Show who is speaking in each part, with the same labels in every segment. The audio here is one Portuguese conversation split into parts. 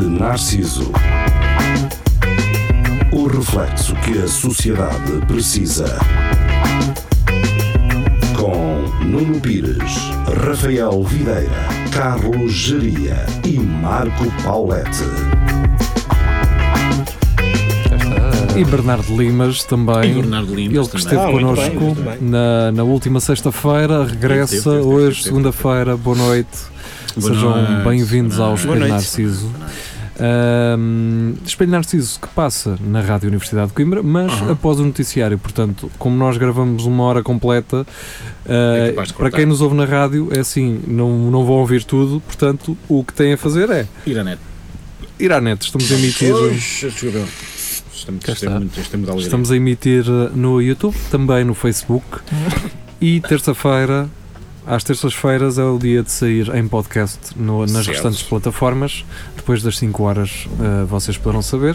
Speaker 1: Narciso. O reflexo que a sociedade precisa. Com Nuno Pires, Rafael Videira, Carlos Geria e Marco Paulette.
Speaker 2: E Bernardo Limas também.
Speaker 3: E Bernardo Limas
Speaker 2: Ele que
Speaker 3: também.
Speaker 2: esteve
Speaker 4: Ah, muito
Speaker 2: connosco
Speaker 4: bem, muito bem.
Speaker 2: na, na última sexta-feira, regressa
Speaker 3: Esteve, esteve,
Speaker 2: hoje,
Speaker 3: esteve,
Speaker 2: segunda-feira. Boa noite.
Speaker 3: Boa
Speaker 2: Sejam
Speaker 3: noite,
Speaker 2: bem-vindos
Speaker 3: boa
Speaker 2: ao
Speaker 3: noite.
Speaker 2: Espelho
Speaker 4: Boa noite.
Speaker 2: Narciso. Ahm, Espelho Narciso que passa na Rádio Universidade de Coimbra, mas
Speaker 3: Aham.
Speaker 2: após o noticiário. Portanto, como nós gravamos uma hora completa, ah,
Speaker 3: É capaz de
Speaker 2: para
Speaker 3: cortar.
Speaker 2: quem nos ouve na rádio, é assim, não, não vão ouvir tudo. Portanto, o que têm a fazer é
Speaker 3: Iranet.
Speaker 2: ir à net. Estamos a emitir.
Speaker 3: desculpa. Estamos,
Speaker 2: Cá está.
Speaker 3: estamos, muito- estamos, alegre.
Speaker 2: Estamos a emitir eh, no YouTube, também no Facebook. E terça-feira, às terças-feiras, é o dia de sair em podcast no- nas
Speaker 3: Certo.
Speaker 2: restantes plataformas. Depois das 5 horas eh, vocês poderão saber.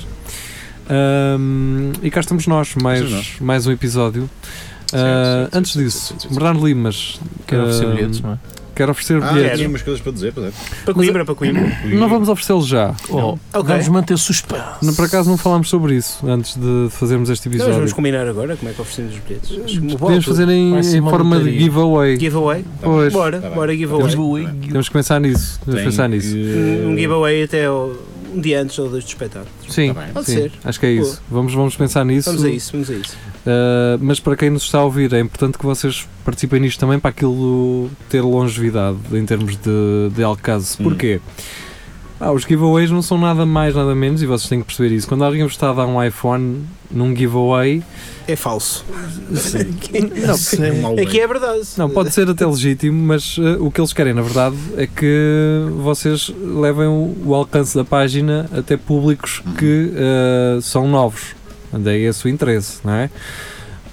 Speaker 2: Ahm, e cá estamos nós, mais,
Speaker 3: Estamos nós.
Speaker 2: mais um episódio.
Speaker 3: Certo,
Speaker 2: Ah,
Speaker 3: certo,
Speaker 2: antes
Speaker 3: certo,
Speaker 2: disso,
Speaker 3: certo, certo,
Speaker 2: Bernardo Limas,
Speaker 5: Quero oferecer
Speaker 2: ahm,
Speaker 5: bilhetes, não é?
Speaker 2: quero oferecer
Speaker 3: Ah,
Speaker 2: bilhetes.
Speaker 3: tinha umas coisas para dizer, pois é. tá
Speaker 4: Para Coimbra, para Coimbra.
Speaker 2: Não vamos oferecê-los já.
Speaker 5: Oh,
Speaker 4: Ok.
Speaker 5: Vamos manter suspense.
Speaker 2: Não, Por acaso não falámos sobre isso antes de fazermos este
Speaker 4: Então, mas
Speaker 2: episódio.
Speaker 4: vamos combinar agora como é que oferecemos os bilhetes. Acho que uma boa
Speaker 2: Podemos
Speaker 4: altura.
Speaker 2: fazer em,
Speaker 5: Vai ser
Speaker 2: em
Speaker 5: uma
Speaker 2: forma de
Speaker 5: lotaria.
Speaker 2: giveaway.
Speaker 4: giveaway.
Speaker 2: Pois.
Speaker 4: Bora,
Speaker 3: Tá bem.
Speaker 4: bora giveaway.
Speaker 5: Giveaway.
Speaker 2: Temos que pensar nisso. Temos que pensar nisso.
Speaker 4: Um um giveaway até ao- um dia antes ou dois do espetáculo.
Speaker 2: Sim,
Speaker 3: Tá bem.
Speaker 4: Pode
Speaker 2: sim,
Speaker 4: ser.
Speaker 2: acho que é isso. Vamos, vamos pensar nisso.
Speaker 4: Vamos a isso, vamos a isso.
Speaker 2: Uh, mas para quem nos está a ouvir, é importante que vocês participem nisto também para aquilo ter longevidade em termos de, de alcance.
Speaker 3: Hum.
Speaker 2: Porquê? Ah, os giveaways não são nada mais, nada menos e vocês têm que perceber isso. Quando alguém vos está a dar um iPhone num giveaway,
Speaker 4: É falso.
Speaker 5: Não, sei.
Speaker 3: Um mau
Speaker 4: Aqui
Speaker 3: bem.
Speaker 4: é verdade.
Speaker 2: não, pode ser até legítimo, mas uh, o que eles querem na verdade é que vocês levem o, o alcance da página até públicos que uh, são novos. Daí é esse o interesse, não é?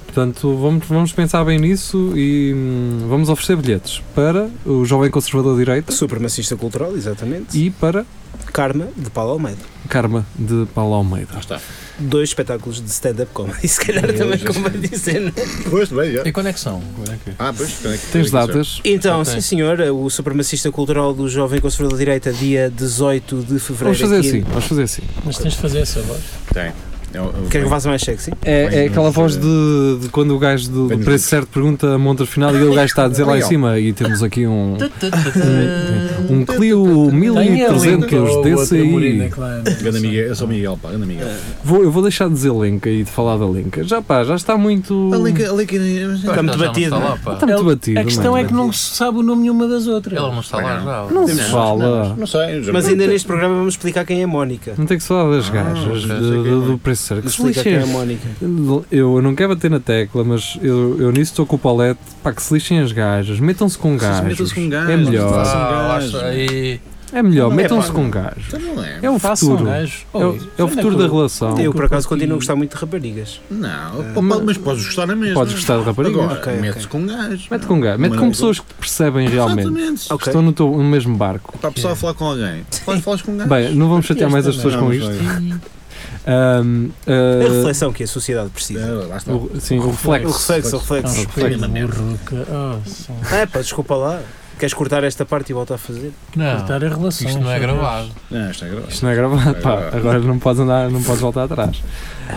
Speaker 2: Portanto, vamos, vamos pensar bem nisso e hum, vamos oferecer bilhetes para o Jovem Conservador de Direita
Speaker 4: Supremacista cultural, exatamente.
Speaker 2: e para
Speaker 4: Karma, de Paulo Almeida.
Speaker 2: Karma de Paulo Almeida.
Speaker 3: Lá está.
Speaker 4: Dois espetáculos de stand-up comedy. Se calhar
Speaker 3: Meu
Speaker 4: também
Speaker 3: Jesus.
Speaker 4: convém dizer, né?
Speaker 3: Pois, bem, já.
Speaker 5: E é conexão?
Speaker 3: Ah, pois. quando é que-
Speaker 2: É Tens
Speaker 3: quando é que
Speaker 2: datas?
Speaker 4: Então,
Speaker 5: Ok.
Speaker 4: sim senhora, o Supremacista Cultural do Jovem Conservador da Direita, dia 18 de Fevereiro.
Speaker 2: Vamos fazer
Speaker 4: aqui.
Speaker 2: assim, vamos fazer assim.
Speaker 5: Mas tens de fazer essa voz.
Speaker 3: serve? É o- é o-
Speaker 4: Quer que eu faça mais sexy?
Speaker 2: É, é
Speaker 3: Bem,
Speaker 2: aquela
Speaker 3: mas,
Speaker 2: voz
Speaker 3: eh,
Speaker 2: de, de quando o gajo do, do
Speaker 3: bem nos
Speaker 2: preço
Speaker 3: dedos.
Speaker 2: certo pergunta a monta final e o gajo está a dizer lá em
Speaker 3: Legal.
Speaker 2: cima e temos aqui um, um Clio
Speaker 5: Tem a link ao
Speaker 2: 1300
Speaker 5: outro Amorina,
Speaker 2: DCI.
Speaker 5: claro.
Speaker 3: Ganda Miguel, eu sou Miguel, pá, Ganda Miguel.
Speaker 4: É,
Speaker 2: Vou, eu vou deixar de dizer Lenca e de falar da Lenca. Já pá, já está muito,
Speaker 6: então
Speaker 4: Está muito batido. não é?
Speaker 2: está muito batido.
Speaker 5: A questão
Speaker 2: mano.
Speaker 5: é que não se sabe o nome nenhuma das outras.
Speaker 6: Ela não está lá já.
Speaker 2: Não se
Speaker 4: Temos-
Speaker 2: fala.
Speaker 3: Não sei, eu já
Speaker 4: Mas ainda neste programa vamos explicar quem é a Mónica.
Speaker 2: Não tem que se falar das gajas
Speaker 6: ok, sei
Speaker 2: do,
Speaker 6: que é,
Speaker 2: do-
Speaker 6: mano.
Speaker 2: do preço certo. Que se
Speaker 4: Explica quem é a
Speaker 2: lixem.
Speaker 4: Mónica.
Speaker 2: Eu, eu não quero bater na tecla, mas eu, eu nisso estou com o palete. Pá, que se lixem as gajas. Metam-se com gajos.
Speaker 3: metam-se com
Speaker 2: É
Speaker 3: gajos.
Speaker 2: melhor.
Speaker 3: Ah,
Speaker 6: lá
Speaker 3: gajo.
Speaker 6: está aí.
Speaker 2: É melhor.
Speaker 3: Não, é
Speaker 2: Metam-se
Speaker 3: pá.
Speaker 2: com gajos.
Speaker 3: Então não é.
Speaker 2: É o
Speaker 5: Façam,
Speaker 2: futuro. É,
Speaker 5: um gajo.
Speaker 2: o- é o futuro da relação.
Speaker 4: Eu, por acaso,
Speaker 5: porque-
Speaker 4: continuo a gostar muito de raparigas.
Speaker 3: Não, pá, mas podes gostar na mesma.
Speaker 2: Podes gostar de raparigas.
Speaker 3: Agora,
Speaker 4: É, Ok, ok.
Speaker 3: mete-se com um gajos.
Speaker 2: Mete com um gajo. Mete
Speaker 3: Mas-
Speaker 2: com pessoas que te percebem realmente.
Speaker 3: Exatamente.
Speaker 2: Que
Speaker 4: Ok.
Speaker 2: estão no, teu- no mesmo barco.
Speaker 3: Está a pessoa a falar com alguém. Falas, falas com um gajo.
Speaker 2: Bem, não vamos chatear mais as pessoas com
Speaker 3: Não,
Speaker 2: isto.
Speaker 3: não,
Speaker 5: tá um
Speaker 2: Ahm,
Speaker 4: A
Speaker 2: ah,
Speaker 4: reflexão que a sociedade precisa.
Speaker 3: não. Lá está.
Speaker 2: o- sim, o
Speaker 4: É O
Speaker 2: reflexo.
Speaker 4: reflexo, o
Speaker 5: É um
Speaker 4: reflexo.
Speaker 5: espelho
Speaker 3: Uma merda.
Speaker 5: burro que- oh, sim.
Speaker 4: Ah, pá, desculpa lá. Queres cortar esta parte e voltar a fazer?
Speaker 6: Não,
Speaker 5: Cortar a relação.
Speaker 6: isto não é
Speaker 5: sabe?
Speaker 6: gravado.
Speaker 3: Não, isto é grave.
Speaker 2: Isto não é gravado, pá.
Speaker 3: gravado.
Speaker 2: Agora não podes andar, não podes voltar atrás.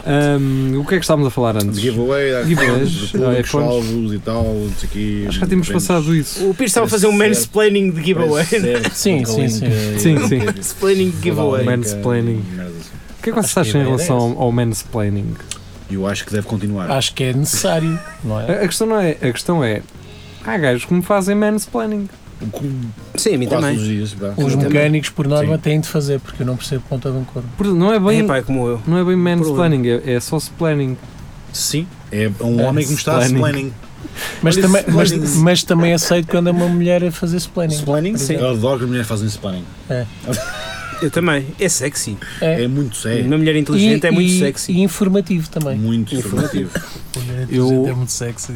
Speaker 2: Ahm, o que é que estávamos a falar antes?
Speaker 3: Giveaway, dá
Speaker 2: Giveaways,
Speaker 3: conta de
Speaker 2: iPhones.
Speaker 3: públicos, alvos e tal, não sei o quê.
Speaker 2: Acho que já tínhamos
Speaker 3: Vendes-
Speaker 2: passado isso.
Speaker 4: O Pires estava a fazer
Speaker 3: Parece
Speaker 4: um
Speaker 3: ser-
Speaker 4: mansplaining de giveaway.
Speaker 3: parece certo,
Speaker 5: Sim,
Speaker 3: com
Speaker 5: sim, sim.
Speaker 3: linka e-
Speaker 2: Sim, sim.
Speaker 4: Mansplaining de giveaway.
Speaker 2: Mansplaining.
Speaker 3: Merda assim.
Speaker 2: O que é que vocês
Speaker 5: Acho que
Speaker 2: acham em
Speaker 5: a ideia
Speaker 2: relação
Speaker 5: é
Speaker 2: ao, ao mansplaining?
Speaker 3: Eu acho que deve continuar.
Speaker 5: Acho que é necessário, não
Speaker 2: A,
Speaker 5: é?
Speaker 2: a questão não é. A questão é. Há gajos que me fazem mansplaining.
Speaker 3: Com
Speaker 4: Sim, a mim
Speaker 3: quase
Speaker 4: também.
Speaker 3: os dias, pá.
Speaker 5: Os
Speaker 3: Também.
Speaker 5: mecânicos, por norma,
Speaker 3: Sim.
Speaker 5: têm de fazer, porque eu não percebo ponta de um corpo.
Speaker 2: Por- Não é
Speaker 4: É
Speaker 2: bem.
Speaker 4: pá, é como eu.
Speaker 2: Não é bem mansplaining, é, é só splaining.
Speaker 3: Sim, é um homem que me está a
Speaker 2: Splaining.
Speaker 3: splaining.
Speaker 5: Mas,
Speaker 3: Olha,
Speaker 5: também, mas,
Speaker 3: splaining.
Speaker 5: mas também aceito quando é uma mulher a fazer splaining.
Speaker 3: Splaining?
Speaker 5: Sim.
Speaker 3: Eu adoro que as mulheres fazem splaining.
Speaker 4: Eu também. É sexy.
Speaker 3: É muito sério,
Speaker 4: Uma mulher inteligente
Speaker 5: E-
Speaker 4: é muito
Speaker 5: e-
Speaker 4: sexy.
Speaker 5: E informativo também.
Speaker 3: muito informativo.
Speaker 2: Eu-
Speaker 6: Uma mulher inteligente é muito sexy.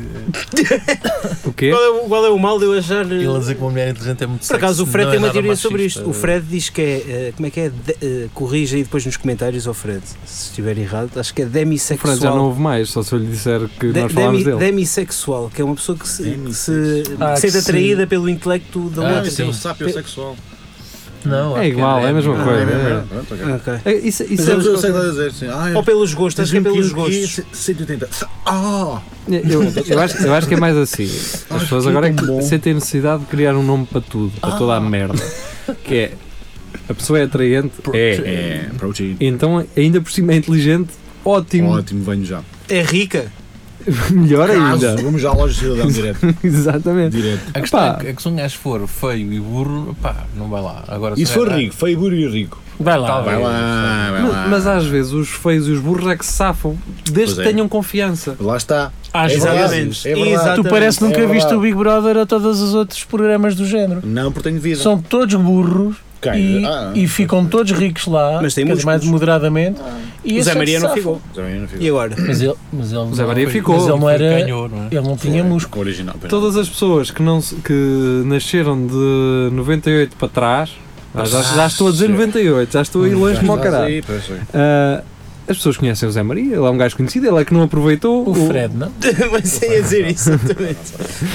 Speaker 2: O quê?
Speaker 4: Qual é, o- qual é o mal de eu achar. eh,
Speaker 6: Ele a dizer que uma mulher inteligente é muito sexy.
Speaker 4: Por acaso, o Fred
Speaker 6: não
Speaker 4: tem
Speaker 6: é
Speaker 4: uma
Speaker 6: nada
Speaker 4: teoria
Speaker 6: machista.
Speaker 4: sobre isto. O Fred diz que é. eh, como é que é? De, eh, corrija aí depois nos comentários ao Fred, se estiver errado. Acho que é
Speaker 2: O Fred já
Speaker 4: demissexual.
Speaker 2: não ouve mais, só se eu lhe disser que
Speaker 4: De-
Speaker 2: nós falámos
Speaker 4: demi-
Speaker 2: dele.
Speaker 4: Demissexual, que é uma pessoa que se, que se,
Speaker 3: Demissexual.
Speaker 5: Ah,
Speaker 4: que se sente
Speaker 5: que se-
Speaker 4: atraída pelo intelecto da
Speaker 6: Ah,
Speaker 3: Não,
Speaker 4: outra.
Speaker 3: isso é
Speaker 6: sim.
Speaker 3: um sápio sexual.
Speaker 5: Não, acho
Speaker 2: É
Speaker 5: que
Speaker 2: igual, é a mesma
Speaker 3: Ah,
Speaker 2: coisa.
Speaker 3: é mesmo,
Speaker 2: é.
Speaker 3: é mesmo. Pronto, ok.
Speaker 4: Ok.
Speaker 2: É, Isso,
Speaker 3: Mas
Speaker 2: isso é-
Speaker 3: eu sei o que estás a dizer, sim. Ah, é.
Speaker 4: Ou pelos gostos, acho que é pelos
Speaker 3: 21 quilos,
Speaker 4: gostos.
Speaker 3: 180. Ah!
Speaker 2: eu, eu acho, eu acho que é mais assim. As pessoas
Speaker 3: que
Speaker 2: agora é
Speaker 3: tão bom. Ah.
Speaker 2: que sentem necessidade de criar um nome para tudo, para toda a merda. Que é a pessoa é atraente, é.
Speaker 3: É, protein.
Speaker 2: Então, ainda por cima é inteligente, ótimo,
Speaker 3: Ótimo, venho já.
Speaker 4: É rica.
Speaker 2: melhor ainda.
Speaker 3: Caso, vamos já à loja de cidadão direto.
Speaker 2: Exatamente.
Speaker 3: direto.
Speaker 6: A questão
Speaker 2: Epá.
Speaker 6: é que- é que se um gajo for feio e burro, pá, não vai lá. Agora,
Speaker 3: E
Speaker 6: um
Speaker 3: se for
Speaker 6: gajo-
Speaker 3: rico, feio, burro e rico?
Speaker 5: Vai lá.
Speaker 6: Talvez.
Speaker 3: Vai lá, vai lá.
Speaker 2: Mas, mas às vezes os feios e os burros é que se safam, desde
Speaker 3: Pois é.
Speaker 2: que tenham confiança.
Speaker 3: Lá está.
Speaker 5: Às
Speaker 3: É
Speaker 5: vezes.
Speaker 3: verdade,
Speaker 4: Exatamente.
Speaker 3: é verdade.
Speaker 5: Tu
Speaker 4: Exatamente.
Speaker 5: parece nunca
Speaker 3: É
Speaker 5: viste
Speaker 3: verdade.
Speaker 5: o Big Brother ou todos os outros programas do género.
Speaker 3: Não, porque tenho vida.
Speaker 5: São todos burros
Speaker 3: Quem?
Speaker 5: e,
Speaker 3: Ah,
Speaker 5: e ficam todos ricos lá,
Speaker 4: Mas tem
Speaker 5: cada vez mais
Speaker 4: músculos. Ah.
Speaker 5: moderadamente. E
Speaker 4: O Zé
Speaker 5: esse é que
Speaker 4: Maria não
Speaker 5: safa.
Speaker 4: ficou.
Speaker 3: Também não fico.
Speaker 4: E agora?
Speaker 5: Mas ele, mas ele,
Speaker 2: O Zé
Speaker 5: não-
Speaker 2: Maria
Speaker 6: Foi-
Speaker 2: ficou.
Speaker 5: mas ele não era-
Speaker 6: Ganhou, não é?
Speaker 5: ele não tinha músculo.
Speaker 3: Original. pois não.
Speaker 2: Todas as pessoas que, não, se- que nasceram de 98 para trás, já, já- já estou a dizer 98, Ah, Hum, já estou aí longe como ao caralho.
Speaker 3: Sim, pois é.
Speaker 2: Ah, as pessoas conhecem o Zé Maria, ele é um gajo conhecido, ele é que não aproveitou.
Speaker 5: O Fred, não?
Speaker 4: Mas ia dizer isso, exatamente.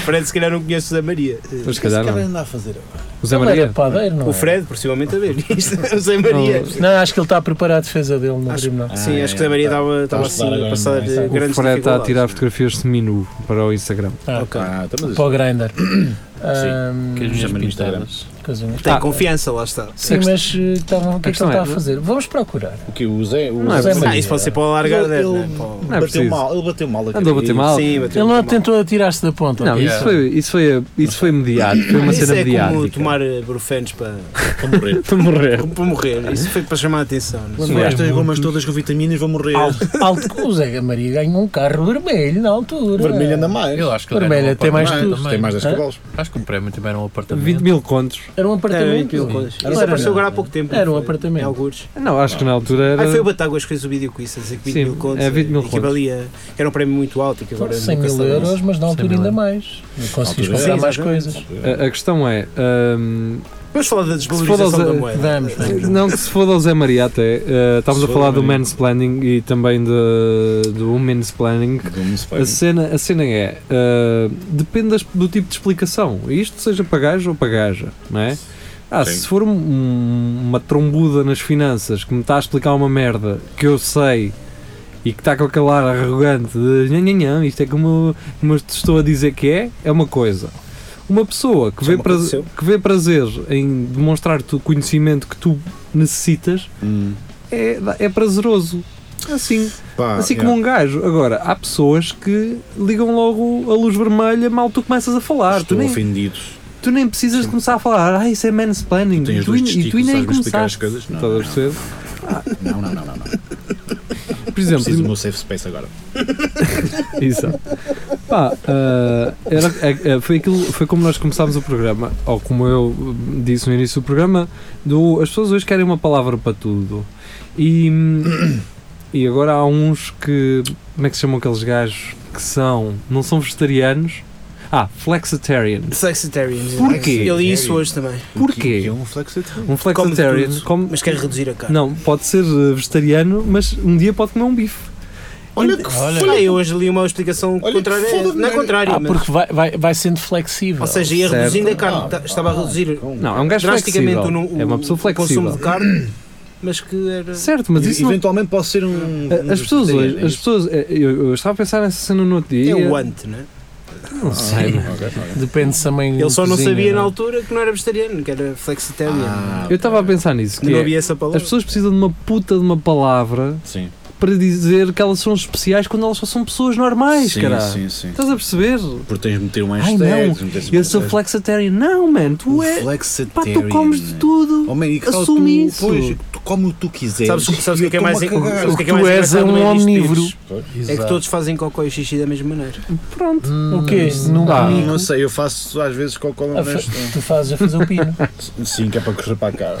Speaker 4: Fred, se calhar, não conhece o Zé Maria.
Speaker 2: Mas se calhar não.
Speaker 3: anda a fazer?
Speaker 2: O Zé
Speaker 5: Ele
Speaker 2: Maria.
Speaker 5: era padeiro, não
Speaker 4: O
Speaker 5: é?
Speaker 4: Fred, possivelmente, a ver isto. O Zé Maria.
Speaker 5: Não, acho que ele está a preparar a defesa dele no
Speaker 4: Acho-
Speaker 5: tribunal.
Speaker 4: Sim,
Speaker 3: Ah,
Speaker 4: acho que
Speaker 3: é,
Speaker 4: o Zé Maria
Speaker 3: tá.
Speaker 4: estava
Speaker 3: Tá a
Speaker 4: estava
Speaker 3: estudar
Speaker 4: assim a
Speaker 3: agora,
Speaker 4: passar
Speaker 3: não é?
Speaker 4: eh,
Speaker 2: O
Speaker 4: grandes
Speaker 2: Fred está a tirar
Speaker 4: dificuldades.
Speaker 2: fotografias seminu para o Instagram.
Speaker 5: Ah,
Speaker 4: Ok.
Speaker 3: Ah, então, mas é
Speaker 5: Para o
Speaker 3: isso-
Speaker 5: Grindr. Ahm,
Speaker 6: Que as minhas
Speaker 3: Chama-lhe no
Speaker 6: pintadas.
Speaker 5: coisinhas.
Speaker 4: é Tem
Speaker 2: Ah.
Speaker 4: confiança, lá está.
Speaker 5: Sim, mas eh, tá
Speaker 4: então,
Speaker 5: bom, o que é que
Speaker 2: questão
Speaker 5: ele está
Speaker 2: é-
Speaker 5: a fazer? Vamos procurar.
Speaker 3: o que o Zé, o
Speaker 2: Não é
Speaker 3: Zé
Speaker 5: preciso.
Speaker 3: Maria.
Speaker 4: Ah, isso pode ser para o largar, né?
Speaker 3: Ele, ele
Speaker 4: Para o-
Speaker 2: Não é
Speaker 3: bateu
Speaker 2: preciso.
Speaker 3: mal, ele bateu mal.
Speaker 2: Andou a bater mal.
Speaker 4: Sim,
Speaker 5: Ele
Speaker 4: bateu
Speaker 5: não
Speaker 4: muito mal.
Speaker 5: tentou atirar-se da ponta.
Speaker 2: Não, é. isso foi, isso foi, a- isso foi mediático, foi uma
Speaker 4: Isso
Speaker 2: cena
Speaker 4: é como
Speaker 2: mediática.
Speaker 4: tomar eh, brufenos para,
Speaker 3: Vou morrer.
Speaker 2: Estou a morrer.
Speaker 4: para morrer. Isso foi para chamar a atenção. não é?
Speaker 3: Quando
Speaker 2: Sim, é
Speaker 3: estas gomas todas com vitaminas, vou morrer.
Speaker 5: Alto, alto que o Zé Maria ganhou um carro vermelho na altura.
Speaker 3: Vermelho anda mais.
Speaker 6: Eu acho que Ah. ele
Speaker 5: Vermelho,
Speaker 6: ganhou um
Speaker 5: até mais
Speaker 6: apartamento
Speaker 5: tudo.
Speaker 6: também.
Speaker 3: Tem mais 10
Speaker 5: Hã?
Speaker 3: cavalos.
Speaker 6: Acho que o prémio também era um apartamento.
Speaker 2: 20 mil contos.
Speaker 5: Era um
Speaker 4: Era
Speaker 5: apartamento. é
Speaker 4: 20 mil coisas.
Speaker 5: Era
Speaker 4: Isso apareceu
Speaker 5: nada.
Speaker 4: agora há pouco tempo.
Speaker 5: Era um
Speaker 4: não foi?
Speaker 5: apartamento.
Speaker 4: Em alguns.
Speaker 2: Não, acho que na altura era.
Speaker 4: Ah, foi o Batáguas que fez o vídeo com isso, a dizer que 20
Speaker 2: Sim,
Speaker 4: mil contos.
Speaker 2: é 20 mil
Speaker 4: eh, equivalia- Era um prémio muito alto e que agora é
Speaker 5: 100
Speaker 4: nunca se
Speaker 5: mil
Speaker 4: sabe.
Speaker 5: euros, mas na
Speaker 6: 100
Speaker 5: altura
Speaker 6: mil
Speaker 5: ainda
Speaker 6: euros.
Speaker 5: mais. Não conseguis
Speaker 3: Altura,
Speaker 5: comprar
Speaker 4: sim,
Speaker 5: mais
Speaker 4: exatamente.
Speaker 5: coisas.
Speaker 2: A, a questão é. hum,
Speaker 4: Vamos falar da
Speaker 2: Se
Speaker 4: desvalorização
Speaker 2: for aos-
Speaker 4: da moeda.
Speaker 5: vamos, vamos.
Speaker 2: não, que se for ao Zé Maria até. eh, estávamos
Speaker 3: Se
Speaker 2: a
Speaker 3: for
Speaker 2: falar
Speaker 3: ao
Speaker 2: do
Speaker 3: Maria.
Speaker 2: mansplaining e também de, do women's planning.
Speaker 3: Não se
Speaker 2: A
Speaker 3: faz.
Speaker 2: cena, a cena é. eh, depende das- do tipo de explicação. Isto seja para gajo ou para gaja, não é? Ah,
Speaker 3: Sim.
Speaker 2: se for um- um- uma trombuda nas finanças que me está a explicar uma merda que eu sei e que está com aquele ar arrogante de "Nhã, nhã, nhã, isto é como, como eu te estou a dizer que é, é uma coisa. Uma pessoa que
Speaker 4: Já
Speaker 2: vê,
Speaker 4: me
Speaker 2: prazer,
Speaker 4: aconteceu.
Speaker 2: que vê prazer em demonstrar-te o conhecimento que tu necessitas
Speaker 3: Hum.
Speaker 2: é, é prazeroso. Assim,
Speaker 3: Pá,
Speaker 2: assim
Speaker 3: yeah.
Speaker 2: como um gajo. Agora, há pessoas que ligam logo a luz vermelha mal tu começas a falar. Tu
Speaker 3: Estão
Speaker 2: nem,
Speaker 3: ofendidos.
Speaker 2: tu nem precisas de começar a falar, ah, isso é mansplaining.
Speaker 3: Tu
Speaker 2: E
Speaker 3: tens
Speaker 2: tu,
Speaker 3: dois
Speaker 2: ainda- e tu
Speaker 3: testículos,
Speaker 2: nem
Speaker 3: sabes me explicar as
Speaker 2: começaste.
Speaker 3: coisas? Não,
Speaker 2: Estás a
Speaker 3: não,
Speaker 2: perceber?
Speaker 3: Não, não, não, não. não.
Speaker 2: Por exemplo,
Speaker 3: Preciso do meu safe space agora.
Speaker 2: Isso. Pá, ah, era, é- é, foi, aquilo, foi como nós começámos o programa, ou como eu hum, disse no início do programa, do, as pessoas hoje querem uma palavra para tudo. E, hum, e agora há uns que. Como é que se chamam aqueles gajos que são. não são vegetarianos? Ah, flexitarian.
Speaker 4: Flexitarian.
Speaker 2: Porquê?
Speaker 4: Eu li isso hoje também.
Speaker 2: Porquê?
Speaker 3: Que é um flexitarian.
Speaker 2: Um
Speaker 4: Come
Speaker 2: flexitarian.
Speaker 4: de tudo,
Speaker 2: Come
Speaker 4: Mas quer reduzir a carne.
Speaker 2: não, pode ser eh, vegetariano, mas um dia pode comer um bife.
Speaker 3: Olha que
Speaker 5: Olha.
Speaker 4: Ah, eu hoje li uma explicação
Speaker 3: Olha que
Speaker 4: contrária.
Speaker 3: foda-se,
Speaker 4: não é
Speaker 3: mano.
Speaker 4: contrária,
Speaker 5: Ah,
Speaker 4: mas-
Speaker 5: porque vai, vai, vai sendo flexível.
Speaker 4: Ou seja, ia
Speaker 2: Certo.
Speaker 4: reduzindo a
Speaker 3: Ah,
Speaker 4: carne. Ta- Estava a reduzir
Speaker 2: Não, é um gajo
Speaker 4: drasticamente
Speaker 2: flexível.
Speaker 4: o, nu- o-
Speaker 2: é uma pessoa
Speaker 4: o consumo
Speaker 2: flexível.
Speaker 4: de carne, mas que era.
Speaker 2: Certo, mas isso não,
Speaker 3: Eventualmente pode ser um. um
Speaker 2: As
Speaker 3: dos
Speaker 2: pessoas hoje,
Speaker 3: vegetarianos,
Speaker 2: as pessoas, eh, eu, eu estava a pensar nessa cena no outro dia.
Speaker 4: É
Speaker 3: um
Speaker 4: o ante, né?
Speaker 2: Não sei, mano.
Speaker 3: é isso? Ok, ok.
Speaker 5: Depende também.
Speaker 4: Ele só não
Speaker 5: cozinha,
Speaker 4: sabia na
Speaker 5: não é?
Speaker 4: altura que não era vegetariano, que era flexitarian.
Speaker 3: Ah,
Speaker 2: Eu estava a pensar nisso. Que
Speaker 4: não
Speaker 2: é,
Speaker 4: havia essa palavra.
Speaker 2: as pessoas precisam de uma puta de uma palavra
Speaker 3: Sim.
Speaker 2: para dizer que elas são especiais quando elas só são pessoas normais,
Speaker 3: sim,
Speaker 2: caralho.
Speaker 3: sim, sim.
Speaker 2: Estás a perceber?
Speaker 3: Porque tens de meter um
Speaker 2: Ai,
Speaker 3: hashtag.
Speaker 2: não,
Speaker 3: tens de meter
Speaker 2: Eu
Speaker 3: esse-
Speaker 2: sou flexitarian. Não, man, tu
Speaker 3: Um
Speaker 2: é. Pá,
Speaker 3: flexitarian.
Speaker 2: tu comes de tudo.
Speaker 3: Oh, man, e que tal
Speaker 2: Assume
Speaker 3: tu-
Speaker 2: isso.
Speaker 3: Pois, tu come o que tu quiseres.
Speaker 4: Sabes, sabes o que é que é
Speaker 3: Eu
Speaker 4: mais
Speaker 3: estou-me a cagar.
Speaker 4: sabes o que é que
Speaker 5: Tu
Speaker 4: mais
Speaker 5: és
Speaker 4: engraçado no
Speaker 5: um
Speaker 4: meio disto
Speaker 5: omnívoro.
Speaker 4: tudo? É que todos fazem cocó e xixi da mesma maneira.
Speaker 2: Pronto.
Speaker 5: O quê? Num
Speaker 2: dá.
Speaker 5: pinico?
Speaker 3: Ah, Não sei, eu faço às vezes com o colo
Speaker 2: Ah,
Speaker 5: A fa- Tu fazes a fazer o pino.
Speaker 3: Sim, que é para correr para cá.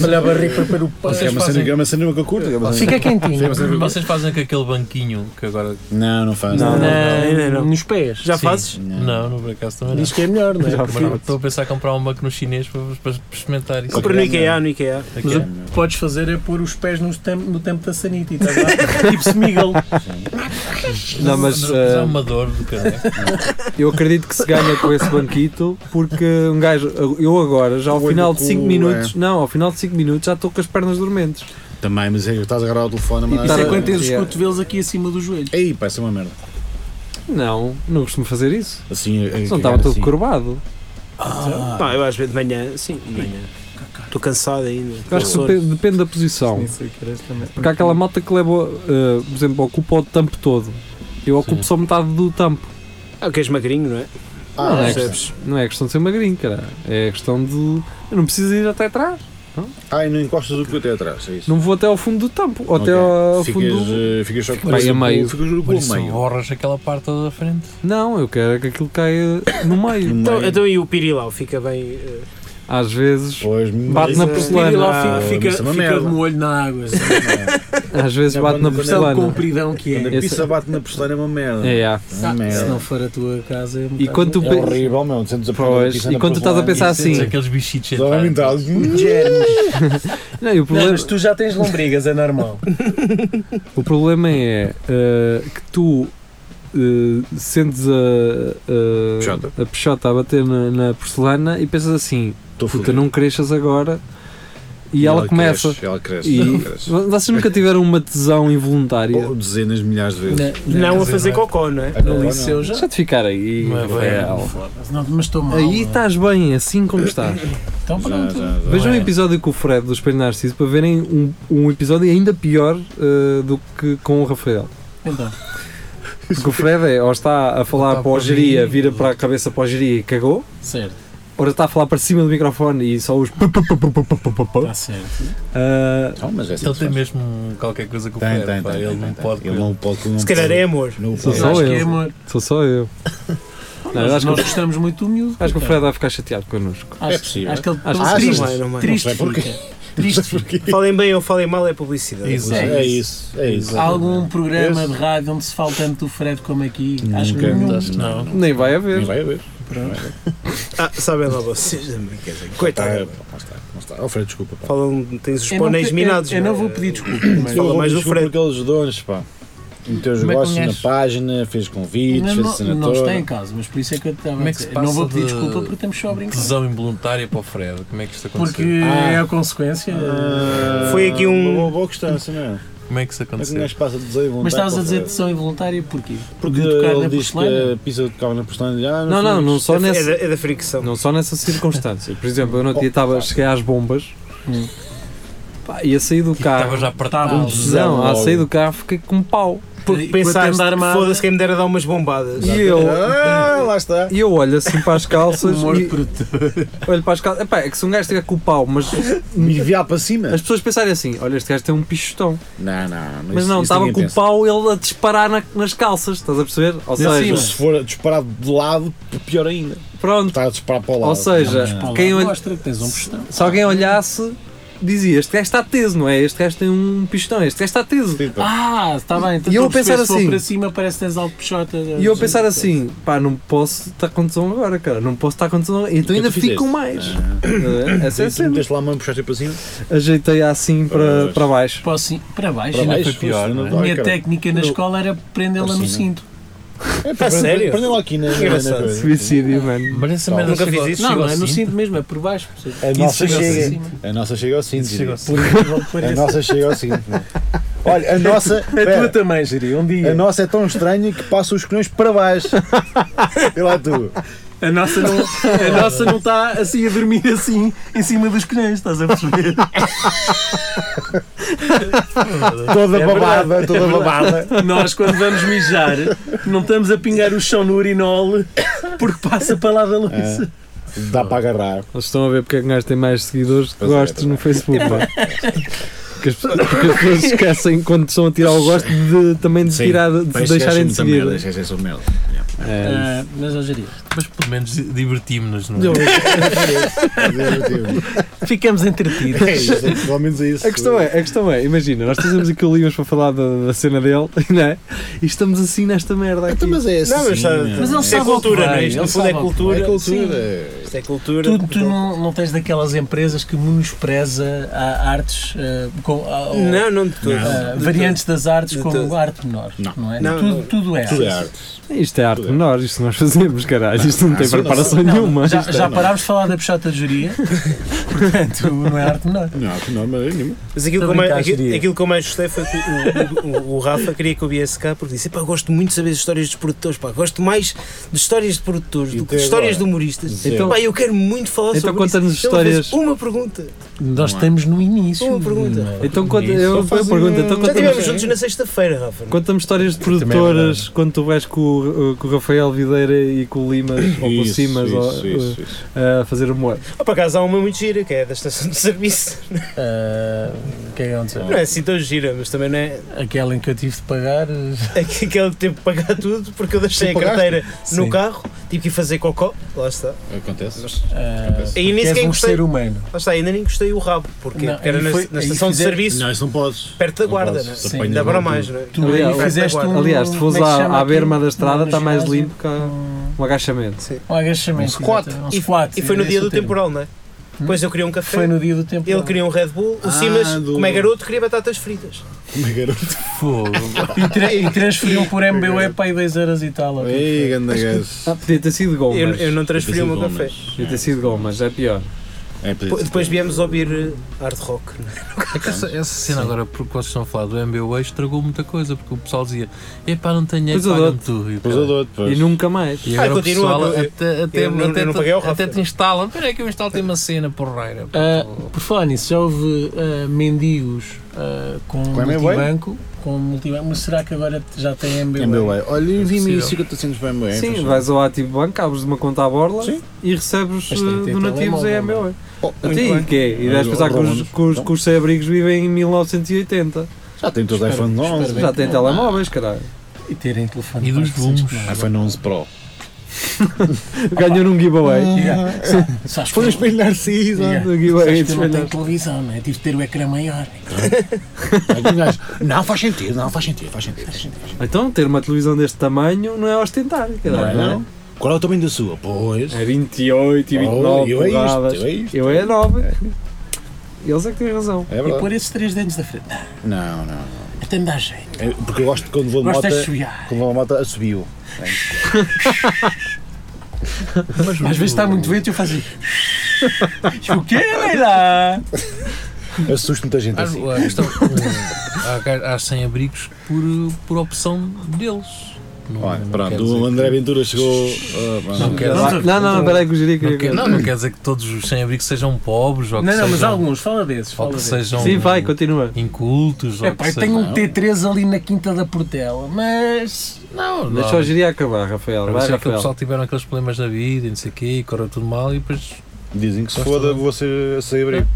Speaker 5: Malhar barriga para pôr o pano.
Speaker 3: É uma cena, é uma cena que eu curto. é uma cena-
Speaker 5: Fica quentinho.
Speaker 6: Vocês fazem com aquele banquinho que agora.
Speaker 3: Não, não faço.
Speaker 4: Não, não.
Speaker 5: Nos pés.
Speaker 4: Já
Speaker 6: Sim.
Speaker 4: fazes?
Speaker 6: Não, não, por acaso também não.
Speaker 5: Diz que é melhor, não é?
Speaker 6: Mas não, Estou a pensar em comprar um banco no chinês para, para- para experimentar isso.
Speaker 4: Compra no IKEA, no IKEA.
Speaker 6: Aqui é.
Speaker 5: Podes fazer é pôr os pés no tempo, no tempo da sanita.
Speaker 7: tipo Smiggle.
Speaker 2: Não, mas
Speaker 5: é
Speaker 2: eh,
Speaker 5: uma dor do caralho.
Speaker 2: eu acredito que se ganha com esse banquito, porque um gajo, eu agora, já ao
Speaker 3: O olho
Speaker 2: final
Speaker 3: do
Speaker 2: de 5
Speaker 3: cu, é.
Speaker 2: minutos, não, ao final de 5 minutos já estou com as pernas dormentes.
Speaker 3: Também, mas é que estás a agarrar o telefone.
Speaker 2: E
Speaker 3: mas-
Speaker 5: Isso é
Speaker 2: Tá-
Speaker 5: quando tens os
Speaker 2: Yeah.
Speaker 5: cotovelos aqui acima do joelho.
Speaker 3: Ei, pá, isso é uma merda.
Speaker 2: Não, não costumo fazer isso.
Speaker 3: Assim, a- a
Speaker 2: Não
Speaker 3: cagar
Speaker 2: estava todo
Speaker 3: assim.
Speaker 2: curvado.
Speaker 3: Ah.
Speaker 4: Pá, eu às vezes de manhã, sim, de manhã. Estou cansado ainda.
Speaker 2: Eu acho que
Speaker 4: Soro.
Speaker 2: depende, depende da posição.
Speaker 5: Nem sei o que era esta merda.
Speaker 2: Porque há aquela malta que leva, eh, por exemplo, ocupa o tampo todo. Eu ocupo só metade do tampo.
Speaker 4: Ah, que és magrinho, não é?
Speaker 3: Ah,
Speaker 2: não, é
Speaker 3: percebes.
Speaker 2: questão, não é questão de ser magrinho, cara. É questão de. Eu não preciso ir até trás.
Speaker 3: Ai, não encostas o cu até atrás, é isso.
Speaker 2: Não vou até ao fundo do tampo. Ou até
Speaker 3: Ok.
Speaker 2: ao
Speaker 3: ficas,
Speaker 2: fundo do.
Speaker 3: eh, ficas só com
Speaker 2: Vai
Speaker 3: parece
Speaker 2: a
Speaker 3: o cu-
Speaker 2: meio.
Speaker 3: Ficas o
Speaker 6: Por
Speaker 3: cu a
Speaker 6: isso
Speaker 3: meio.
Speaker 6: borras aquela parte toda da frente.
Speaker 2: Não, eu quero é que aquilo caia no meio.
Speaker 4: Então,
Speaker 3: Meio.
Speaker 4: então e o pirilau? Fica bem. eh,
Speaker 2: Às vezes.
Speaker 3: Pois,
Speaker 2: Bate
Speaker 3: mas
Speaker 2: na
Speaker 3: isso é-
Speaker 2: porcelana.
Speaker 5: E lá
Speaker 3: Ah,
Speaker 5: fi- fica,
Speaker 3: isso é uma
Speaker 5: fica
Speaker 3: merda.
Speaker 5: de molho na água.
Speaker 2: Às vezes
Speaker 3: Não,
Speaker 2: bate na
Speaker 3: quando- quando é
Speaker 5: Sabe o
Speaker 2: porcelana.
Speaker 5: compridão
Speaker 3: Quando
Speaker 5: que
Speaker 3: a
Speaker 5: é. Ah,
Speaker 2: Esse-
Speaker 3: pizza bate na porcelana é uma merda.
Speaker 2: É, é.
Speaker 3: Uma merda.
Speaker 5: Se não for a tua casa, é um
Speaker 2: E
Speaker 5: bocado-
Speaker 2: quando tu
Speaker 3: É
Speaker 2: pe-
Speaker 3: horrível, meu. tu Sentes a porcelana
Speaker 2: Pois,
Speaker 3: da pizza na é
Speaker 2: e quando tu estás a
Speaker 3: porcelana.
Speaker 2: pensar assim.
Speaker 5: Sentes aqueles bichitos
Speaker 3: Só vai entrar.
Speaker 5: entrarem.
Speaker 2: Não, e o
Speaker 7: Não,
Speaker 2: problema,
Speaker 7: mas tu já tens lombrigas, é normal.
Speaker 2: o problema é eh, que tu eh, sentes a,
Speaker 3: Peixota.
Speaker 2: a, a peixota a bater na, na porcelana e pensas assim:
Speaker 3: Estou
Speaker 2: puta,
Speaker 3: fudido.
Speaker 2: não cresças agora. E, ela, começa.
Speaker 3: Cresce, ela cresce.
Speaker 2: E
Speaker 3: ela cresce.
Speaker 2: vocês nunca tiveram uma tesão involuntária?
Speaker 3: Ou dezenas de milhares de vezes.
Speaker 4: não a fazer cocó, não é?
Speaker 3: Agora
Speaker 5: No
Speaker 3: não.
Speaker 5: liceu já.
Speaker 2: Deixa de ficar aí,
Speaker 5: Mas vai,
Speaker 2: Rafael.
Speaker 5: foda-se. Não, Mas estou mal.
Speaker 2: Aí
Speaker 5: não. é?
Speaker 2: estás bem, assim como estás.
Speaker 5: Então
Speaker 3: Já, já,
Speaker 5: pronto.
Speaker 3: já.
Speaker 2: Vejam um
Speaker 5: é.
Speaker 2: episódio com o Fred do Espelho Narciso para verem um, um episódio ainda pior eh, do que com o Rafael.
Speaker 5: Então.
Speaker 2: Porque o Fred é, ou está a falar
Speaker 5: Ou está
Speaker 2: para o
Speaker 5: para
Speaker 2: geria,
Speaker 5: mim,
Speaker 2: vira
Speaker 5: ou-
Speaker 2: para a cabeça para o geria e cagou,
Speaker 5: Certo,
Speaker 2: ou está a falar para cima do microfone e só os. pu- pu- pu- pu- pu- pu- pu- pu- pu.
Speaker 5: está Tá certo.
Speaker 2: Ah,
Speaker 3: Não, mas é assim
Speaker 5: Ele
Speaker 3: que
Speaker 5: tem
Speaker 3: se faz.
Speaker 5: mesmo qualquer coisa com o
Speaker 3: Tem,
Speaker 5: Fred,
Speaker 3: tem,
Speaker 5: pá,
Speaker 3: tem,
Speaker 5: Ele
Speaker 3: tem,
Speaker 5: não
Speaker 3: tem.
Speaker 5: pode.
Speaker 3: Ele não pode. não
Speaker 4: Se calhar
Speaker 3: pode.
Speaker 4: é amor.
Speaker 3: Não
Speaker 2: Sou
Speaker 3: pode.
Speaker 2: só
Speaker 5: acho
Speaker 2: eu.
Speaker 5: que é amor.
Speaker 2: sou só eu. Não, eu
Speaker 5: nós
Speaker 2: acho, que,
Speaker 5: nós gostamos muito do miúdo.
Speaker 2: acho que o
Speaker 5: portanto.
Speaker 2: Fred vai ficar chateado connosco.
Speaker 5: Acho,
Speaker 3: É possível.
Speaker 5: Acho que ele
Speaker 2: Acho é
Speaker 5: ele
Speaker 3: que
Speaker 5: triste,
Speaker 3: sim.
Speaker 4: Não, não,
Speaker 5: triste
Speaker 3: não sei porquê.
Speaker 5: fica. Triste fica.
Speaker 4: Falem bem ou falem mal é publicidade.
Speaker 5: Isso.
Speaker 3: É isso, é isso.
Speaker 5: Há algum programa
Speaker 3: Esse-
Speaker 5: de rádio onde se fala tanto do Fred como aqui? Acho que
Speaker 3: Nunca,
Speaker 5: nenhum.
Speaker 3: acho que não.
Speaker 2: Nem vai
Speaker 3: Nem
Speaker 2: haver.
Speaker 3: vai haver.
Speaker 4: Ah, sabem lá vocês também, quer dizer,
Speaker 3: Tá,
Speaker 4: coitado.
Speaker 3: não está, não está. Oh, Fred, desculpa. Pá.
Speaker 4: Falam, tens os
Speaker 5: Eu não
Speaker 4: pôneis
Speaker 5: pe-
Speaker 4: minados.
Speaker 5: Eu, eu
Speaker 4: não é?
Speaker 5: não vou pedir desculpa. mas-
Speaker 4: Fala
Speaker 3: Eu
Speaker 4: mais do
Speaker 3: desculpa
Speaker 4: Fred.
Speaker 3: aqueles dons, pá. Meteu os
Speaker 5: Como é que
Speaker 3: negócios
Speaker 5: um
Speaker 3: na
Speaker 5: gajo-
Speaker 3: página, fez convites,
Speaker 5: Não,
Speaker 3: fez a
Speaker 5: não,
Speaker 3: cena
Speaker 5: não
Speaker 3: toda.
Speaker 5: está em casa, mas por isso é que eu estava
Speaker 6: Como
Speaker 5: a
Speaker 6: é que se
Speaker 5: dizer.
Speaker 6: passa
Speaker 5: Não vou pedir
Speaker 6: de-
Speaker 5: desculpa porque estamos só a brincar.
Speaker 6: Tesão involuntária para o Fred. Como é que isto aconteceu?
Speaker 5: Porque é a consequência.
Speaker 3: Ah,
Speaker 4: Foi aqui um-
Speaker 3: Uma boa- boa questão, assim mesmo.
Speaker 6: Como é que isso
Speaker 3: Como é que um
Speaker 6: aconteceu?
Speaker 3: gajo passa de desenho vontade
Speaker 5: Mas estavas
Speaker 3: para
Speaker 5: a dizer
Speaker 3: o Fred?
Speaker 5: tesão involuntária porquê?
Speaker 3: Porque
Speaker 5: de tocar
Speaker 3: ele
Speaker 5: na
Speaker 3: diz que a
Speaker 5: porcelana?
Speaker 3: pizza tocava na porcelana e ah,
Speaker 2: Não, não, não
Speaker 4: É
Speaker 2: só
Speaker 4: da-
Speaker 2: nessa.
Speaker 4: É, da, é da fricção.
Speaker 2: Não só nessa circunstância. Por exemplo, eu no outro dia estava, cheguei às bombas
Speaker 5: Hum.
Speaker 2: pá, e a sair do
Speaker 6: Estava
Speaker 2: carro.
Speaker 6: já apertado.
Speaker 2: um
Speaker 5: Estava.
Speaker 2: Não, à
Speaker 3: logo.
Speaker 2: saída do carro fiquei com um pau.
Speaker 4: Porque
Speaker 5: E com a
Speaker 4: pensaste,
Speaker 5: tenda armada-
Speaker 4: foda-se, quem me dera dar umas bombadas.
Speaker 2: E eu,
Speaker 3: Ah, lá está.
Speaker 2: e eu olho assim para as calças
Speaker 5: Humor
Speaker 2: e
Speaker 5: produtor.
Speaker 2: olho para as calças. Epá, é que se um gajo estiver com o pau, mas
Speaker 3: Me enviar para cima?
Speaker 2: as pessoas pensarem assim: olha, este gajo tem um pichotão.
Speaker 3: Não, não.
Speaker 2: Mas
Speaker 3: isso-
Speaker 2: não,
Speaker 3: isso
Speaker 2: estava
Speaker 3: ninguém
Speaker 2: com o
Speaker 3: pensa.
Speaker 2: pau ele a disparar na- nas calças, estás a perceber? Ou
Speaker 3: Não, sim,
Speaker 2: seja,
Speaker 3: mas se for disparado de lado, pior ainda.
Speaker 2: pronto.
Speaker 3: Está a disparar para o lado.
Speaker 2: Ou seja, quem olha-
Speaker 5: tá Mostra que tens um postão.
Speaker 2: se alguém olhasse, dizia: este gajo está teso, não é? Este gajo tem um pichotão, este gajo está teso.
Speaker 3: Sim, pá.
Speaker 5: Ah, está bem. Então
Speaker 2: E eu
Speaker 5: estou a perceber,
Speaker 2: pensar
Speaker 5: se for
Speaker 2: assim-
Speaker 5: para cima parece que tens algo peixota.
Speaker 2: E eu a pensar assim, pá, não posso estar com tesão agora, cara, não posso estar com tesão agora, então
Speaker 3: O que é que
Speaker 2: ainda
Speaker 3: tu
Speaker 2: fico com
Speaker 3: fizeste?
Speaker 2: mais. Ah, Essa é a
Speaker 3: Tu
Speaker 2: cena.
Speaker 3: meteste lá a mão e puxaste para cima?
Speaker 2: Ajeitei-a assim para,
Speaker 3: Pois.
Speaker 2: para baixo.
Speaker 5: Para, assim, para baixo.
Speaker 3: Para
Speaker 5: ainda
Speaker 3: baixo, Ah,
Speaker 5: foi pior.
Speaker 3: fosse, não
Speaker 5: A
Speaker 3: dói,
Speaker 5: minha
Speaker 3: cara.
Speaker 5: técnica na
Speaker 3: Não.
Speaker 5: escola era prendê-la no
Speaker 3: Assim, não.
Speaker 5: cinto.
Speaker 3: É, pá, prende-
Speaker 4: sério?
Speaker 3: Prende lá aqui na, na, na
Speaker 4: Engraçado.
Speaker 3: coisa.
Speaker 2: Suicídio, mano.
Speaker 6: Mas essa
Speaker 3: Não,
Speaker 6: merda
Speaker 4: nunca
Speaker 6: chegou-
Speaker 4: fiz isso,
Speaker 5: Não,
Speaker 6: chegou
Speaker 5: não é no
Speaker 6: assim?
Speaker 5: cinto mesmo, é por baixo.
Speaker 3: A nossa
Speaker 5: chega-se
Speaker 3: chega.
Speaker 5: acima.
Speaker 3: A nossa chega ao cinto.
Speaker 6: Chegou
Speaker 3: diria.
Speaker 6: assim.
Speaker 3: A nossa chega ao cinto. Olha, a nossa.
Speaker 7: A tua
Speaker 3: pera,
Speaker 7: também, Jiri, um
Speaker 3: a
Speaker 7: dia.
Speaker 3: nossa é tão estranha que passa os colhões para baixo. E lá tu.
Speaker 7: A nossa não a nossa não está assim a dormir assim, em cima dos colhões, estás a perceber?
Speaker 3: Toda babada, toda babada.
Speaker 7: Nós, quando vamos mijar, não estamos a pingar o chão no urinol porque passa para lá da luz.
Speaker 3: Dá para agarrar.
Speaker 2: Eles estão a ver porque é que um gajo tem mais seguidores que
Speaker 3: Pois é,
Speaker 2: gostos
Speaker 3: pois é.
Speaker 2: no Facebook, mano. Porque as, pessoas, porque as pessoas esquecem quando estão a tirar o gosto de também de, tirar, de se deixarem de seguir.
Speaker 3: é só merda.
Speaker 5: Ah, mas, ó, Jeria,
Speaker 6: Mas pelo menos divertimos-nos, não é?
Speaker 5: deu-
Speaker 8: É
Speaker 5: ficamos entretidos.
Speaker 8: isso, é pelo menos isso.
Speaker 2: A questão, é, a questão é, imagina, nós trazemos aqui o Livas para falar da, da cena dele, não é? E estamos assim nesta merda aqui.
Speaker 8: Então, mas é assim.
Speaker 9: Não, mas está-
Speaker 5: Mas ele
Speaker 9: Isso é
Speaker 5: sabe ao que
Speaker 9: cultura,
Speaker 5: vai,
Speaker 9: não é? Isto
Speaker 5: ele
Speaker 9: no fundo
Speaker 5: sabe
Speaker 9: é
Speaker 5: ao que
Speaker 9: cultura.
Speaker 8: É cultura.
Speaker 5: Sim.
Speaker 8: é-
Speaker 4: Isto é cultura.
Speaker 5: Tu, tu não, não tens daquelas empresas que menospreza a artes ah, com, ah, ou,
Speaker 4: Não, não de tudo.
Speaker 5: ah,
Speaker 4: De
Speaker 5: variantes das artes
Speaker 4: De
Speaker 5: como
Speaker 4: todo.
Speaker 5: arte menor. Não, é?
Speaker 4: Não,
Speaker 5: tudo,
Speaker 4: não.
Speaker 5: tudo é arte.
Speaker 9: Tudo é arte.
Speaker 2: Isto é arte menor, isto nós fazemos, caralho. Isto não tem preparação
Speaker 5: Não,
Speaker 2: nenhuma.
Speaker 5: já já
Speaker 9: não.
Speaker 5: parámos de falar da puxata de juria, portanto não é arte menor.
Speaker 9: Não, que não, mas nenhuma.
Speaker 4: Mas
Speaker 5: Estou a
Speaker 4: aquilo que, eu mais,
Speaker 5: brincar,
Speaker 4: aquilo,
Speaker 5: seria.
Speaker 4: aquilo que eu mais gostei foi que o, o- o- o Rafa queria que eu viesse cá porque disse: "Epá, eu gosto muito de saber as histórias dos produtores, pá, gosto mais de histórias de produtores
Speaker 9: E
Speaker 4: do que
Speaker 9: até
Speaker 4: de histórias
Speaker 9: agora?
Speaker 4: de humoristas.
Speaker 2: Então-
Speaker 4: Pá, eu quero muito falar
Speaker 2: Então
Speaker 4: sobre isso.
Speaker 2: conta-nos
Speaker 4: Ele fez
Speaker 2: histórias.
Speaker 4: Uma pergunta.
Speaker 5: Nós
Speaker 9: Não é.
Speaker 5: estamos no início.
Speaker 4: Uma pergunta.
Speaker 5: não é?
Speaker 2: Então, conta,
Speaker 5: Nisso.
Speaker 2: eu, eu
Speaker 9: fazem-
Speaker 2: pergunto, então
Speaker 4: um- Já
Speaker 2: conta-me
Speaker 4: estivemos juntos na sexta-feira, Rafa.
Speaker 2: Conta-me histórias de
Speaker 6: Também é
Speaker 2: produtoras quando tu vais com o, com o Rafael Videira e com o Limas ou com o
Speaker 9: Isso,
Speaker 2: Simas
Speaker 9: isso,
Speaker 2: ou, eh,
Speaker 9: isso, isso.
Speaker 2: a fazer humor.
Speaker 4: Ah, por acaso há uma muito gira que é da estação de serviço.
Speaker 5: Ah, O que é que aconteceu?
Speaker 4: Não é assim tão gira, mas também não é
Speaker 5: Aquela em que eu tive de pagar. eh,
Speaker 4: aquele tempo de pagar tudo porque eu deixei
Speaker 9: Tu
Speaker 4: a carteira
Speaker 5: Sim.
Speaker 4: no carro, tive que ir fazer cocó. Lá está.
Speaker 9: Acontece.
Speaker 5: ah,
Speaker 9: Acontece.
Speaker 4: E
Speaker 5: porque
Speaker 4: É nisso
Speaker 5: és
Speaker 4: quem
Speaker 5: um
Speaker 4: gostei-
Speaker 5: ser humano.
Speaker 4: Lá está, ainda nem encostei o rabo porque
Speaker 5: Não,
Speaker 4: era
Speaker 5: aí
Speaker 4: na,
Speaker 5: foi-
Speaker 4: na
Speaker 5: aí
Speaker 4: estação de
Speaker 5: fizer-
Speaker 4: serviço.
Speaker 9: Não, isso não podes.
Speaker 4: Perto da
Speaker 9: Não
Speaker 4: guarda,
Speaker 9: podes,
Speaker 4: né?
Speaker 9: se
Speaker 5: Sim.
Speaker 9: apanhas
Speaker 4: Ainda
Speaker 9: logo
Speaker 4: para mais,
Speaker 9: tudo.
Speaker 4: né?
Speaker 5: Tu
Speaker 2: Aliás,
Speaker 5: aí fizeste um.
Speaker 2: Aliás, se fores
Speaker 5: como é que se chama
Speaker 2: à, à berma da
Speaker 5: aquilo?
Speaker 2: estrada
Speaker 5: No
Speaker 2: está mais
Speaker 5: ginásio?
Speaker 2: limpo que há
Speaker 5: Um-
Speaker 2: um agachamento.
Speaker 5: Um agachamento.
Speaker 9: Um squat.
Speaker 5: exatamente,
Speaker 4: E-
Speaker 5: Um squat.
Speaker 4: E foi no
Speaker 5: esse
Speaker 4: dia
Speaker 5: o
Speaker 4: do
Speaker 5: termo.
Speaker 4: temporal, não é? Depois eu queria um café,
Speaker 5: Foi no dia do tempo.
Speaker 4: ele queria um Red Bull, o
Speaker 9: Ah,
Speaker 4: Simas,
Speaker 9: do-
Speaker 4: como é garoto, queria batatas fritas.
Speaker 9: Uma garota.
Speaker 6: Fogo.
Speaker 5: E, tra- e transferiu por MBWeb é para aí 2 euros e tal. ou
Speaker 9: Ei, grande gajo.
Speaker 2: Ah, podia ter sido gomas.
Speaker 4: Eu, eu não transferi o meu
Speaker 9: Bom,
Speaker 4: café.
Speaker 9: mas-
Speaker 2: Podia ter sido gomas, é pior.
Speaker 9: É, podia
Speaker 4: Pô,
Speaker 9: ter
Speaker 4: Depois
Speaker 9: sido.
Speaker 4: viemos ouvir eh, hard rock. né?
Speaker 6: É que essa, essa cena agora, porque vocês estão a falar do MBWay, estragou muita coisa, porque o pessoal dizia: epá, não tenho dinheiro,
Speaker 2: Pois eu
Speaker 6: paga-me tu. E,
Speaker 9: Depois eu dou, depois.
Speaker 2: E nunca mais.
Speaker 6: e agora
Speaker 4: Ah,
Speaker 6: o
Speaker 4: continua,
Speaker 6: pessoal
Speaker 4: eu-
Speaker 6: até, até,
Speaker 4: eu não-
Speaker 6: até,
Speaker 4: eu não paguei ao Rafa.
Speaker 6: até te instalam. Espera aí que eu instalo tem uma cena, porreira.
Speaker 5: Ah, por falar nisso, já houve ah, mendigos ah, com,
Speaker 9: MBWay?
Speaker 5: multibanco, com multibanco, mas será que agora já tem MBWay?
Speaker 9: É meu, é. Olha, envia-me
Speaker 6: Possível.
Speaker 9: 50 centos para é
Speaker 4: é
Speaker 9: meu.
Speaker 2: Sim, vais ao ativo banco, abres uma conta à borla e recebes
Speaker 5: Mas tem que ter
Speaker 2: eh, donativos em
Speaker 5: telemóvel,
Speaker 2: MBA.
Speaker 9: muito
Speaker 2: Sim,
Speaker 9: bem.
Speaker 2: que é? E
Speaker 9: Mas
Speaker 2: vais
Speaker 9: o
Speaker 2: pensar que
Speaker 9: Roland,
Speaker 2: os, que os, que os sem-abrigos vivem em 1980.
Speaker 9: Já tem todos os iPhone né? 11.
Speaker 2: Já tem telemóveis, caralho.
Speaker 5: E terem telefone.
Speaker 6: E dos
Speaker 5: para as pessoas
Speaker 6: booms.
Speaker 5: que não-
Speaker 9: iPhone 11 Pro.
Speaker 2: Ganham num giveaway.
Speaker 5: Sabes que
Speaker 9: Foi um
Speaker 5: eu-
Speaker 9: espelho Narciso.
Speaker 5: Yeah.
Speaker 2: Num giveaway.
Speaker 5: sabes que eu não tenho televisão, né? Tive de ter o ecrã maior.
Speaker 9: Aí um gajo, Não, faz sentido, não, faz sentido, faz sentido. Faz sentido.
Speaker 2: Então, ter uma televisão deste tamanho não é ostentar, caralho.
Speaker 9: Não é,
Speaker 2: Não
Speaker 9: não? Qual é o tamanho da sua? Pois.
Speaker 2: é? é 28 e 29
Speaker 9: Oh, eu é isto,
Speaker 2: polegadas.
Speaker 9: eu é isto.
Speaker 2: Eu é 9. Eles é que têm razão.
Speaker 9: É
Speaker 5: E
Speaker 9: verdade.
Speaker 5: pôr esses três dentes da frente. Ah,
Speaker 9: Não, não. não.
Speaker 5: Até me dá jeito.
Speaker 9: É porque eu gosto de quando vou de moto.
Speaker 3: é
Speaker 5: Gosto de chuiar.
Speaker 9: Quando vou de moto, assobio.
Speaker 5: Às vezes está muito vento e eu faço assim. Tipo, o quê, Leila?
Speaker 9: Assusto muita gente
Speaker 6: Há,
Speaker 9: assim.
Speaker 6: há, estão- há, ga- há sem-abrigos por, por opção deles. Não,
Speaker 9: Olha,
Speaker 6: não quer
Speaker 9: pronto,
Speaker 6: dizer
Speaker 9: o
Speaker 6: que-
Speaker 9: André Ventura chegou. ah, pronto.
Speaker 6: Não quer
Speaker 2: Não,
Speaker 6: dizer,
Speaker 2: não, não, peraí que o Jiri
Speaker 6: não, quer,
Speaker 2: queria.
Speaker 6: não, não quer dizer que todos os sem-abrigos sejam pobres ou que
Speaker 5: Não, não, mas
Speaker 6: sejam-
Speaker 5: alguns, fala desses.
Speaker 6: ou
Speaker 5: Fala
Speaker 6: que
Speaker 5: desses.
Speaker 6: sejam
Speaker 2: Sim, vai, continua.
Speaker 6: incultos. ou
Speaker 5: É pá,
Speaker 6: que
Speaker 5: eu tenho
Speaker 6: sejam-
Speaker 5: um T3 ali na Quinta da Portela, mas.
Speaker 6: Não, não.
Speaker 2: Deixa o Jiri acabar, Rafael.
Speaker 6: Agora
Speaker 2: Vai,
Speaker 6: sei que o
Speaker 2: Rafael.
Speaker 6: pessoal tiveram aqueles problemas na vida e não sei o quê, e correu tudo mal e depois
Speaker 9: Dizem que se
Speaker 6: Gosto
Speaker 9: foda,
Speaker 6: de-
Speaker 9: vou ser a sair abrir.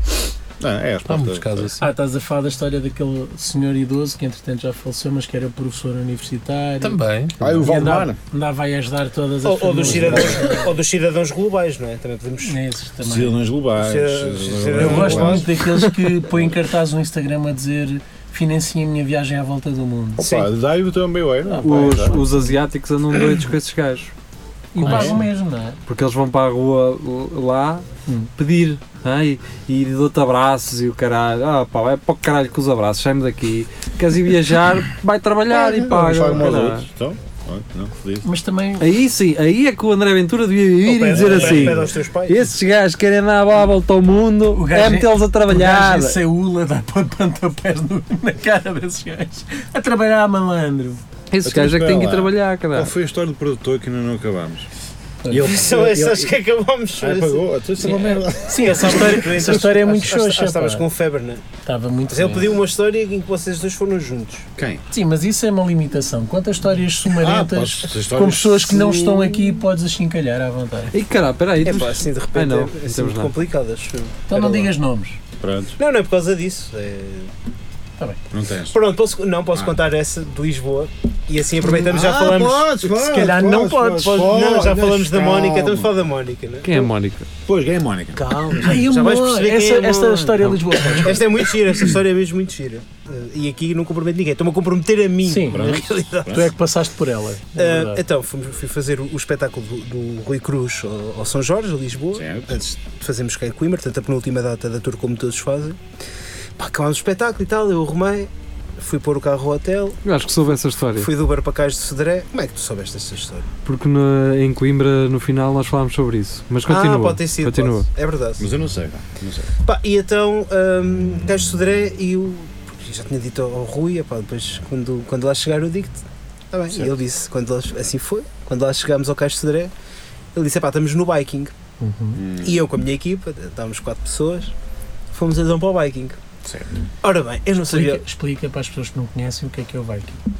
Speaker 9: Não, é a
Speaker 6: há
Speaker 9: resposta.
Speaker 6: muitos casos assim.
Speaker 5: Ah, estás a falar da história daquele senhor idoso que entretanto já faleceu, mas que era professor universitário.
Speaker 6: Também.
Speaker 9: Ah, e o
Speaker 5: E
Speaker 9: Valdemar.
Speaker 5: andava, andava aí a ajudar todas as
Speaker 4: Ou, ou dos
Speaker 5: famílias.
Speaker 4: cidadãos, ou dos cidadãos globais, não é? Também podemos.
Speaker 5: Nesses também.
Speaker 9: Cidadãos globais.
Speaker 4: Cidadãos-
Speaker 9: cidadãos
Speaker 4: cidadãos
Speaker 5: Eu gosto
Speaker 9: globais.
Speaker 5: muito daqueles que põem cartazes no Instagram a dizer financiem a minha viagem à volta do mundo.
Speaker 9: Opa, dá-lhe o teu meio aí, não?
Speaker 2: Os,
Speaker 9: pá, dá.
Speaker 2: os asiáticos andam doidos com esses gajos.
Speaker 5: E
Speaker 6: Ah,
Speaker 5: pagam
Speaker 6: é?
Speaker 5: mesmo, não é?
Speaker 2: Porque eles vão para a rua l- lá
Speaker 5: Hum.
Speaker 2: pedir. Ai, e dou-te abraços e o caralho. Ah, pá, vai para o caralho com os abraços, sai-me daqui. Queres ir viajar? Vai
Speaker 3: É,
Speaker 2: trabalhar e paga.
Speaker 9: Faz mal aos
Speaker 2: caralho.
Speaker 9: outros, Então, olha, não, feliz.
Speaker 5: Mas também.
Speaker 2: Aí sim, aí é que o André Ventura devia vir e dizer assim:
Speaker 4: Pede aos teus pais.
Speaker 2: esses gajos querem dar a bola à volta ao mundo,
Speaker 5: O gajo
Speaker 2: é
Speaker 5: é-
Speaker 2: metê-los a trabalhar.
Speaker 5: Em Seula dá para pontapés no- na cara desses gajos. A trabalhar a malandro.
Speaker 2: Esses
Speaker 9: Eu também
Speaker 2: gajos é que têm que ir
Speaker 9: espero lá.
Speaker 2: trabalhar,
Speaker 9: Qual
Speaker 2: caralho.
Speaker 9: foi a história do produtor que ainda não acabamos?
Speaker 4: São essas que acabamos.
Speaker 9: Ah, apagou? Então isso é uma merda.
Speaker 4: Sim, essa história,
Speaker 5: essa história é muito
Speaker 4: Acho- acho- acho
Speaker 5: xoxa,
Speaker 4: que Estavas
Speaker 5: pá.
Speaker 4: com febre, não é?
Speaker 5: Estava muito
Speaker 4: Mas ele
Speaker 5: bem.
Speaker 4: pediu um- uma história em que vocês dois foram juntos.
Speaker 9: Quem? Ah,
Speaker 5: Sim, mas isso é uma limitação. Quantas histórias
Speaker 4: Ah,
Speaker 5: sumarentas
Speaker 9: posso-
Speaker 5: com pessoas que não
Speaker 9: Sim.
Speaker 5: estão aqui podes achincalhar à vontade.
Speaker 2: E caralho, peraí,
Speaker 4: É
Speaker 2: tu-
Speaker 4: pá, assim de
Speaker 2: Ai,
Speaker 4: repente
Speaker 2: não,
Speaker 4: é-
Speaker 2: não
Speaker 4: é
Speaker 2: temos
Speaker 4: assim muito
Speaker 2: nada.
Speaker 4: complicado, acho. eu.
Speaker 5: Então
Speaker 4: Era
Speaker 5: não
Speaker 4: lá.
Speaker 5: digas nomes.
Speaker 9: Pronto,
Speaker 4: Não, não é por causa disso. é-
Speaker 9: não tens.
Speaker 4: Pronto, posso, não posso
Speaker 9: Ah.
Speaker 4: contar essa de Lisboa. E assim aproveitamos, já
Speaker 8: Ah,
Speaker 4: falamos.
Speaker 8: podes, podes,
Speaker 4: se calhar não
Speaker 8: podes,
Speaker 4: podes,
Speaker 8: podes,
Speaker 4: podes, não, já
Speaker 8: podes,
Speaker 4: falamos da
Speaker 8: calma.
Speaker 4: Mónica, estamos a falar da Mónica, não é?
Speaker 2: Quem é a Mónica?
Speaker 9: Pois, quem é a Mónica?
Speaker 4: Calma,
Speaker 5: Ai,
Speaker 4: já vais
Speaker 5: amor,
Speaker 4: perceber quem
Speaker 5: essa,
Speaker 4: é a
Speaker 5: esta
Speaker 4: Mónica.
Speaker 5: história de Lisboa.
Speaker 4: Esta é muito gira, esta história é mesmo muito gira. Eh, E aqui não comprometo ninguém, estou-me a comprometer a mim,
Speaker 5: Sim,
Speaker 4: na realidade.
Speaker 5: Tu é que passaste por ela. na
Speaker 4: Ah,
Speaker 5: verdade.
Speaker 4: então, fomos- fui fazer o, o espetáculo do, do Rui Cruz ao, ao São Jorge, a Lisboa.
Speaker 9: Certo.
Speaker 4: Antes de fazermos cá em Coimbra, portanto, a penúltima data da tour, como todos fazem. Pá, acabámos o espetáculo e tal, eu arrumei, fui pôr o carro ao hotel,
Speaker 2: Eu acho que soube essa história.
Speaker 4: fui do Uber para Cais de Sodré. Como é que tu soubeste esta história?
Speaker 2: Porque na- em Coimbra, no final, nós falámos sobre isso. Mas continua.
Speaker 4: ah, pode ter sido.
Speaker 2: continua.
Speaker 4: pode. É verdade.
Speaker 9: Mas eu não sei, pá, não sei.
Speaker 4: Pá, e então, hum, Cais de Sodré e o. porque já tinha dito ao ao Rui, epá, depois quando, quando lá chegar eu digo-te. Tá bem. E
Speaker 9: Certo.
Speaker 4: ele disse, quando lá- assim foi, quando lá chegámos ao Cais de Sodré, ele disse: pá, estamos no biking.
Speaker 9: Hum,
Speaker 4: E eu com a minha equipa, estávamos quatro pessoas, fomos então para o Viking.
Speaker 9: Certo.
Speaker 4: Ora bem, eu não sabia.
Speaker 5: Explica, explica para as pessoas que não conhecem o que é que é o Viking.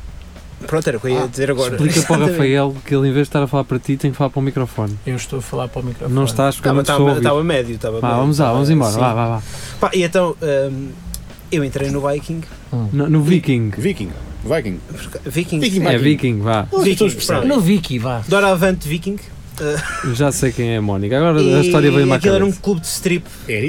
Speaker 4: Pronto, era o que eu ia dizer agora.
Speaker 2: Ah, Explica para o
Speaker 4: Exatamente.
Speaker 2: Rafael que ele, em vez de estar a falar para ti, tem que falar para o microfone.
Speaker 5: Eu estou a falar para o microfone.
Speaker 2: Não estás porque eu
Speaker 4: Estava,
Speaker 2: não te estou a
Speaker 4: estava,
Speaker 2: ouvir.
Speaker 4: estava médio, estava
Speaker 2: Vá,
Speaker 4: médio.
Speaker 2: vamos lá, vamos
Speaker 4: Estava-
Speaker 2: embora.
Speaker 4: tá sim.
Speaker 2: Vá, vá, vá.
Speaker 4: Pá, e então, hum, eu entrei no Viking.
Speaker 2: No, no Viking.
Speaker 9: Viking. Viking.
Speaker 4: Viking.
Speaker 9: Viking.
Speaker 2: É Viking, vá.
Speaker 9: Viking.
Speaker 4: pronto.
Speaker 5: No Vicky, vá.
Speaker 4: Doravante É. Viking.
Speaker 2: Já sei quem é a Mónica. Agora a
Speaker 4: E
Speaker 2: história veio-me à
Speaker 4: Aquilo era um
Speaker 2: cabeça.
Speaker 4: clube de strip.
Speaker 9: É, é.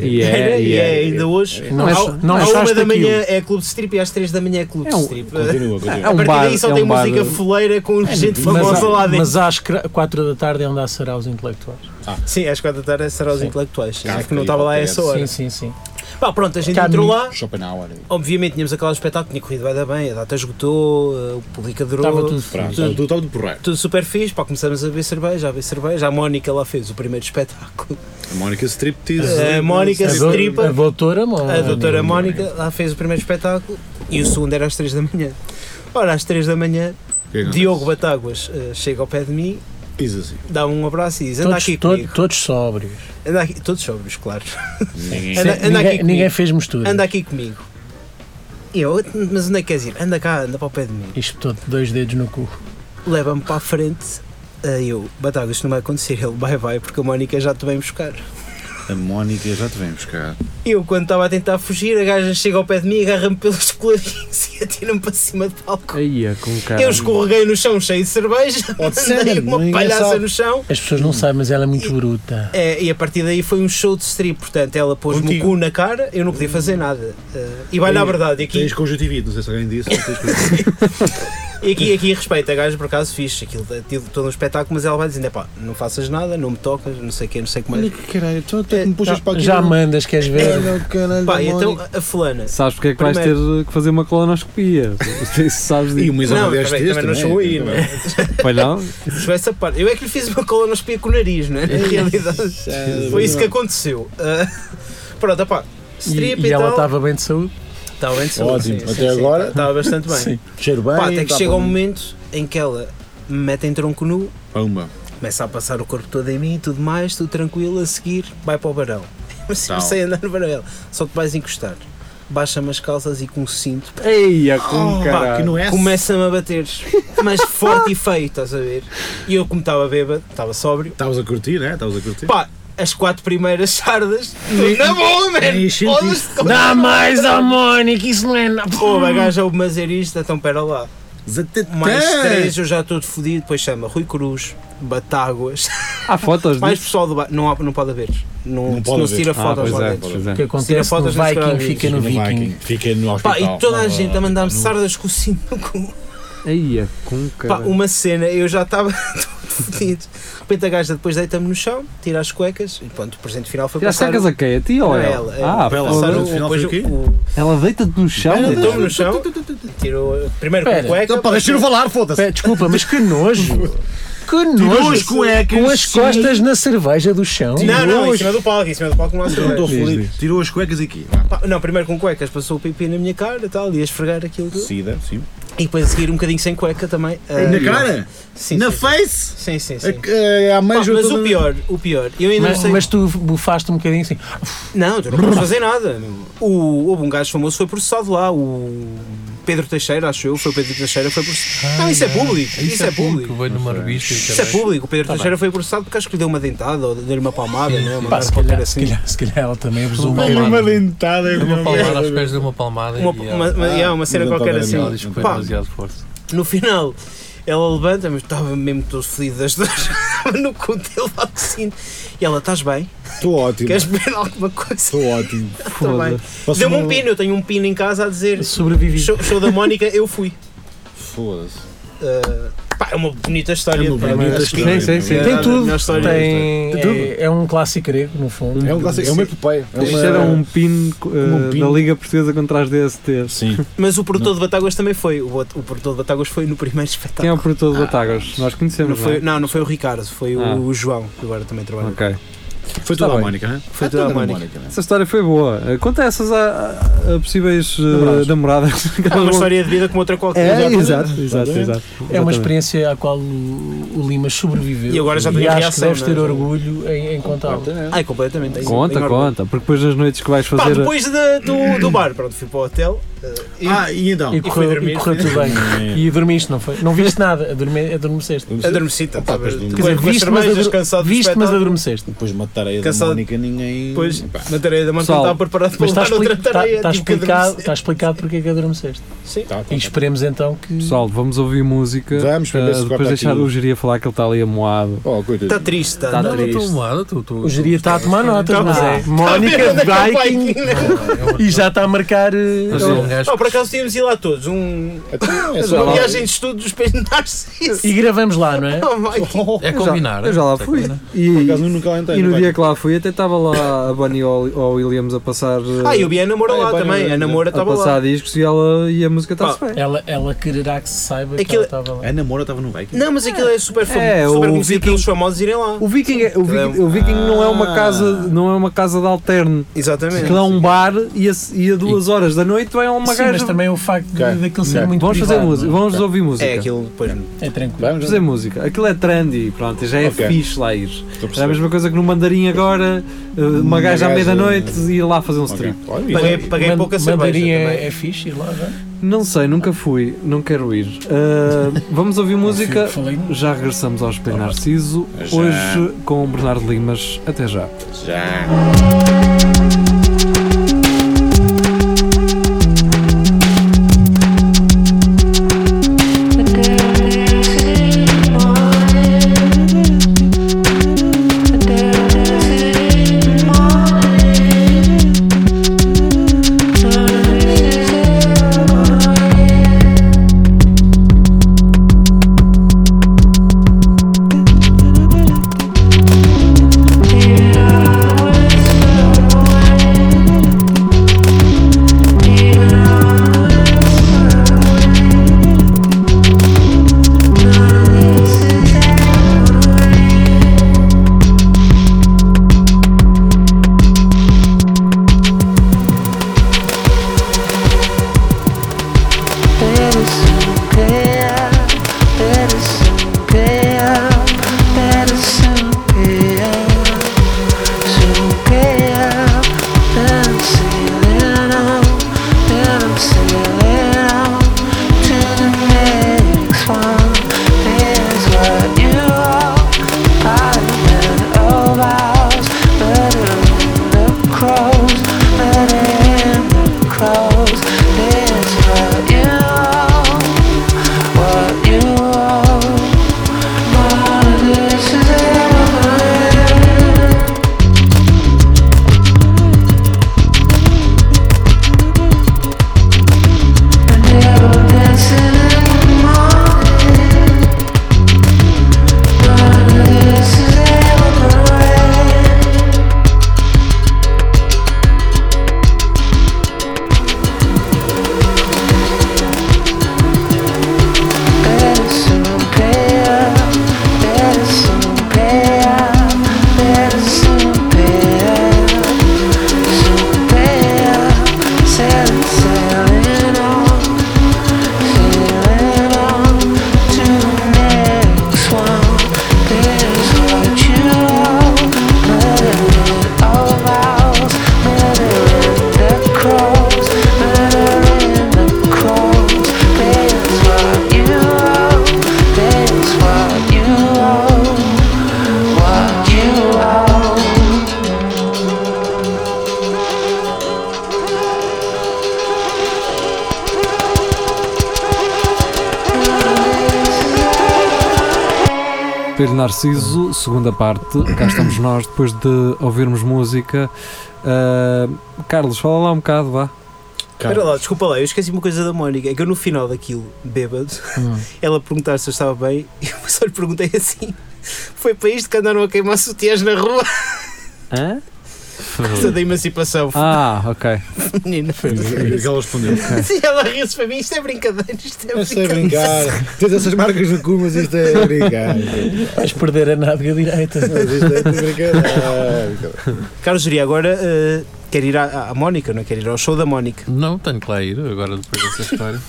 Speaker 2: E é,
Speaker 4: e
Speaker 2: e
Speaker 4: é
Speaker 2: é.
Speaker 4: ainda hoje.
Speaker 5: Não,
Speaker 2: Mas-
Speaker 5: ach- não
Speaker 4: à
Speaker 5: achaste
Speaker 4: uma da
Speaker 5: aquilo.
Speaker 4: manhã é clube de strip e às três da manhã é clube
Speaker 2: É um-
Speaker 4: de strip.
Speaker 9: Continua,
Speaker 2: É
Speaker 9: continua.
Speaker 4: a
Speaker 2: um
Speaker 4: partir
Speaker 2: bar.
Speaker 4: daí só
Speaker 2: é
Speaker 4: tem
Speaker 2: um bar- É,
Speaker 4: música foleira com gente famosa lá
Speaker 5: Mas,
Speaker 4: dentro.
Speaker 5: mas às 4 da tarde é onde há saraus intelectuais.
Speaker 4: Sim, às quatro da tarde é Saraus
Speaker 5: Sim.
Speaker 4: Intelectuais.
Speaker 9: Kafka
Speaker 4: Acho que não
Speaker 9: e
Speaker 4: estava lá a
Speaker 9: qualquer-
Speaker 4: essa hora.
Speaker 5: Sim, sim, sim.
Speaker 4: Pá, pronto, a gente
Speaker 5: Camus.
Speaker 4: entrou lá.
Speaker 9: Schopenhauer.
Speaker 4: Obviamente tínhamos aquele espetáculo, tinha corrido bem, bem, a data esgotou, eh, o público adorou.
Speaker 5: Estava tudo
Speaker 9: Pronto, é
Speaker 5: feito.
Speaker 9: está tudo estava de porrar.
Speaker 4: tudo super fixe, pá, começamos a beber cerveja, a beber cerveja. A Mónica lá fez o primeiro espetáculo.
Speaker 9: A Mónica Striptease.
Speaker 4: A Mónica
Speaker 5: A, do-
Speaker 4: Stripa,
Speaker 5: a doutora Mona.
Speaker 4: a doutora Mónica, lá fez o primeiro espetáculo e o segundo era às 3 da manhã. Ora, às 3 da manhã,
Speaker 9: O que é que
Speaker 4: Diogo Batáguas eh, chega ao pé de mim,
Speaker 9: acontece? Diz assim.
Speaker 4: dá-me um abraço e diz: Anda
Speaker 5: Todos,
Speaker 4: aqui
Speaker 5: to-
Speaker 4: comigo.
Speaker 5: todos sóbrios.
Speaker 4: Anda aqui, todos sóbrios, claro.
Speaker 9: Ninguém-
Speaker 5: Sim,
Speaker 4: Anda- anda aqui
Speaker 5: ninguém,
Speaker 4: comigo.
Speaker 5: ninguém fez mistura.
Speaker 4: Anda aqui comigo. E eu, mas onde é que queres ir? Anda cá, anda para o pé de mim.
Speaker 5: Isto todo dois dedos no cu.
Speaker 4: leva-me para a frente. Aí eu, Batagas, isto não vai acontecer. Ele, vai, vai, porque a Mónica já te vem buscar.
Speaker 9: A Mónica já te vem buscar.
Speaker 4: Eu, quando estava a tentar fugir, a gaja chega ao pé de mim, agarra-me pelos coladinhos e atira-me para cima do palco.
Speaker 2: Aí é com cara.
Speaker 4: Eu escorreguei no chão cheio de cerveja, mandei
Speaker 9: é
Speaker 4: uma palhaça no chão.
Speaker 5: As pessoas não sabem, mas ela é muito bruta.
Speaker 4: É, e a partir daí foi um show de strip, portanto, ela pôs-me o
Speaker 9: Contigo.
Speaker 4: cu na cara, eu não podia fazer nada. Eh, e vai na verdade, e aqui,
Speaker 9: Tens conjuntivite, não sei se alguém disse. mas tens conjuntivite.
Speaker 4: e aqui, e aqui respeito, a gaja por acaso fixe, aquilo, tive todo um espetáculo, mas ela vai dizendo: pá, não faças nada, não me tocas, não sei o que, não sei como é. tá,
Speaker 9: Olha que caralho, então até que me puxas para aqui.
Speaker 5: Já mandas, queres ver?
Speaker 9: Olha o caralho
Speaker 4: Pá,
Speaker 9: da
Speaker 4: e então
Speaker 9: Mónica.
Speaker 4: a fulana
Speaker 2: Sabes porque é que vais ter que fazer uma colonoscopia? Isso sabes
Speaker 9: E
Speaker 2: disso.
Speaker 9: uma
Speaker 4: Não,
Speaker 9: isoma
Speaker 4: também,
Speaker 9: deste né?
Speaker 4: também não sou aí, não é?
Speaker 2: Pois não?
Speaker 4: Foi essa parte. Eu é que lhe fiz uma colonoscopia com o nariz, não é? Na realidade. Foi isso que aconteceu. Ah, pronto, pá. Strip
Speaker 5: E,
Speaker 4: e,
Speaker 5: e
Speaker 4: tal.
Speaker 5: ela estava bem de saúde?
Speaker 4: Estava Tá bem de saúde,
Speaker 9: Ótimo,
Speaker 4: sim,
Speaker 9: até
Speaker 4: sim, sim.
Speaker 9: agora.
Speaker 4: Estava bastante bem.
Speaker 9: Cheiro bem.
Speaker 4: Pá, até que
Speaker 9: tá
Speaker 4: chega
Speaker 9: bom.
Speaker 4: um momento em que ela me mete em tronco nu,
Speaker 9: Pumba.
Speaker 4: começa a passar o corpo todo em mim e tudo mais, tudo tranquilo, a seguir vai para o barão. Mas eu
Speaker 9: Tal.
Speaker 4: sei andar no barão. Só te vais encostar. Baixa-me as calças e com o cinto
Speaker 2: Aí é com
Speaker 9: Pá, que
Speaker 2: cara.
Speaker 9: não é
Speaker 4: começa-me a bater, mas forte e feio, estás a ver? E eu, como estava bêbado, estava sóbrio,
Speaker 9: Estavas a curtir, né? Estavas a curtir.
Speaker 4: pá, as quatro primeiras sardas, na boa,
Speaker 9: nem
Speaker 4: mano!
Speaker 9: senti
Speaker 4: Foda-se, como-
Speaker 5: Dá mais à Mónica, isso não é nada.
Speaker 4: Pô, a gaja é o mazerista, então pera lá.
Speaker 9: Zatatã!
Speaker 4: Mais três, eu já estou de fodido, depois chama Rui Cruz, Batáguas,
Speaker 2: Há fotos
Speaker 4: mais
Speaker 2: disso?
Speaker 4: pessoal do bar. Não, há- não pode haver. Não,
Speaker 9: Não
Speaker 4: não,
Speaker 9: pode
Speaker 4: se tira
Speaker 9: haver.
Speaker 2: Ah,
Speaker 4: fotos
Speaker 2: pois
Speaker 4: lá
Speaker 2: é,
Speaker 4: dentro.
Speaker 2: pois é.
Speaker 5: que
Speaker 4: Tira
Speaker 5: acontece no
Speaker 4: fotos das
Speaker 5: Viking
Speaker 4: escravias.
Speaker 5: fica no
Speaker 9: No
Speaker 5: Viking.
Speaker 9: Viking. Fica no hospital.
Speaker 4: Pá, e toda a
Speaker 9: Ah,
Speaker 4: gente a mandar-me sardas com o cinto no cu.
Speaker 2: Aí é com
Speaker 4: Pá, um
Speaker 2: cara.
Speaker 4: uma cena, eu já estava todo fodido. De repente a gaja depois deita-me no chão, tira as cuecas e pronto, o presente final foi
Speaker 2: Já
Speaker 4: passar.
Speaker 2: sacas a quem? A ti ou
Speaker 4: Não,
Speaker 2: a
Speaker 4: é
Speaker 2: ela?
Speaker 4: ela, é
Speaker 2: Ah,
Speaker 4: ela.
Speaker 2: foda-se.
Speaker 4: Passaram
Speaker 9: no final
Speaker 4: depois
Speaker 9: foi o quê?
Speaker 4: o-
Speaker 2: ela deita-te no chão?
Speaker 4: Deitou-me no chão, tirou primeiro com a
Speaker 5: Espera,
Speaker 4: cueca.
Speaker 9: Então, pá, deixa-me falar, foda-se.
Speaker 5: Pé, desculpa, mas que nojo. Que nojo.
Speaker 9: as cuecas,
Speaker 3: um
Speaker 5: Com as
Speaker 9: sim.
Speaker 5: costas na cerveja do chão.
Speaker 4: Não, não, em cima do palco, em cima do palco não há
Speaker 9: Eu não estou
Speaker 4: cerveja.
Speaker 9: feliz. Tirou as cuecas aqui. Vá.
Speaker 4: Pá, Não, primeiro com cuecas, passou o pipi na minha cara e tal, ia esfregar aquilo tudo.
Speaker 9: Sida, sim.
Speaker 4: E depois a seguir um bocadinho sem cueca também.
Speaker 3: Eh,
Speaker 4: ah,
Speaker 9: Na cara?
Speaker 4: Sim,
Speaker 9: na
Speaker 4: sim, sim.
Speaker 9: face?
Speaker 4: Sim, sim,
Speaker 9: A,
Speaker 4: sim.
Speaker 3: eh,
Speaker 9: a, a
Speaker 4: Pá,
Speaker 9: mais
Speaker 4: mas o pior, o pior, eu ainda
Speaker 5: Mas,
Speaker 4: não sei.
Speaker 5: mas tu bufaste um bocadinho assim.
Speaker 4: Não, tu não podes fazer nada. O, houve um gajo famoso que foi processado lá, o Pedro Teixeira, acho eu, foi o Pedro Teixeira, foi
Speaker 5: Ah,
Speaker 4: processado. Não, isso é público, isso é público.
Speaker 6: Veio numa revista e
Speaker 4: Isso é
Speaker 5: Tá
Speaker 6: caralho.
Speaker 4: público, o Pedro Teixeira foi processado porque acho que lhe deu uma dentada ou deu-lhe uma palmada, né? uma
Speaker 5: Pá,
Speaker 4: merda
Speaker 5: se
Speaker 4: qualquer
Speaker 5: calhar,
Speaker 4: assim.
Speaker 5: se calhar- se calhar ela também abusou um
Speaker 6: Uma
Speaker 5: bocadinho.
Speaker 6: palmada.
Speaker 9: lentada.
Speaker 3: é
Speaker 6: Deu uma palmada aos pés, deu uma palmada
Speaker 4: Uma,
Speaker 6: e
Speaker 4: uma,
Speaker 6: ela-
Speaker 4: uma, yeah, uma cena
Speaker 9: Não tá
Speaker 4: qualquer
Speaker 9: bem,
Speaker 4: assim.
Speaker 6: ela diz que foi
Speaker 4: Pá,
Speaker 6: demasiado forte.
Speaker 4: No final, ela levanta, mas estava mesmo todo fedido das dores, estava no cu dele lá tossindo. E ela, estás bem?
Speaker 8: Estou ótimo.
Speaker 4: Queres beber alguma coisa?
Speaker 8: Estou ótimo.
Speaker 4: Estou bem.
Speaker 8: Posso
Speaker 4: Deu-me um
Speaker 8: uma-
Speaker 4: pino, eu tenho um pino em casa a dizer
Speaker 5: Sobrevivi.
Speaker 4: show, show da Mónica, eu fui.
Speaker 8: Foda-se.
Speaker 4: Uh, pá, é uma bonita história.
Speaker 8: É uma
Speaker 4: pá.
Speaker 8: bonita
Speaker 4: Acho que-
Speaker 8: história.
Speaker 5: Sim, sim, sim.
Speaker 4: É,
Speaker 5: Tem tudo.
Speaker 4: melhor história
Speaker 5: Tem,
Speaker 8: Tem tudo.
Speaker 5: É, é um clássico grego, no fundo.
Speaker 8: É um clássico, é uma epopeia. É
Speaker 2: Isto
Speaker 8: uma-
Speaker 2: era um pin
Speaker 8: um
Speaker 2: eh,
Speaker 8: pin.
Speaker 2: da Liga Portuguesa contra as DSTs.
Speaker 8: Sim.
Speaker 4: Mas o produtor de Batáguas também foi. O, bot- o produtor de Batáguas foi no primeiro espetáculo.
Speaker 2: Quem é o produtor de Batáguas? Nós
Speaker 4: Não
Speaker 2: conhecemos, não,
Speaker 4: foi,
Speaker 2: é?
Speaker 4: não, não foi o Ricardo, foi
Speaker 2: Ah.
Speaker 4: o João, que agora também trabalha. Ah,
Speaker 2: Ok.
Speaker 8: Foi tudo
Speaker 2: Tá
Speaker 8: à
Speaker 2: bem.
Speaker 8: Mónica, né?
Speaker 4: Foi É tudo à Mónica.
Speaker 2: Essa história foi boa. Eh, Conta essas a, a- a possíveis
Speaker 8: Namorados.
Speaker 2: eh, namoradas.
Speaker 4: É uma história de vida como outra qualquer.
Speaker 2: É,
Speaker 4: Exato.
Speaker 2: exato, exato, exato.
Speaker 5: É uma
Speaker 2: Exatamente.
Speaker 5: experiência à qual o, o Lima sobreviveu.
Speaker 4: E agora já tem
Speaker 5: e acho que
Speaker 4: reação,
Speaker 5: deves ter
Speaker 4: não é?
Speaker 5: orgulho em, em contá-lo.
Speaker 4: Ai, completamente. tenho-
Speaker 2: Conta,
Speaker 4: tenho orgulho.
Speaker 2: conta, porque depois nas noites que vais
Speaker 4: Pá,
Speaker 2: fazer.
Speaker 4: depois da- do, do bar, pronto, fui para o hotel. eh,
Speaker 8: Ah, e então?
Speaker 5: E correu,
Speaker 4: dormir.
Speaker 5: e correu tudo bem. E dormiste, não foi? Não viste nada, adorme, adormeceste.
Speaker 4: Adormeci, tanto.
Speaker 8: Opa, pois não.
Speaker 5: Quer dizer, viste, mas, ador-
Speaker 4: cansado do
Speaker 5: viste, mas
Speaker 4: espetáculo.
Speaker 5: adormeceste.
Speaker 9: Depois de uma tareia da
Speaker 4: Cansado.
Speaker 9: Mónica, ninguém.
Speaker 4: Depois,
Speaker 9: Pá,
Speaker 4: na tareia da manhã,
Speaker 2: Pessoal,
Speaker 4: estava preparado para
Speaker 5: Mas está,
Speaker 4: levar
Speaker 5: expli
Speaker 4: outra
Speaker 5: está,
Speaker 4: tareia. tipo,
Speaker 5: está
Speaker 4: tive que
Speaker 5: explicado,
Speaker 4: adormecer.
Speaker 5: está explicado porque é que adormeceste.
Speaker 9: tá, tá,
Speaker 5: E
Speaker 9: tá.
Speaker 5: esperemos então que.
Speaker 2: Pessoal, vamos ouvir música.
Speaker 8: Vamos, primeiro
Speaker 2: eh,
Speaker 8: se corta
Speaker 2: depois deixar
Speaker 8: aquilo.
Speaker 2: o Geria falar que ele está ali amoado.
Speaker 8: Oh, coitado.
Speaker 4: Está Tá triste, está,
Speaker 2: Está
Speaker 6: Não, eu
Speaker 4: triste.
Speaker 6: estou moado, estou- estou.
Speaker 5: O geria está a tomar notas,
Speaker 4: Tá-
Speaker 5: mas
Speaker 4: tá-
Speaker 5: é.
Speaker 4: tá-
Speaker 5: Mónica
Speaker 4: Está a ver onde é que vai
Speaker 5: Viking
Speaker 4: aqui, né?
Speaker 5: e já está a marcar. eh,
Speaker 6: Mas é um gajo
Speaker 4: Oh, por acaso tínhamos ido lá todos. Um,
Speaker 8: Então, é
Speaker 4: uma
Speaker 8: só.
Speaker 4: viagem de estudos dos pés de Narciso.
Speaker 5: E gravamos lá, não é?
Speaker 4: Oh, my God.
Speaker 6: É combinar.
Speaker 2: Eu já lá
Speaker 6: é
Speaker 2: fui.
Speaker 6: combinar.
Speaker 8: Por
Speaker 2: E,
Speaker 8: acaso nunca lá entrei.
Speaker 2: e no
Speaker 8: não
Speaker 2: dia
Speaker 8: vai.
Speaker 2: que lá fui, até estava lá a Bonnie ou ou Williams a passar. eh,
Speaker 4: Ah, eu vi a namora
Speaker 8: Ah,
Speaker 4: lá
Speaker 8: pá,
Speaker 4: também.
Speaker 8: não-
Speaker 4: A namora
Speaker 2: a
Speaker 4: estava
Speaker 2: passar
Speaker 4: lá.
Speaker 2: discos e, ela, e a música está-se bem.
Speaker 5: Ela, ela quererá que se saiba que
Speaker 4: Aquilo-
Speaker 5: ela estava lá.
Speaker 9: A namora estava no Viking.
Speaker 4: Não, mas aquilo é super famoso.
Speaker 2: É,
Speaker 4: super
Speaker 2: o
Speaker 4: conhecido
Speaker 2: Viking-
Speaker 4: pelos famosos irem lá.
Speaker 2: O Viking, é- o Viking, o Viking não é uma casa, não é uma casa de alterno.
Speaker 4: Exatamente.
Speaker 2: Aquilo é um bar e a, e a duas horas da noite vai uma
Speaker 5: Sim, mas
Speaker 2: gaja.
Speaker 5: também o facto de,
Speaker 8: Ok.
Speaker 5: daquele ser
Speaker 8: Ok.
Speaker 5: muito
Speaker 2: Vamos fazer
Speaker 5: privado,
Speaker 2: música,
Speaker 5: não
Speaker 2: vamos ouvir música.
Speaker 4: É, aquilo depois.
Speaker 5: é? É tranquilo.
Speaker 2: Vamos
Speaker 8: Vamos,
Speaker 3: Então
Speaker 2: fazer música. Aquilo é trendy, pronto, já é
Speaker 8: Ok.
Speaker 2: fixe lá ir.
Speaker 8: Estou a
Speaker 2: É a
Speaker 8: perceber.
Speaker 2: mesma coisa que no Mandarim agora, eh, uma
Speaker 8: Uma
Speaker 2: gaja à
Speaker 8: gaja-
Speaker 2: meia-da-noite ir lá fazer um
Speaker 8: Ok.
Speaker 2: strip.
Speaker 8: Olha,
Speaker 4: Paguei,
Speaker 8: isso.
Speaker 4: paguei
Speaker 5: Man-
Speaker 4: pouca cerveja.
Speaker 5: Mandarim
Speaker 4: também.
Speaker 5: é, é fixe ir lá, não
Speaker 2: Não sei, nunca fui, não quero ir. Ah, vamos ouvir música.
Speaker 5: Falei.
Speaker 2: Já regressamos ao
Speaker 8: Tá
Speaker 2: Espelho Narciso, hoje com o Bernardo Limas. Até já.
Speaker 9: Já.
Speaker 3: Yeah.
Speaker 2: Espelho Narciso, segunda parte. Cá estamos nós depois de ouvirmos música. Ah, Carlos, fala lá um bocado, vá.
Speaker 4: Espera lá, desculpa lá, eu esqueci uma coisa da Mónica. É que eu no final daquilo, bêbado, ela perguntar se eu estava bem e eu só lhe perguntei assim: foi para isto que andaram a queimar sutiãs na rua?
Speaker 2: Hã?
Speaker 4: Essa da emancipação,
Speaker 2: Ah, ok.
Speaker 4: menina.
Speaker 3: E ela respondeu.
Speaker 4: Se ela riu-se para mim, isto é brincadeira, isto é
Speaker 3: Eu sei
Speaker 4: brincadeira.
Speaker 3: brincar. Tens essas marcas no cu, mas isto é brincar.
Speaker 5: Vais perder a nádega direita.
Speaker 3: Mas isto é brincar.
Speaker 4: Carlos Geria, agora eh, quer ir à, à Mónica, não é? quer ir ao show da Mónica.
Speaker 6: Não, tenho que lá ir agora depois dessa história.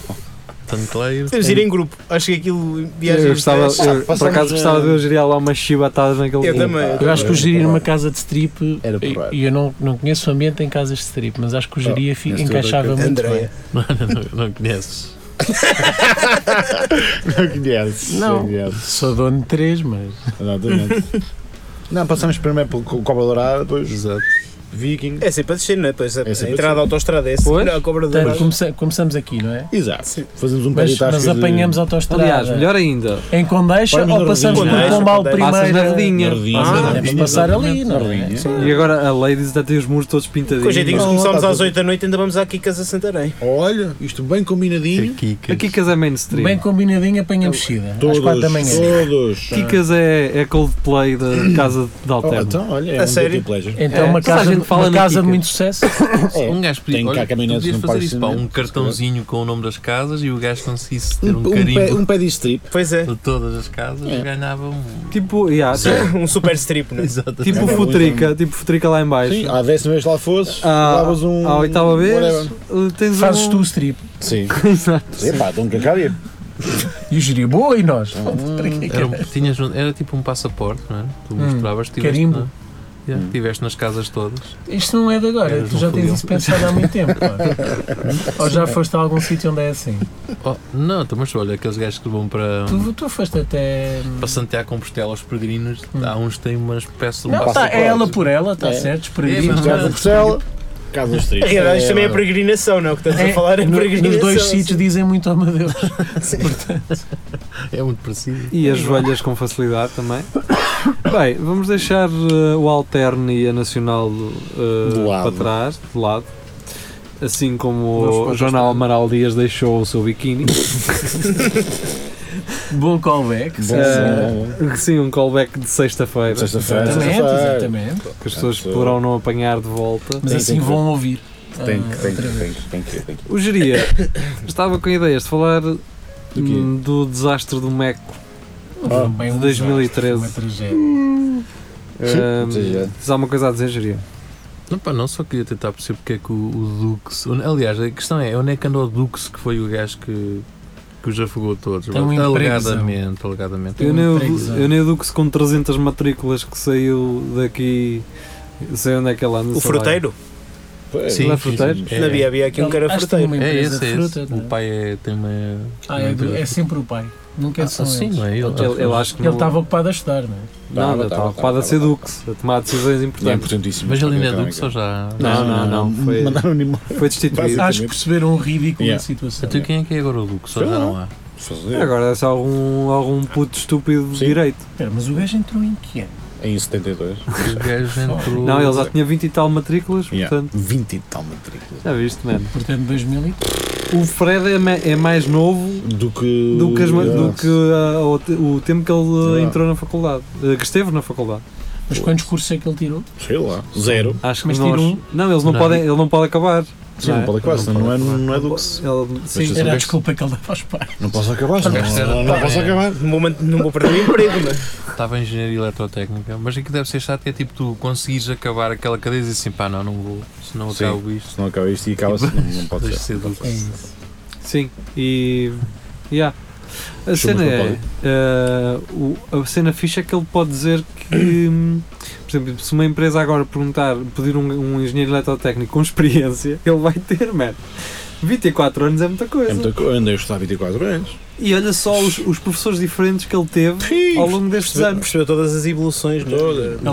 Speaker 6: tenho que lá ir.
Speaker 4: Podemos ir em grupo, acho que aquilo viaja
Speaker 2: Eu gostava,
Speaker 4: os três.
Speaker 2: eu, por acaso gostava de eu gerir lá umas chibatadas naquele
Speaker 4: Eu também. eu
Speaker 5: Eu acho que o
Speaker 3: Era
Speaker 5: geria numa
Speaker 3: porreiro.
Speaker 5: casa de strip.
Speaker 3: Era
Speaker 5: e-
Speaker 3: porreiro.
Speaker 5: E eu não, não conheço o ambiente em casas de strip, mas acho que o geria fi-
Speaker 3: conheces
Speaker 5: encaixava
Speaker 3: tudo,
Speaker 5: muito
Speaker 4: Andréia.
Speaker 5: bem.
Speaker 6: Não, não, não conheces.
Speaker 3: Não conheces.
Speaker 5: Não. Sou dono de três, mas.
Speaker 3: Exatamente. Não, passamos primeiro pelo Co- Cobra Dourada, depois
Speaker 6: Exato.
Speaker 3: Viking.
Speaker 4: É sempre a descer, não é? Pois a,
Speaker 3: É sempre
Speaker 4: a
Speaker 3: a
Speaker 4: entrada
Speaker 3: descer.
Speaker 4: da autostrada é assim,
Speaker 2: Pois.
Speaker 4: não, a cobra da
Speaker 5: Portanto, começa- começamos aqui, não é?
Speaker 3: Exato. Fazemos um
Speaker 5: Mas,
Speaker 3: peritasco
Speaker 5: mas apanhamos a
Speaker 2: Sim. Aliás,
Speaker 5: autostrada
Speaker 2: melhor ainda,
Speaker 5: em Condeixa
Speaker 3: Vamos
Speaker 5: ou
Speaker 3: na
Speaker 5: passamos por
Speaker 3: Rodinha.
Speaker 4: Condeixa,
Speaker 5: Pombal
Speaker 4: Condeixa.
Speaker 5: primeiro?
Speaker 2: passas na redinha.
Speaker 3: Nardinha.
Speaker 5: Ah, Podemos passar ali, não é?
Speaker 3: Nardinha.
Speaker 2: E agora a Ladies até tem os muros todos
Speaker 4: Com
Speaker 2: pintadinhos.
Speaker 4: jeitinho, se
Speaker 3: Não,
Speaker 4: começamos
Speaker 3: tá
Speaker 4: às
Speaker 3: tudo.
Speaker 4: 8 da noite, ainda vamos à Kikas a Santarém.
Speaker 3: Olha, isto bem combinadinho.
Speaker 2: A Kikas é mainstream.
Speaker 5: Bem combinadinho, apanhamos descida. Às
Speaker 3: Todos,
Speaker 5: 4 da manhã.
Speaker 3: todos. Ah.
Speaker 2: Kikas é, é Coldplay da casa de
Speaker 3: Oh,
Speaker 2: Alterno.
Speaker 3: então, olha, é
Speaker 4: A
Speaker 3: um
Speaker 4: sério?
Speaker 3: guilty pleasure.
Speaker 5: Então,
Speaker 2: É,
Speaker 5: uma
Speaker 2: toda a
Speaker 5: casa,
Speaker 2: gente fala
Speaker 5: uma
Speaker 2: na
Speaker 5: casa de
Speaker 2: Kika.
Speaker 5: muito sucesso.
Speaker 3: É.
Speaker 6: Um gajo podia,
Speaker 3: Tem cá
Speaker 6: olha, tu
Speaker 3: caminhonetes
Speaker 6: podias
Speaker 3: num
Speaker 6: fazer
Speaker 3: parque
Speaker 6: isso, pá, um
Speaker 3: cinema.
Speaker 6: cartãozinho com o nome das casas e o gajo conseguisse ter um,
Speaker 3: Um, um, pé,
Speaker 6: carimbo
Speaker 3: um pé É. de strip.
Speaker 4: Pois é,
Speaker 6: de todas as casas e ganhava um.
Speaker 2: Tipo, yeah, tipo,
Speaker 4: um super strip, não é?
Speaker 6: Exato.
Speaker 2: tipo
Speaker 3: É,
Speaker 2: Futrica, tipo Futrica lá em baixo.
Speaker 3: Sim, à décima vez lá fosses,
Speaker 2: À-
Speaker 3: davas um.
Speaker 2: à oitava vez,
Speaker 3: whatever.
Speaker 2: eh, tens
Speaker 5: Fazes
Speaker 2: um...
Speaker 5: tu o strip.
Speaker 3: Sim.
Speaker 2: Exato.
Speaker 3: Epá, estão cá cá ir.
Speaker 5: E o geria, boa e nós. Para que é que
Speaker 6: Era, um-
Speaker 5: era?
Speaker 6: tinhas um- era tipo um passaporte, não é?
Speaker 3: Hum,
Speaker 6: Tu mostravas, tiveste,
Speaker 5: carimbo.
Speaker 6: na- Yeah, tiveste nas casas todas.
Speaker 5: Isto não é de agora,
Speaker 6: Eras
Speaker 5: tu
Speaker 6: um
Speaker 5: já tens
Speaker 6: fudeu.
Speaker 5: isso pensado há muito tempo. pá. Ou já foste a algum sítio onde é assim.
Speaker 6: Oh, não, então, mas olha, aqueles gajos que vão para,
Speaker 5: Tu, tu foste até.
Speaker 6: para Santiago Compostela, os peregrinos,
Speaker 3: Hum.
Speaker 6: há uns que têm uma espécie de um
Speaker 5: Não, tá,
Speaker 6: passaporte.
Speaker 5: é ela por ela, está
Speaker 3: É.
Speaker 5: certo?
Speaker 6: É,
Speaker 5: Esperadinho.
Speaker 6: mas-
Speaker 3: Casa de Porcela, casa dos
Speaker 4: Na
Speaker 3: strip.
Speaker 4: realidade, isto também é
Speaker 3: lá.
Speaker 4: peregrinação, não? é? O que estamos a falar é
Speaker 5: no-
Speaker 4: peregrinação.
Speaker 5: nos dois
Speaker 4: assim.
Speaker 5: sítios dizem muito ao meu Deus.
Speaker 6: É muito parecido.
Speaker 2: E as joelhas com facilidade também. Bem, vamos deixar eh, o Alterno e a Nacional eh,
Speaker 3: De lado.
Speaker 2: para trás, de lado. Assim
Speaker 6: Vamos
Speaker 2: como
Speaker 6: para
Speaker 2: o
Speaker 6: o
Speaker 2: Jornal Amaral Dias deixou o seu biquíni.
Speaker 5: Bom callback.
Speaker 3: Bom,
Speaker 5: sim, senhora.
Speaker 3: bom, bom.
Speaker 2: Sim, um callback de sexta-feira.
Speaker 3: Sexta-feira.
Speaker 5: Exatamente,
Speaker 3: sexta-feira.
Speaker 5: é, exatamente.
Speaker 2: que as pessoas
Speaker 3: Sexta-feira.
Speaker 2: poderão não apanhar de volta.
Speaker 5: Mas
Speaker 3: Tem,
Speaker 5: assim
Speaker 3: tem que
Speaker 5: vão ouvir.
Speaker 3: Tem
Speaker 5: Ah,
Speaker 3: que, tem
Speaker 5: outra
Speaker 3: que,
Speaker 5: vez.
Speaker 3: tem que, tem que, tem que.
Speaker 2: O Geria estava com ideias de falar hum,
Speaker 3: quê?
Speaker 2: do, desastre do Meco.
Speaker 3: Ah,
Speaker 5: Bem, um
Speaker 2: de 2013.
Speaker 5: desastre, uma tragédia.
Speaker 2: Hum,
Speaker 3: Sim, já.
Speaker 2: Tens alguma coisa a dizer, Geria?
Speaker 6: Não, pá, não, só queria tentar perceber porque é que o, o Dux. onde- Aliás, a questão é: onde é que andou o Dux que foi o gajo que, que os afogou todos?
Speaker 5: Tem um
Speaker 6: Mas,
Speaker 5: emprego,
Speaker 6: alegadamente, alegadamente.
Speaker 2: Eu
Speaker 5: um
Speaker 2: nem,
Speaker 5: emprego,
Speaker 2: eu nem educo se com 300 matrículas que saiu daqui. Sei onde é que ela anda.
Speaker 4: O
Speaker 2: sei lá.
Speaker 4: fruteiro?
Speaker 6: Sim,
Speaker 2: Não é
Speaker 6: sim,
Speaker 2: fruteiro?
Speaker 6: sim.
Speaker 4: Na Bia havia aqui um cara
Speaker 5: Acho que tem
Speaker 4: fruteiro.
Speaker 5: uma
Speaker 6: É
Speaker 5: empresa
Speaker 6: esse, é
Speaker 5: de fruta,
Speaker 6: esse.
Speaker 5: não é?
Speaker 6: O pai é, tem uma.
Speaker 5: Ah, é, do- é sempre o pai. Nunca
Speaker 6: Ah,
Speaker 5: são
Speaker 6: sim,
Speaker 5: eles.
Speaker 6: não é? Ele-
Speaker 2: Ele, ele acho que
Speaker 5: Ele
Speaker 2: não-
Speaker 5: estava ocupado a estudar, não é?
Speaker 2: Não, ele estava ocupado a ser Dux, a tomar decisões
Speaker 3: É
Speaker 2: importantes.
Speaker 3: importantíssimo.
Speaker 6: Mas ele ainda é
Speaker 3: Não,
Speaker 6: Dux ou já?
Speaker 2: Não, não, não. Foi,
Speaker 3: Mandaram-me embora.
Speaker 2: foi destituído.
Speaker 3: Basicamente.
Speaker 5: Acho que perceberam o ridículo
Speaker 3: Yeah.
Speaker 5: da situação.
Speaker 6: Então quem é que é agora o Dux? Ou já não há?
Speaker 3: Fazer.
Speaker 2: Agora é só algum, algum puto estúpido de
Speaker 3: Sim.
Speaker 2: direito.
Speaker 5: Espera, mas o gajo entrou em que ano?
Speaker 3: Em 72.
Speaker 6: O gajo entrou.
Speaker 2: Não, ele já tinha 20 e tal matrículas,
Speaker 3: Yeah.
Speaker 2: portanto.
Speaker 3: 20 e tal matrículas.
Speaker 2: Já viste, mano.
Speaker 5: Portanto, 2000 e...
Speaker 2: O Fred é, ma- é mais novo
Speaker 3: Do que.
Speaker 2: do que, as ma-
Speaker 3: Yeah.
Speaker 2: do que, ah, o te- o tempo que ele ah,
Speaker 3: Yeah.
Speaker 2: entrou na faculdade, ah, que esteve na faculdade.
Speaker 5: Mas quantos cursos é que ele tirou?
Speaker 3: Sei lá. Zero.
Speaker 2: Acho que
Speaker 5: Mas
Speaker 2: nós-
Speaker 5: tira um.
Speaker 2: Não, eles não, é?
Speaker 6: Não.
Speaker 2: Podem, ele não pode acabar.
Speaker 3: Sim,
Speaker 2: Não
Speaker 3: não
Speaker 2: é?
Speaker 3: pode acabar, senão não é, não é Dux.
Speaker 2: Ele, sim.
Speaker 3: Mas
Speaker 5: Era a
Speaker 3: gajo-
Speaker 5: desculpa que ele dava aos pais.
Speaker 3: Não posso acabar, senão.
Speaker 6: gajo era-
Speaker 3: Não, não posso
Speaker 6: é.
Speaker 3: acabar.
Speaker 4: Não vou man- Não vou perder o emprego, mas.
Speaker 6: Estava em engenharia eletrotécnica, mas aqui deve ser chato é tipo tu conseguires acabar aquela cadeia e dizes assim, pá, não, não vou, senão
Speaker 3: Sim.
Speaker 6: acabo isto.
Speaker 3: Se não acaba isto e acaba-se, não, não pode
Speaker 6: Deixa de
Speaker 3: ser.
Speaker 6: ser Dux.
Speaker 2: Sim, e. Yeah. A
Speaker 3: Chumas
Speaker 2: cena
Speaker 3: no
Speaker 2: é. eh, o- a cena fixa é que ele pode dizer que. hum, Por exemplo, se uma empresa agora perguntar, pedir um, um engenheiro eletrotécnico com experiência, ele vai ter, man. 24 anos é muita coisa.
Speaker 3: É muita coisa. Andei a estudar 24 anos.
Speaker 2: E olha só os, os professores diferentes que ele teve ao longo destes anos.
Speaker 4: Percebeu todas as evoluções, não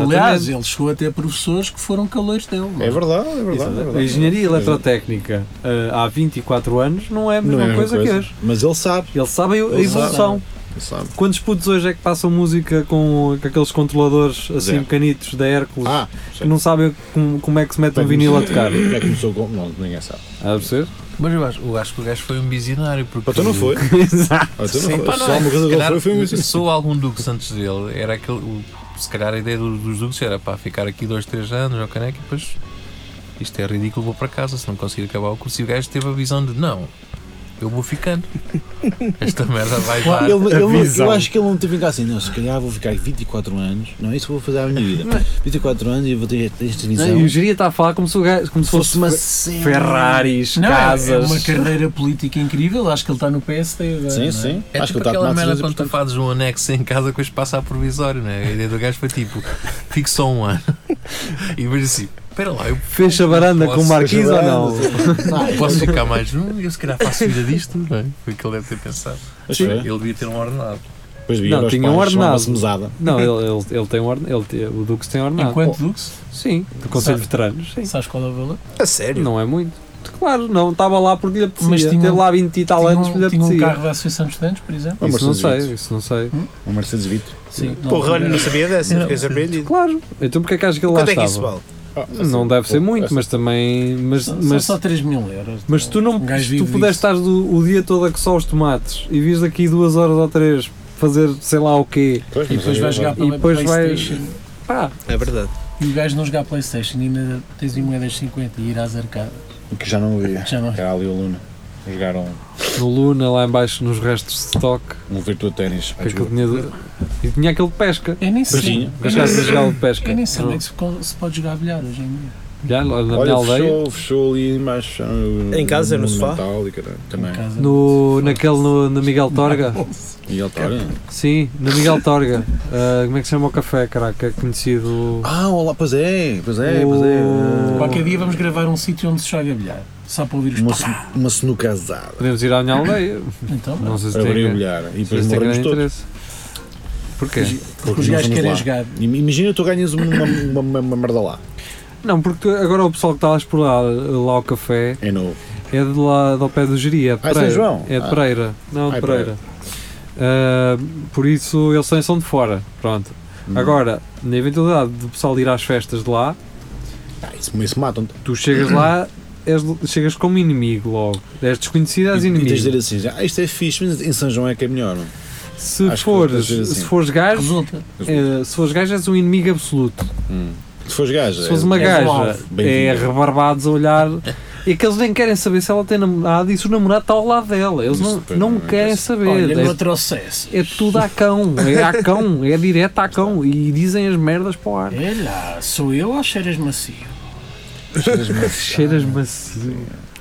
Speaker 4: é?
Speaker 5: Aliás, ele chegou a ter professores que foram calores dele. não é?
Speaker 3: É verdade, é verdade. é
Speaker 2: Exato.
Speaker 3: verdade.
Speaker 2: A engenharia eletrotécnica eh, há 24 anos não é a mesma
Speaker 3: Não é a mesma
Speaker 2: coisa,
Speaker 3: coisa.
Speaker 2: que hoje.
Speaker 3: Mas ele sabe.
Speaker 2: Ele sabe a
Speaker 3: Ele
Speaker 2: evolução.
Speaker 3: sabe?
Speaker 2: Quantos putos hoje é que passam música com, com aqueles controladores assim
Speaker 3: Zero.
Speaker 2: pequenitos da Hércules
Speaker 3: Ah,
Speaker 2: que não sabem com- como é que se mete um vinil a tocar?
Speaker 3: Como é que começou com. Não, ninguém sabe.
Speaker 2: A perceber?
Speaker 6: Mas eu acho, eu acho que o gajo foi um visionário. Porque
Speaker 3: Ou tu Então não foi? Ou
Speaker 2: Exato.
Speaker 3: Ah, tu não
Speaker 6: Sim,
Speaker 3: foi?
Speaker 6: pá, não
Speaker 3: Só
Speaker 6: é.
Speaker 3: uma coisa
Speaker 6: Se
Speaker 3: que ele
Speaker 6: calhar,
Speaker 3: foi um foi muito.
Speaker 6: Sou algum Dux antes dele. Era aquele. o- se calhar a ideia do- dos Dux era para ficar aqui dois, três anos ao caneco e depois. Isto é ridículo, vou para casa se não conseguir acabar o curso. E o gajo teve a visão de não, eu vou ficando. Esta merda vai dar.
Speaker 9: Ele- ele-
Speaker 2: visão.
Speaker 9: eu acho que ele não teve em casa assim, não, se calhar vou ficar 24 anos, não é isso que vou fazer à minha vida. 24 anos e vou ter esta- esta visão.
Speaker 2: E o Geria está a falar como se, o gajo- como se fosse uma
Speaker 9: cena.
Speaker 2: Ferraris,
Speaker 5: Não, é- é
Speaker 2: casas.
Speaker 5: uma carreira política incrível. Acho que ele está no PSD agora. não
Speaker 3: Sim,
Speaker 5: é?
Speaker 3: sim. Acho
Speaker 6: É
Speaker 3: que
Speaker 6: tipo
Speaker 3: ele tá está a
Speaker 6: aquela
Speaker 3: tomar
Speaker 6: merda
Speaker 3: decisões
Speaker 6: quando tu fazes um anexo em casa, depois passa a provisório, não é? A ideia do gajo foi tipo, fico só um ano. E depois assim, espera lá, eu
Speaker 2: Fecha a varanda
Speaker 6: Posso
Speaker 2: com marquise ou
Speaker 3: fechar
Speaker 2: não?
Speaker 6: posso ficar mais um, eu se calhar faço vida disto, não é? Foi o que ele deve ter pensado.
Speaker 3: Mas foi.
Speaker 6: Ele devia ter um ordenado.
Speaker 3: Depois vi
Speaker 2: Não,
Speaker 3: meus
Speaker 2: tinha
Speaker 3: pais,
Speaker 2: um ordenado.
Speaker 3: chamava-se mesada.
Speaker 2: Não, ele, ele, ele tem ordenado. Ele, te- o Dux tem ordenado.
Speaker 5: Enquanto Dux,
Speaker 2: Sim, do Conselho de Veteranos. Sim.
Speaker 5: sabes qual é o valor?
Speaker 4: A sério?
Speaker 2: Não é muito. Claro, não estava lá porque lhe apetecia.
Speaker 5: Mas tinha
Speaker 2: Teve
Speaker 5: um-
Speaker 2: lá 20 e tal
Speaker 5: Tinha
Speaker 2: anos
Speaker 5: um,
Speaker 2: lhe
Speaker 5: tinha um
Speaker 2: apetecia.
Speaker 5: carro da Associação de Estudantes, por exemplo?
Speaker 3: Uma
Speaker 2: Isso não
Speaker 3: Um Mercedes Vito.
Speaker 2: sei, isso não sei.
Speaker 3: Uma Mercedes Vito.
Speaker 5: Sim.
Speaker 4: Porra, olha, não
Speaker 5: não,
Speaker 4: sabia dessa, fiquei surpreendido.
Speaker 2: Claro, então porque é que acho que ele lá
Speaker 4: Quanto é que
Speaker 2: estava?
Speaker 4: isso vale?
Speaker 3: Ah,
Speaker 2: Não
Speaker 3: assim,
Speaker 2: deve ser
Speaker 3: pouco,
Speaker 2: muito,
Speaker 3: essa-
Speaker 2: mas também. Mas,
Speaker 5: são- são
Speaker 2: mas,
Speaker 5: só 3 mil euros.
Speaker 2: mas se tu não
Speaker 5: Um gajo
Speaker 2: se
Speaker 5: vive
Speaker 2: tu puderes
Speaker 5: disso.
Speaker 2: estar do- o dia todo a coçar os tomates e vires daqui duas horas ou três fazer sei lá o quê,
Speaker 3: Pois,
Speaker 5: E
Speaker 3: mas
Speaker 5: depois
Speaker 3: aí
Speaker 5: vais jogar
Speaker 3: agora-
Speaker 5: pela
Speaker 2: depois vai-
Speaker 5: PlayStation.
Speaker 2: pá,
Speaker 4: É verdade.
Speaker 5: E o gajo não jogar PlayStation e ainda tens um em moedas 50 e ir às arcadas.
Speaker 3: Que já não havia.
Speaker 5: Já não.
Speaker 3: Era ali o Luna. Jogaram
Speaker 2: no Luna, lá em baixo, nos restos de stock,
Speaker 3: um Virtua Ténis.
Speaker 2: que aquilo tinha de- e tinha aquele de pesca.
Speaker 5: Eu nem sei.
Speaker 3: Sim.
Speaker 2: Gastaste a jogar de pesca.
Speaker 5: Eu nem sei
Speaker 2: Não.
Speaker 5: onde é que se, co- se pode jogar bilhar hoje em dia.
Speaker 2: Já, lá na minha
Speaker 3: Olha,
Speaker 2: aldeia,
Speaker 3: fechou, fechou ali mais.
Speaker 4: Em casa, no sofá?
Speaker 3: Também.
Speaker 5: Em casa.
Speaker 2: no, naquele no, na Miguel Torga.
Speaker 3: E ele tá, olha,
Speaker 2: Sim, na Miguel Torga. Ah, como é que se chama o café, caraca? É Conhecido.
Speaker 9: Ah, olá, pois é, pois é, pois é.
Speaker 3: ah,
Speaker 2: O-
Speaker 5: Qualquer dia vamos gravar um sítio onde se joga bilhar. Só para ouvir os
Speaker 9: Uma,
Speaker 5: pá.
Speaker 9: snu- uma snucazada.
Speaker 2: Podemos ir à minha aldeia.
Speaker 5: Então,
Speaker 2: Não sei se tem,
Speaker 3: abriu o
Speaker 2: não
Speaker 3: bilhar. E
Speaker 2: sei
Speaker 3: depois
Speaker 2: se tem
Speaker 3: morremos
Speaker 2: grande
Speaker 3: todos.
Speaker 2: interesse. Porquê?
Speaker 5: porque
Speaker 3: nós
Speaker 5: os gajos
Speaker 3: vamos
Speaker 5: querem
Speaker 3: lá.
Speaker 5: jogar.
Speaker 3: Imagina tu ganhas uma, uma, uma, uma merda lá.
Speaker 2: Não, porque tu- agora o pessoal que está a explorar lá o café
Speaker 3: É novo.
Speaker 2: é de lá do pé do Geria, é de
Speaker 3: Ah, São
Speaker 2: Pereira.
Speaker 3: João?
Speaker 2: É de
Speaker 3: Ah.
Speaker 2: Pereira. Não, de
Speaker 3: Ah, é
Speaker 2: Pereira. Ah, por isso eles também são de fora. Pronto.
Speaker 3: Hum.
Speaker 2: Agora, na eventualidade do pessoal ir às festas de lá,
Speaker 3: Ah, isso isso matam-te.
Speaker 2: tu chegas lá, és, chegas como inimigo logo. És desconhecido, és
Speaker 3: E- E
Speaker 2: inimigo.
Speaker 3: tens de dizer assim: já, ah, isto é fixe, mas em São João é que é melhor. não?
Speaker 2: Se
Speaker 3: Acho que
Speaker 2: fores,
Speaker 3: outras vezes
Speaker 2: se
Speaker 3: sim.
Speaker 2: fores gajo,
Speaker 5: Resulta.
Speaker 2: eh, se fores gajo és um inimigo absoluto.
Speaker 3: Se fores gaja.
Speaker 2: Se fores uma
Speaker 3: é-
Speaker 5: um
Speaker 2: gaja,
Speaker 5: alvo.
Speaker 2: é
Speaker 3: Bem-vindo.
Speaker 2: rebarbados a olhar. E aqueles nem querem saber se ela tem namorado e se o namorado está ao lado dela. Eles
Speaker 3: Isso
Speaker 2: não,
Speaker 3: depois
Speaker 2: não
Speaker 3: não me
Speaker 2: querem
Speaker 3: interessa.
Speaker 2: saber.
Speaker 5: Olha,
Speaker 2: É-
Speaker 5: não trouxesse.
Speaker 2: é, tudo a cão, é a cão, é direto a cão. E dizem as merdas para o ar.
Speaker 5: É lá, sou eu ou cheiras macio? É
Speaker 2: Cheiras macio.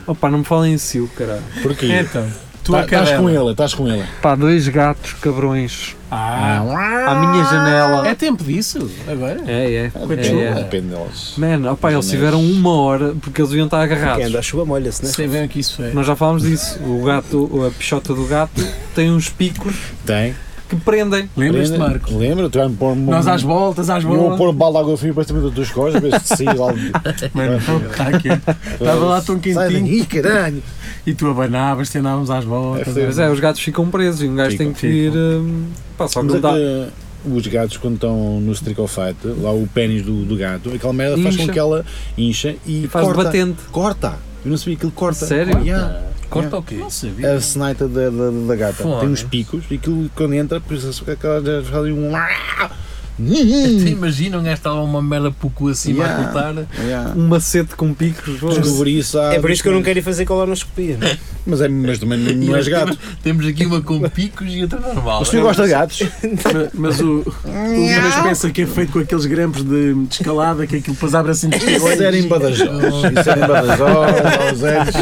Speaker 2: Opa, não me falem em si, caralho.
Speaker 3: Porque
Speaker 2: é
Speaker 5: Então, tu
Speaker 3: tá-
Speaker 5: a
Speaker 3: estás
Speaker 5: cadela.
Speaker 3: com ele, estás com ele.
Speaker 2: Pá, dois gatos cabrões
Speaker 5: Ah,
Speaker 2: à minha janela.
Speaker 5: é tempo disso, agora?
Speaker 2: É, é.
Speaker 3: Depende,
Speaker 2: é, é.
Speaker 3: depende deles.
Speaker 2: Mano, opa, eles
Speaker 3: Janelas.
Speaker 2: tiveram uma hora porque eles iam estar agarrados.
Speaker 4: Quem anda à chuva molha-se, né?
Speaker 5: Sei bem o que isso é.
Speaker 2: Nós já falámos disso. O gato, a pichota do gato, tem uns picos
Speaker 3: Tem.
Speaker 2: que prendem.
Speaker 5: Lembras-te,
Speaker 3: Lembra-
Speaker 5: Marco?
Speaker 3: Lembra? Tu vai-me pôr uma-
Speaker 5: Nós às voltas, às
Speaker 3: E eu vou
Speaker 5: bolas.
Speaker 3: pôr um balde de água fria para cima das tuas costas, para ver se sair lá.
Speaker 5: Mano, está aqui. Estava lá tão
Speaker 9: Sai daí,
Speaker 5: quentinho.
Speaker 9: caralho.
Speaker 5: E tu abanavas, te andávamos às voltas.
Speaker 3: É,
Speaker 2: Mas é, os gatos ficam presos e um gajo
Speaker 3: Ficam,
Speaker 2: tem que ir. hum, pá, só que
Speaker 3: Mas
Speaker 2: não
Speaker 3: é
Speaker 2: dá.
Speaker 3: que os gatos, quando estão no streak of fight, lá o pênis do, do gato, aquela merda faz
Speaker 2: Incha.
Speaker 3: com que ela incha e,
Speaker 2: Faz de
Speaker 3: corta.
Speaker 2: batente.
Speaker 3: Corta! Eu não sabia que ele corta. Oh,
Speaker 2: Sério?
Speaker 3: Yeah.
Speaker 6: Corta o quê?
Speaker 5: Não sabia.
Speaker 3: A senaita da, da, da gata
Speaker 6: Foda.
Speaker 3: tem uns picos e aquilo quando entra, pensa-se que aquela já faz ali um.
Speaker 6: Até imagina um gajo estava uma merda pouco acima
Speaker 3: Yeah.
Speaker 6: a cortar.
Speaker 3: Yeah.
Speaker 2: Um macete com picos.
Speaker 3: Descobriçar,
Speaker 4: É por isso que eu não quero ir fazer colonoscopia. né?
Speaker 3: Mas, é, mas também não és gato.
Speaker 6: Temos aqui uma com picos e outra normal.
Speaker 3: Mas tu gostas de gatos?
Speaker 5: Mas, mas o, o Lucas pensa que é feito com aqueles grampos de, de escalada que aquilo depois abre assim de
Speaker 3: Isso era em Badajoz. Isso era em Badajoz, aos anos.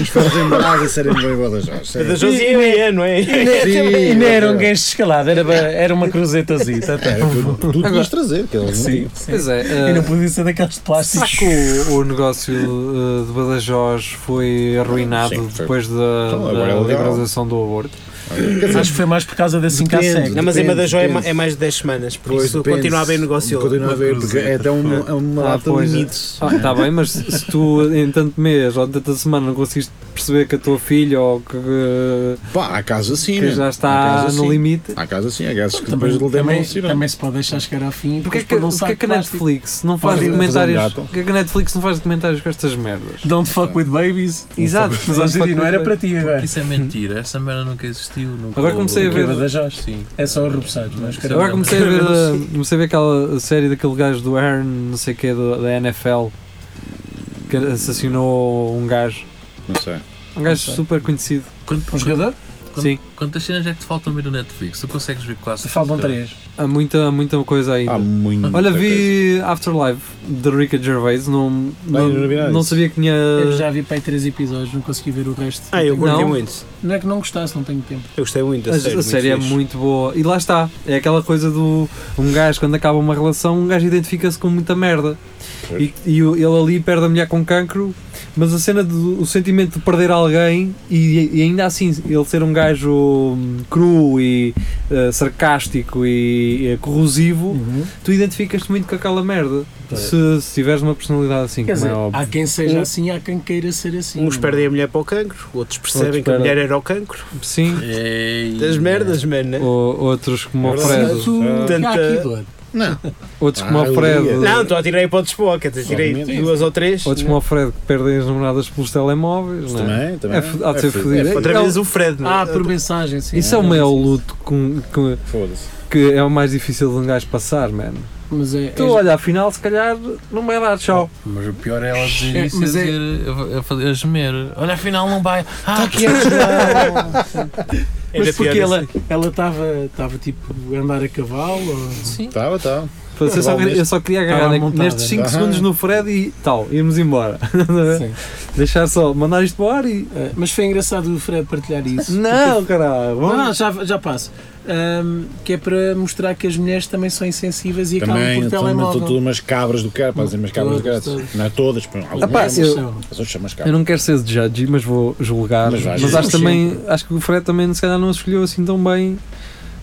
Speaker 3: Os fãs em Brás, isso era em Badajoz.
Speaker 4: É da
Speaker 3: sério.
Speaker 4: Josi e Ian, não é?
Speaker 3: Sim,
Speaker 5: E não era um
Speaker 3: ok.
Speaker 5: gancho de escalada, era, ba- era uma cruzetazita até.
Speaker 3: Era tudo, tudo podias trazer, que um- eles não tinham.
Speaker 2: Pois é.
Speaker 5: E não
Speaker 2: Uh,
Speaker 5: podia ser daqueles de plástico.
Speaker 2: será que o, o negócio uh, de Badajoz foi arruinado
Speaker 3: Sim, foi.
Speaker 2: depois da,
Speaker 3: Então, agora
Speaker 2: da
Speaker 3: é legal.
Speaker 2: liberalização do aborto?
Speaker 3: Quer dizer,
Speaker 5: Acho que foi mais por causa desse
Speaker 3: Depende.
Speaker 5: 5
Speaker 4: Não, mas em
Speaker 3: Depende,
Speaker 4: Badajoz é ma-
Speaker 3: depende.
Speaker 4: é mais de 10 semanas, por
Speaker 3: pois,
Speaker 4: isso
Speaker 3: depende.
Speaker 4: continua a haver negócio.
Speaker 3: Continua a haver, porque é até uma, é uma
Speaker 2: Ah,
Speaker 3: data
Speaker 2: pois é.
Speaker 3: limite.
Speaker 2: Está bem, mas se se tu em tanto mês ou em tanta semana não conseguiste perceber que a tua filha ou que, eh,
Speaker 3: Pá, há casos assim,
Speaker 2: que
Speaker 3: né?
Speaker 2: já está
Speaker 3: Há casos
Speaker 2: no
Speaker 3: assim.
Speaker 2: limite,
Speaker 3: Há casos assim, há casos que depois
Speaker 5: Também,
Speaker 3: lhe
Speaker 5: também,
Speaker 3: demoram-se.
Speaker 5: também se pode deixar chegar ao fim.
Speaker 2: Porquê
Speaker 5: porque
Speaker 2: é que, porquê é que a Netflix não faz
Speaker 3: Faz um
Speaker 2: documentários?
Speaker 3: gato.
Speaker 2: Porquê é que a Netflix não faz documentários com estas merdas?
Speaker 5: Don't fuck with babies.
Speaker 2: Exato.
Speaker 5: Mas hoje em dia não era para ti agora.
Speaker 6: Isso é mentira, essa merda nunca existiu. Nunca
Speaker 2: Agora comecei a
Speaker 5: Que é
Speaker 2: ver-
Speaker 5: Badajoz.
Speaker 6: Sim.
Speaker 5: É só os repousados, mas
Speaker 6: Agora
Speaker 2: Agora
Speaker 5: caramba.
Speaker 2: comecei a ver,
Speaker 3: assim.
Speaker 2: eh, comecei a ver aquela série daquele gajo do Aaron, não sei o que, da NFL, que assassinou um gajo.
Speaker 3: Não sei.
Speaker 2: Um gajo super conhecido.
Speaker 6: Quanto-
Speaker 5: Um jogador?
Speaker 6: Quando-
Speaker 2: Sim.
Speaker 6: Quantas cenas é que te faltam ver no Netflix? Tu consegues ver quase.
Speaker 5: Faltam
Speaker 6: tudo.
Speaker 5: eh, três.
Speaker 2: Há muita, há muita coisa ainda.
Speaker 3: Há muito.
Speaker 2: Olha, vi Afterlife de Rica Gervais, não, não,
Speaker 3: não vi nada
Speaker 2: não
Speaker 3: disso.
Speaker 2: sabia que tinha.
Speaker 5: Eu já vi para aí três episódios, não consegui ver o resto.
Speaker 4: Ah, eu gostei
Speaker 2: Não.
Speaker 4: muito.
Speaker 5: Não é que não gostasse, não tenho tempo.
Speaker 4: Eu gostei muito
Speaker 2: A,
Speaker 4: da série.
Speaker 2: a série é
Speaker 4: fixe.
Speaker 2: muito boa. E lá está. É aquela coisa do. Um gajo, quando acaba uma relação, um gajo identifica-se com muita merda. E, e o- ele ali perde a mulher com cancro, mas a cena do o sentimento de perder alguém e, e ainda assim ele ser um gajo hum, cru e eh, sarcástico e, eh, corrosivo,
Speaker 5: Uhum.
Speaker 2: tu identificas-te muito com aquela merda. Se, se tiveres uma personalidade assim,
Speaker 5: Quer
Speaker 2: como
Speaker 5: dizer,
Speaker 2: é óbvio.
Speaker 5: há quem seja
Speaker 4: Um-
Speaker 5: assim, há quem queira ser assim.
Speaker 4: Uns perdem Um a mulher para o cancro, outros percebem que a
Speaker 2: perdem-
Speaker 4: mulher era o cancro.
Speaker 2: Sim.
Speaker 6: Ei,
Speaker 4: Das merdas, mano. né?
Speaker 2: Ou outros
Speaker 5: É
Speaker 2: como o
Speaker 3: Agora
Speaker 2: Fred,
Speaker 3: sim.
Speaker 5: Isso,
Speaker 4: Tanta-
Speaker 5: há aqui dor.
Speaker 2: outros como
Speaker 3: Ah,
Speaker 2: o Fred,
Speaker 3: eu
Speaker 4: Não, tu atirei para outros para, quer dizer, tirei
Speaker 3: Sim.
Speaker 4: duas ou três.
Speaker 2: outros como o Fred tipo um que perdem as namoradas pelos telemóveis, não é?
Speaker 3: Também, também.
Speaker 2: É f- há de ser
Speaker 3: É f-
Speaker 2: fodido.
Speaker 3: é f-
Speaker 4: Outra vez o Fred.
Speaker 5: Ah,
Speaker 4: né?
Speaker 5: por mensagem, sim.
Speaker 2: Isso é o
Speaker 5: Ah,
Speaker 2: meu
Speaker 5: sim.
Speaker 2: luto com- com-
Speaker 3: Foda-se.
Speaker 2: que é o mais difícil de um gajo passar, mano.
Speaker 5: Mas é,
Speaker 2: Tu
Speaker 5: é-
Speaker 2: olha, afinal, se calhar não vai dar tchau.
Speaker 6: Mas o pior é ela dizer
Speaker 5: É,
Speaker 6: isso
Speaker 5: mas
Speaker 6: e
Speaker 5: é-
Speaker 6: dizer, a- a, fazer- a gemer. Olha, afinal não vai. Ah, que
Speaker 4: Ainda
Speaker 5: Mas porque
Speaker 4: pior
Speaker 5: ela ela estava estava tipo a andar a cavalo ou...
Speaker 6: Sim.
Speaker 3: Estava, estava.
Speaker 2: Pô, Eu só, eu só queria agarrar
Speaker 5: Estava
Speaker 2: ne-
Speaker 5: montada.
Speaker 2: nestes 5
Speaker 3: né? Aham.
Speaker 2: segundos no Fred e tal, irmos embora. Deixar só, mandar isto para o ar e.
Speaker 5: Ah, Mas foi engraçado o Fred partilhar isso.
Speaker 2: Não, caralho, vamos.
Speaker 5: Não, já, já passo. Ahm, que é para mostrar que as mulheres também são insensíveis e acabam
Speaker 3: Também,
Speaker 5: por
Speaker 3: também
Speaker 5: telemóvel.
Speaker 3: são todas umas cabras do cara, fazem umas cabras do cara.
Speaker 5: Todas, todas.
Speaker 3: Não é todas, mas
Speaker 2: pá,
Speaker 3: algumas.
Speaker 2: eu-
Speaker 5: São.
Speaker 3: Mas hoje chamas
Speaker 2: Eu
Speaker 3: cabras.
Speaker 2: não quero ser de judge, mas vou julgar. Mas,
Speaker 3: Mas vais.
Speaker 2: acho também acho que o Fred também se calhar não escolheu assim tão bem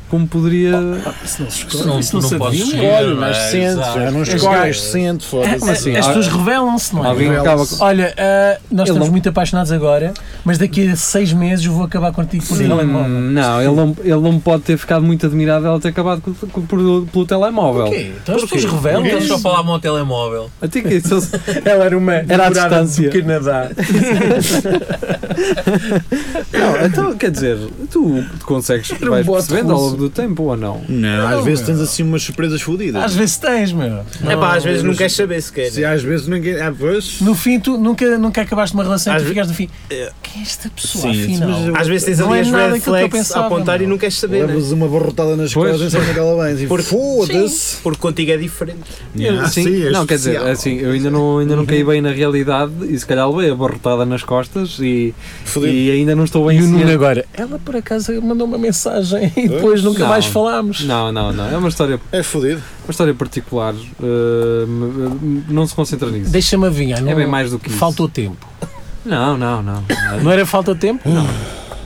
Speaker 2: como poderia.
Speaker 3: Oh,
Speaker 5: Isso não se
Speaker 6: Isso não-
Speaker 5: escolhe, isso não
Speaker 6: não
Speaker 5: se
Speaker 6: podes
Speaker 5: adivinha.
Speaker 6: escolher.
Speaker 3: Olho, mas
Speaker 6: É,
Speaker 3: sente,
Speaker 6: exato.
Speaker 3: já não
Speaker 6: Este
Speaker 3: escolhes,
Speaker 6: gajo-
Speaker 3: sente, foda-se.
Speaker 5: É, Mas
Speaker 2: assim,
Speaker 5: as
Speaker 2: há-
Speaker 5: pessoas revelam-se, não é?
Speaker 2: alguém
Speaker 3: Revelas.
Speaker 2: acaba com.
Speaker 5: Olha, ah, nós
Speaker 2: Ele
Speaker 5: estamos
Speaker 2: não-
Speaker 5: muito apaixonados agora, mas daqui a seis meses eu vou acabar contigo por telemóvel.
Speaker 2: Hum, não, ele não, ele não pode ter ficado muito admirado ela ter acabado com, com- por- pelo telemóvel.
Speaker 5: Porquê? Então as pessoas revelam.
Speaker 6: Eles só falavam ao telemóvel.
Speaker 2: Até que isso-
Speaker 5: Ela era uma
Speaker 2: Era à namorada distância. do
Speaker 5: Canadá.
Speaker 2: não, então quer dizer, tu, tu consegues
Speaker 5: um
Speaker 2: vais
Speaker 5: bote
Speaker 2: percebendo ao
Speaker 5: russo.
Speaker 2: longo do tempo ou não?
Speaker 3: Não, às vezes tens assim umas surpresas
Speaker 5: Às
Speaker 3: fodidas.
Speaker 5: vezes tens, meu.
Speaker 4: É pá, às vezes não queres saber sequer. né?
Speaker 3: Se às vezes ninguém. Ah, pois.
Speaker 5: No fim, tu nunca, nunca acabaste uma relação e
Speaker 4: Às
Speaker 5: tu
Speaker 4: ve-
Speaker 5: ficaste no fim. Quem é esta pessoa,
Speaker 3: Sim,
Speaker 5: afinal?
Speaker 3: mas eu-
Speaker 4: Às vezes tens
Speaker 5: Não
Speaker 4: ali
Speaker 5: é
Speaker 4: as
Speaker 5: nada
Speaker 4: red
Speaker 5: aquilo que eu
Speaker 4: flags a
Speaker 5: pensava,
Speaker 4: apontar
Speaker 5: não.
Speaker 4: e não queres saber, né?
Speaker 3: Levas uma barrotada nas
Speaker 2: Pois.
Speaker 3: costas, sem aquela bem. assim,
Speaker 4: Porque-
Speaker 3: Foda-se.
Speaker 4: porque contigo é diferente.
Speaker 3: Yeah,
Speaker 2: Sim,
Speaker 3: sim, é
Speaker 2: não, quer dizer,
Speaker 3: especial.
Speaker 2: assim, eu ainda não, ainda não
Speaker 5: Uhum.
Speaker 2: caí bem na realidade e se calhar levei a barrotada nas costas e,
Speaker 3: Fodido.
Speaker 2: e ainda não estou bem
Speaker 5: E o Nuno
Speaker 2: ciente.
Speaker 5: agora? Ela por acaso mandou uma mensagem e depois nunca
Speaker 2: Não.
Speaker 5: mais falámos.
Speaker 2: Não, não, não, é uma história,
Speaker 3: É fodido.
Speaker 2: uma história particular, eh, m- m- não se concentra nisso.
Speaker 5: Deixa-me adivinhar. Não...
Speaker 2: É bem mais do que isso.
Speaker 5: Faltou tempo.
Speaker 2: Não, não, não.
Speaker 5: Não era falta de tempo? Não.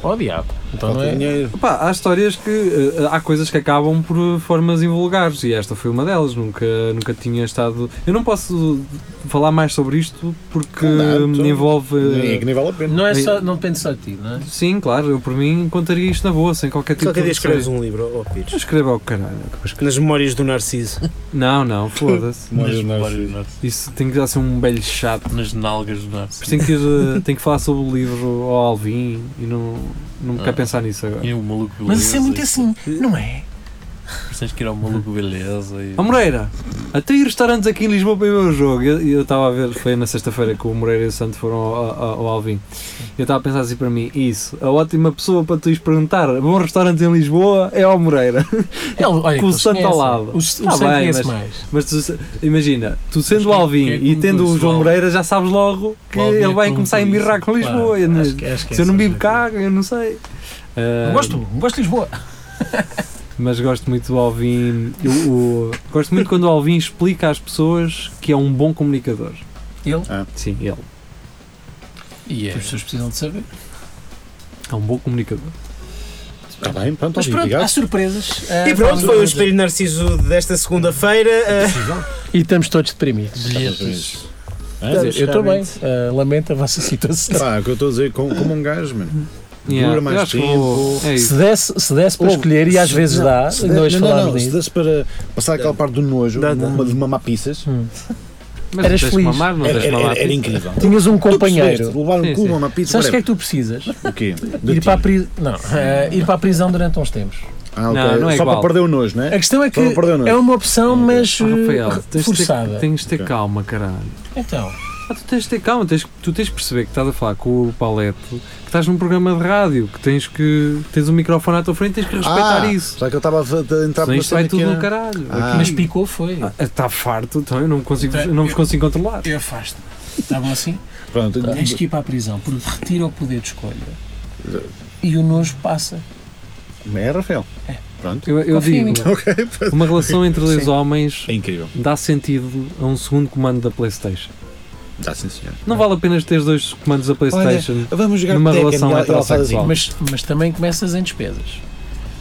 Speaker 5: Oh diabo. Então não
Speaker 3: Falta
Speaker 5: é.
Speaker 3: dinheiro.
Speaker 2: Pá, há histórias que. eh, há coisas que acabam por formas invulgares e esta foi uma delas. Nunca, nunca tinha estado. Eu não posso falar mais sobre isto porque
Speaker 3: Não dá, tu-
Speaker 2: me envolve.
Speaker 3: É que nem vale a pena.
Speaker 5: Não é só. Não depende só de ti, não é?
Speaker 2: Sim, claro, eu por mim contaria isto na boa, sem qualquer tipo
Speaker 4: Qualquer
Speaker 2: de.
Speaker 4: dia escreves
Speaker 2: receio.
Speaker 4: um livro, ó Pires.
Speaker 2: Eu escrevo ao caralho. depois-
Speaker 4: Nas memórias do Narciso.
Speaker 2: Não, não, foda-se.
Speaker 3: Mas
Speaker 6: Nas
Speaker 3: não é
Speaker 6: memórias
Speaker 3: fodido.
Speaker 6: do Narciso.
Speaker 2: Isso tem que já ser um belo chato.
Speaker 6: Nas nalgas do Narciso.
Speaker 2: Mas tem que, ir, eh, tem que falar sobre o livro ao Alvin e não, não me quero
Speaker 6: Ah.
Speaker 2: pensar nisso agora.
Speaker 6: E o maluco beleza.
Speaker 5: Mas isso é muito
Speaker 6: e
Speaker 5: assim, não é?
Speaker 6: depois Tens que ir ao maluco beleza. E...
Speaker 2: Ó Moreira, até ir restaurantes aqui em Lisboa para ver o jogo. Eu eu estava a ver, foi na sexta-feira que o Moreira e o Santo foram ao, ao- ao Alvin. Eu estava a pensar assim para mim: isso, a ótima pessoa para tu ires perguntar bom restaurante em Lisboa é ao Moreira.
Speaker 5: Ele- olha,
Speaker 2: Com o
Speaker 5: eles
Speaker 2: santo ao
Speaker 5: conhecem.
Speaker 2: lado.
Speaker 5: O, s- o
Speaker 2: Tá
Speaker 5: santo
Speaker 2: bem,
Speaker 5: conhece
Speaker 2: mas-
Speaker 5: mais.
Speaker 2: Mas tu- imagina, tu sendo o
Speaker 6: Mas quem-
Speaker 2: Alvin
Speaker 6: quem é que
Speaker 2: e tendo
Speaker 6: conduz
Speaker 2: o
Speaker 6: o
Speaker 2: João
Speaker 6: Alvin?
Speaker 2: Moreira, já sabes logo que
Speaker 6: O Alvin é
Speaker 2: ele
Speaker 6: que
Speaker 2: vai começar a
Speaker 6: conduz,
Speaker 2: embirrar com
Speaker 6: claro.
Speaker 2: Lisboa. Eu não-
Speaker 5: Acho que- acho que é
Speaker 2: se eu não
Speaker 5: essa
Speaker 2: vivo
Speaker 5: a
Speaker 2: cá, eu não sei. Ah,
Speaker 5: Eu gosto, eu gosto de Lisboa.
Speaker 2: mas gosto muito do Alvin. o- o- gosto muito quando o Alvin explica às pessoas que é um bom comunicador.
Speaker 5: Ele?
Speaker 2: Sim, ele.
Speaker 6: E é.
Speaker 5: As pessoas precisam de saber.
Speaker 2: É um bom comunicador.
Speaker 3: Está tá bem, pronto,
Speaker 5: Mas
Speaker 3: olha,
Speaker 5: pronto, há
Speaker 3: obrigado.
Speaker 5: surpresas. Ah,
Speaker 4: E pronto,
Speaker 5: vamos-
Speaker 4: foi o Espelho Narciso desta segunda-feira. Ah,
Speaker 5: E estamos todos deprimidos.
Speaker 3: É, Mas,
Speaker 5: Quer dizer, eu estou bem,
Speaker 3: realmente.
Speaker 5: ah, lamento a vossa situação.
Speaker 3: Pá, o que eu estou a dizer, como, como um gajo, mano.
Speaker 2: Yeah.
Speaker 3: Dura mais
Speaker 2: Eu acho que
Speaker 3: tempo.
Speaker 2: vou- é isso.
Speaker 5: Se desse, se desse para
Speaker 3: Ouve,
Speaker 5: escolher, e às
Speaker 3: se-
Speaker 5: vezes
Speaker 3: não,
Speaker 5: dá,
Speaker 3: se der-
Speaker 5: nós
Speaker 3: não, não,
Speaker 5: falámos
Speaker 3: não, Se
Speaker 5: disso.
Speaker 3: desse para passar aquela parte do nojo,
Speaker 4: Dá, dá.
Speaker 3: uma de mamar pizzas,
Speaker 2: Mas
Speaker 5: Eras
Speaker 2: não tens
Speaker 5: feliz.
Speaker 2: de mamar, não
Speaker 3: era,
Speaker 2: tens de
Speaker 3: era,
Speaker 2: mamar.
Speaker 3: era, era incrível.
Speaker 5: Tinhas um
Speaker 3: Tu percebeste,
Speaker 5: companheiro.
Speaker 3: Levar
Speaker 2: Sim,
Speaker 3: um cu,
Speaker 2: sim.
Speaker 3: uma pizza,
Speaker 5: Sabes o que é
Speaker 3: whatever.
Speaker 5: que tu precisas?
Speaker 3: o quê? De
Speaker 5: Ir
Speaker 3: ti.
Speaker 5: para a, pri... não, ah, ir para a prisão durante uns tempos.
Speaker 3: Ah, ok.
Speaker 2: Não, não é
Speaker 3: Só
Speaker 2: igual.
Speaker 3: para perder o nojo, não
Speaker 5: A
Speaker 3: é?
Speaker 5: questão é que
Speaker 3: Só para perder o nojo.
Speaker 5: é uma opção, mas
Speaker 2: Oh, Rafael,
Speaker 5: eh,
Speaker 2: tens de ter,
Speaker 5: forçada.
Speaker 2: tens de ter
Speaker 3: Ok.
Speaker 2: calma, caralho.
Speaker 5: Então,
Speaker 2: Ah, tu tens de ter calma, tens, tu tens de perceber que estás a falar com o Paulete, que estás num programa de rádio, que tens que tens um microfone à tua frente tens que respeitar
Speaker 3: ah,
Speaker 2: isso.
Speaker 3: Já que eu estava a a
Speaker 2: Senão
Speaker 3: entrar por
Speaker 2: isto vai tudo no
Speaker 3: aqui.
Speaker 2: caralho.
Speaker 3: Ah.
Speaker 5: mas picou, foi.
Speaker 2: Está farto, então eu não, me consigo,
Speaker 5: Então,
Speaker 2: eu não vos
Speaker 5: eu-
Speaker 2: consigo controlar.
Speaker 5: Eu afasto. Está bom assim?
Speaker 3: Pronto,
Speaker 2: é
Speaker 5: Tens que ir para a prisão, porque retira o poder de escolha. E o nojo passa.
Speaker 3: é Rafael.
Speaker 2: Eu, eu
Speaker 5: Confia em
Speaker 2: digo,
Speaker 5: mim.
Speaker 3: Ok,
Speaker 2: uma relação entre dois homens
Speaker 3: é incrível.
Speaker 2: dá sentido a um segundo comando da Playstation.
Speaker 3: Dá sim, senhor.
Speaker 2: Não vale a pena ter dois comandos da Playstation.
Speaker 3: Vamos jogar
Speaker 2: Numa
Speaker 3: Tekken,
Speaker 2: relação
Speaker 3: e ela- e ela faz
Speaker 2: heterossexual.
Speaker 5: Mas, mas também começas em despesas.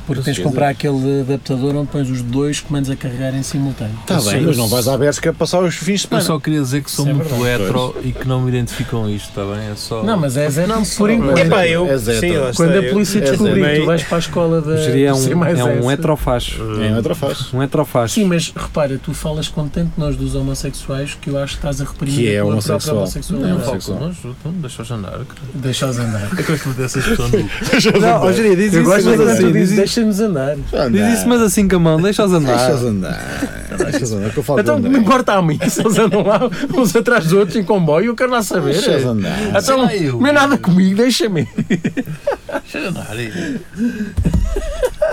Speaker 5: Porque tens de
Speaker 3: Despesas?
Speaker 5: comprar aquele adaptador onde pões os dois comandos a carregar em simultâneo.
Speaker 3: Está Tá bem, mas não vais à Bershka passar os fins de
Speaker 6: Eu
Speaker 3: semana.
Speaker 6: só queria dizer que sou
Speaker 5: Isso é
Speaker 6: muito
Speaker 5: verdade.
Speaker 6: hetero e que não me identifico com isto, está bem? É só.
Speaker 5: Não, mas é zero por
Speaker 3: Mas
Speaker 5: enquanto.
Speaker 4: epá, eu.
Speaker 3: é zero,
Speaker 4: sim,
Speaker 3: então.
Speaker 4: lá está,
Speaker 5: Quando a
Speaker 4: eu-
Speaker 5: polícia
Speaker 3: é
Speaker 5: descobrir
Speaker 3: zero.
Speaker 5: que tu vais para a escola da
Speaker 2: Eu diria é
Speaker 5: do C
Speaker 2: um,
Speaker 5: mais
Speaker 2: é um
Speaker 5: S.
Speaker 2: heterofacho.
Speaker 3: É outra faz.
Speaker 2: Um heterofacho.
Speaker 5: Sim, mas repara, tu falas com tanto nós dos homossexuais que eu acho que estás a reprimir
Speaker 3: Que é
Speaker 5: a tua própria
Speaker 3: homossexual.
Speaker 5: homossexualidade.
Speaker 3: É
Speaker 6: Não,
Speaker 3: homossexual.
Speaker 6: não, não, deixa-os andar. cara.
Speaker 5: Deixa-os andar.
Speaker 6: É que eu acho que me desse essa expressão do.
Speaker 2: Não, hoje em dia diz
Speaker 5: Eu
Speaker 2: isso, mas
Speaker 5: gosto quando tu
Speaker 2: assim,
Speaker 5: dizes,
Speaker 2: diz isso-
Speaker 5: Deixa-nos andar.
Speaker 2: diz isso, mas assim com a mão, deixa-os andar.
Speaker 3: Deixas andar. Deixas andar. É o que eu falo do
Speaker 5: Então, não
Speaker 3: André.
Speaker 5: me importa a mim, se eles andam lá uns atrás dos outros em comboio, eu quero lá saber.
Speaker 2: é.
Speaker 3: Deixas andar.
Speaker 5: Então,
Speaker 6: Sei lá, eu.
Speaker 5: não é nada comigo, deixa-me.
Speaker 6: Deixa-os andar. aí.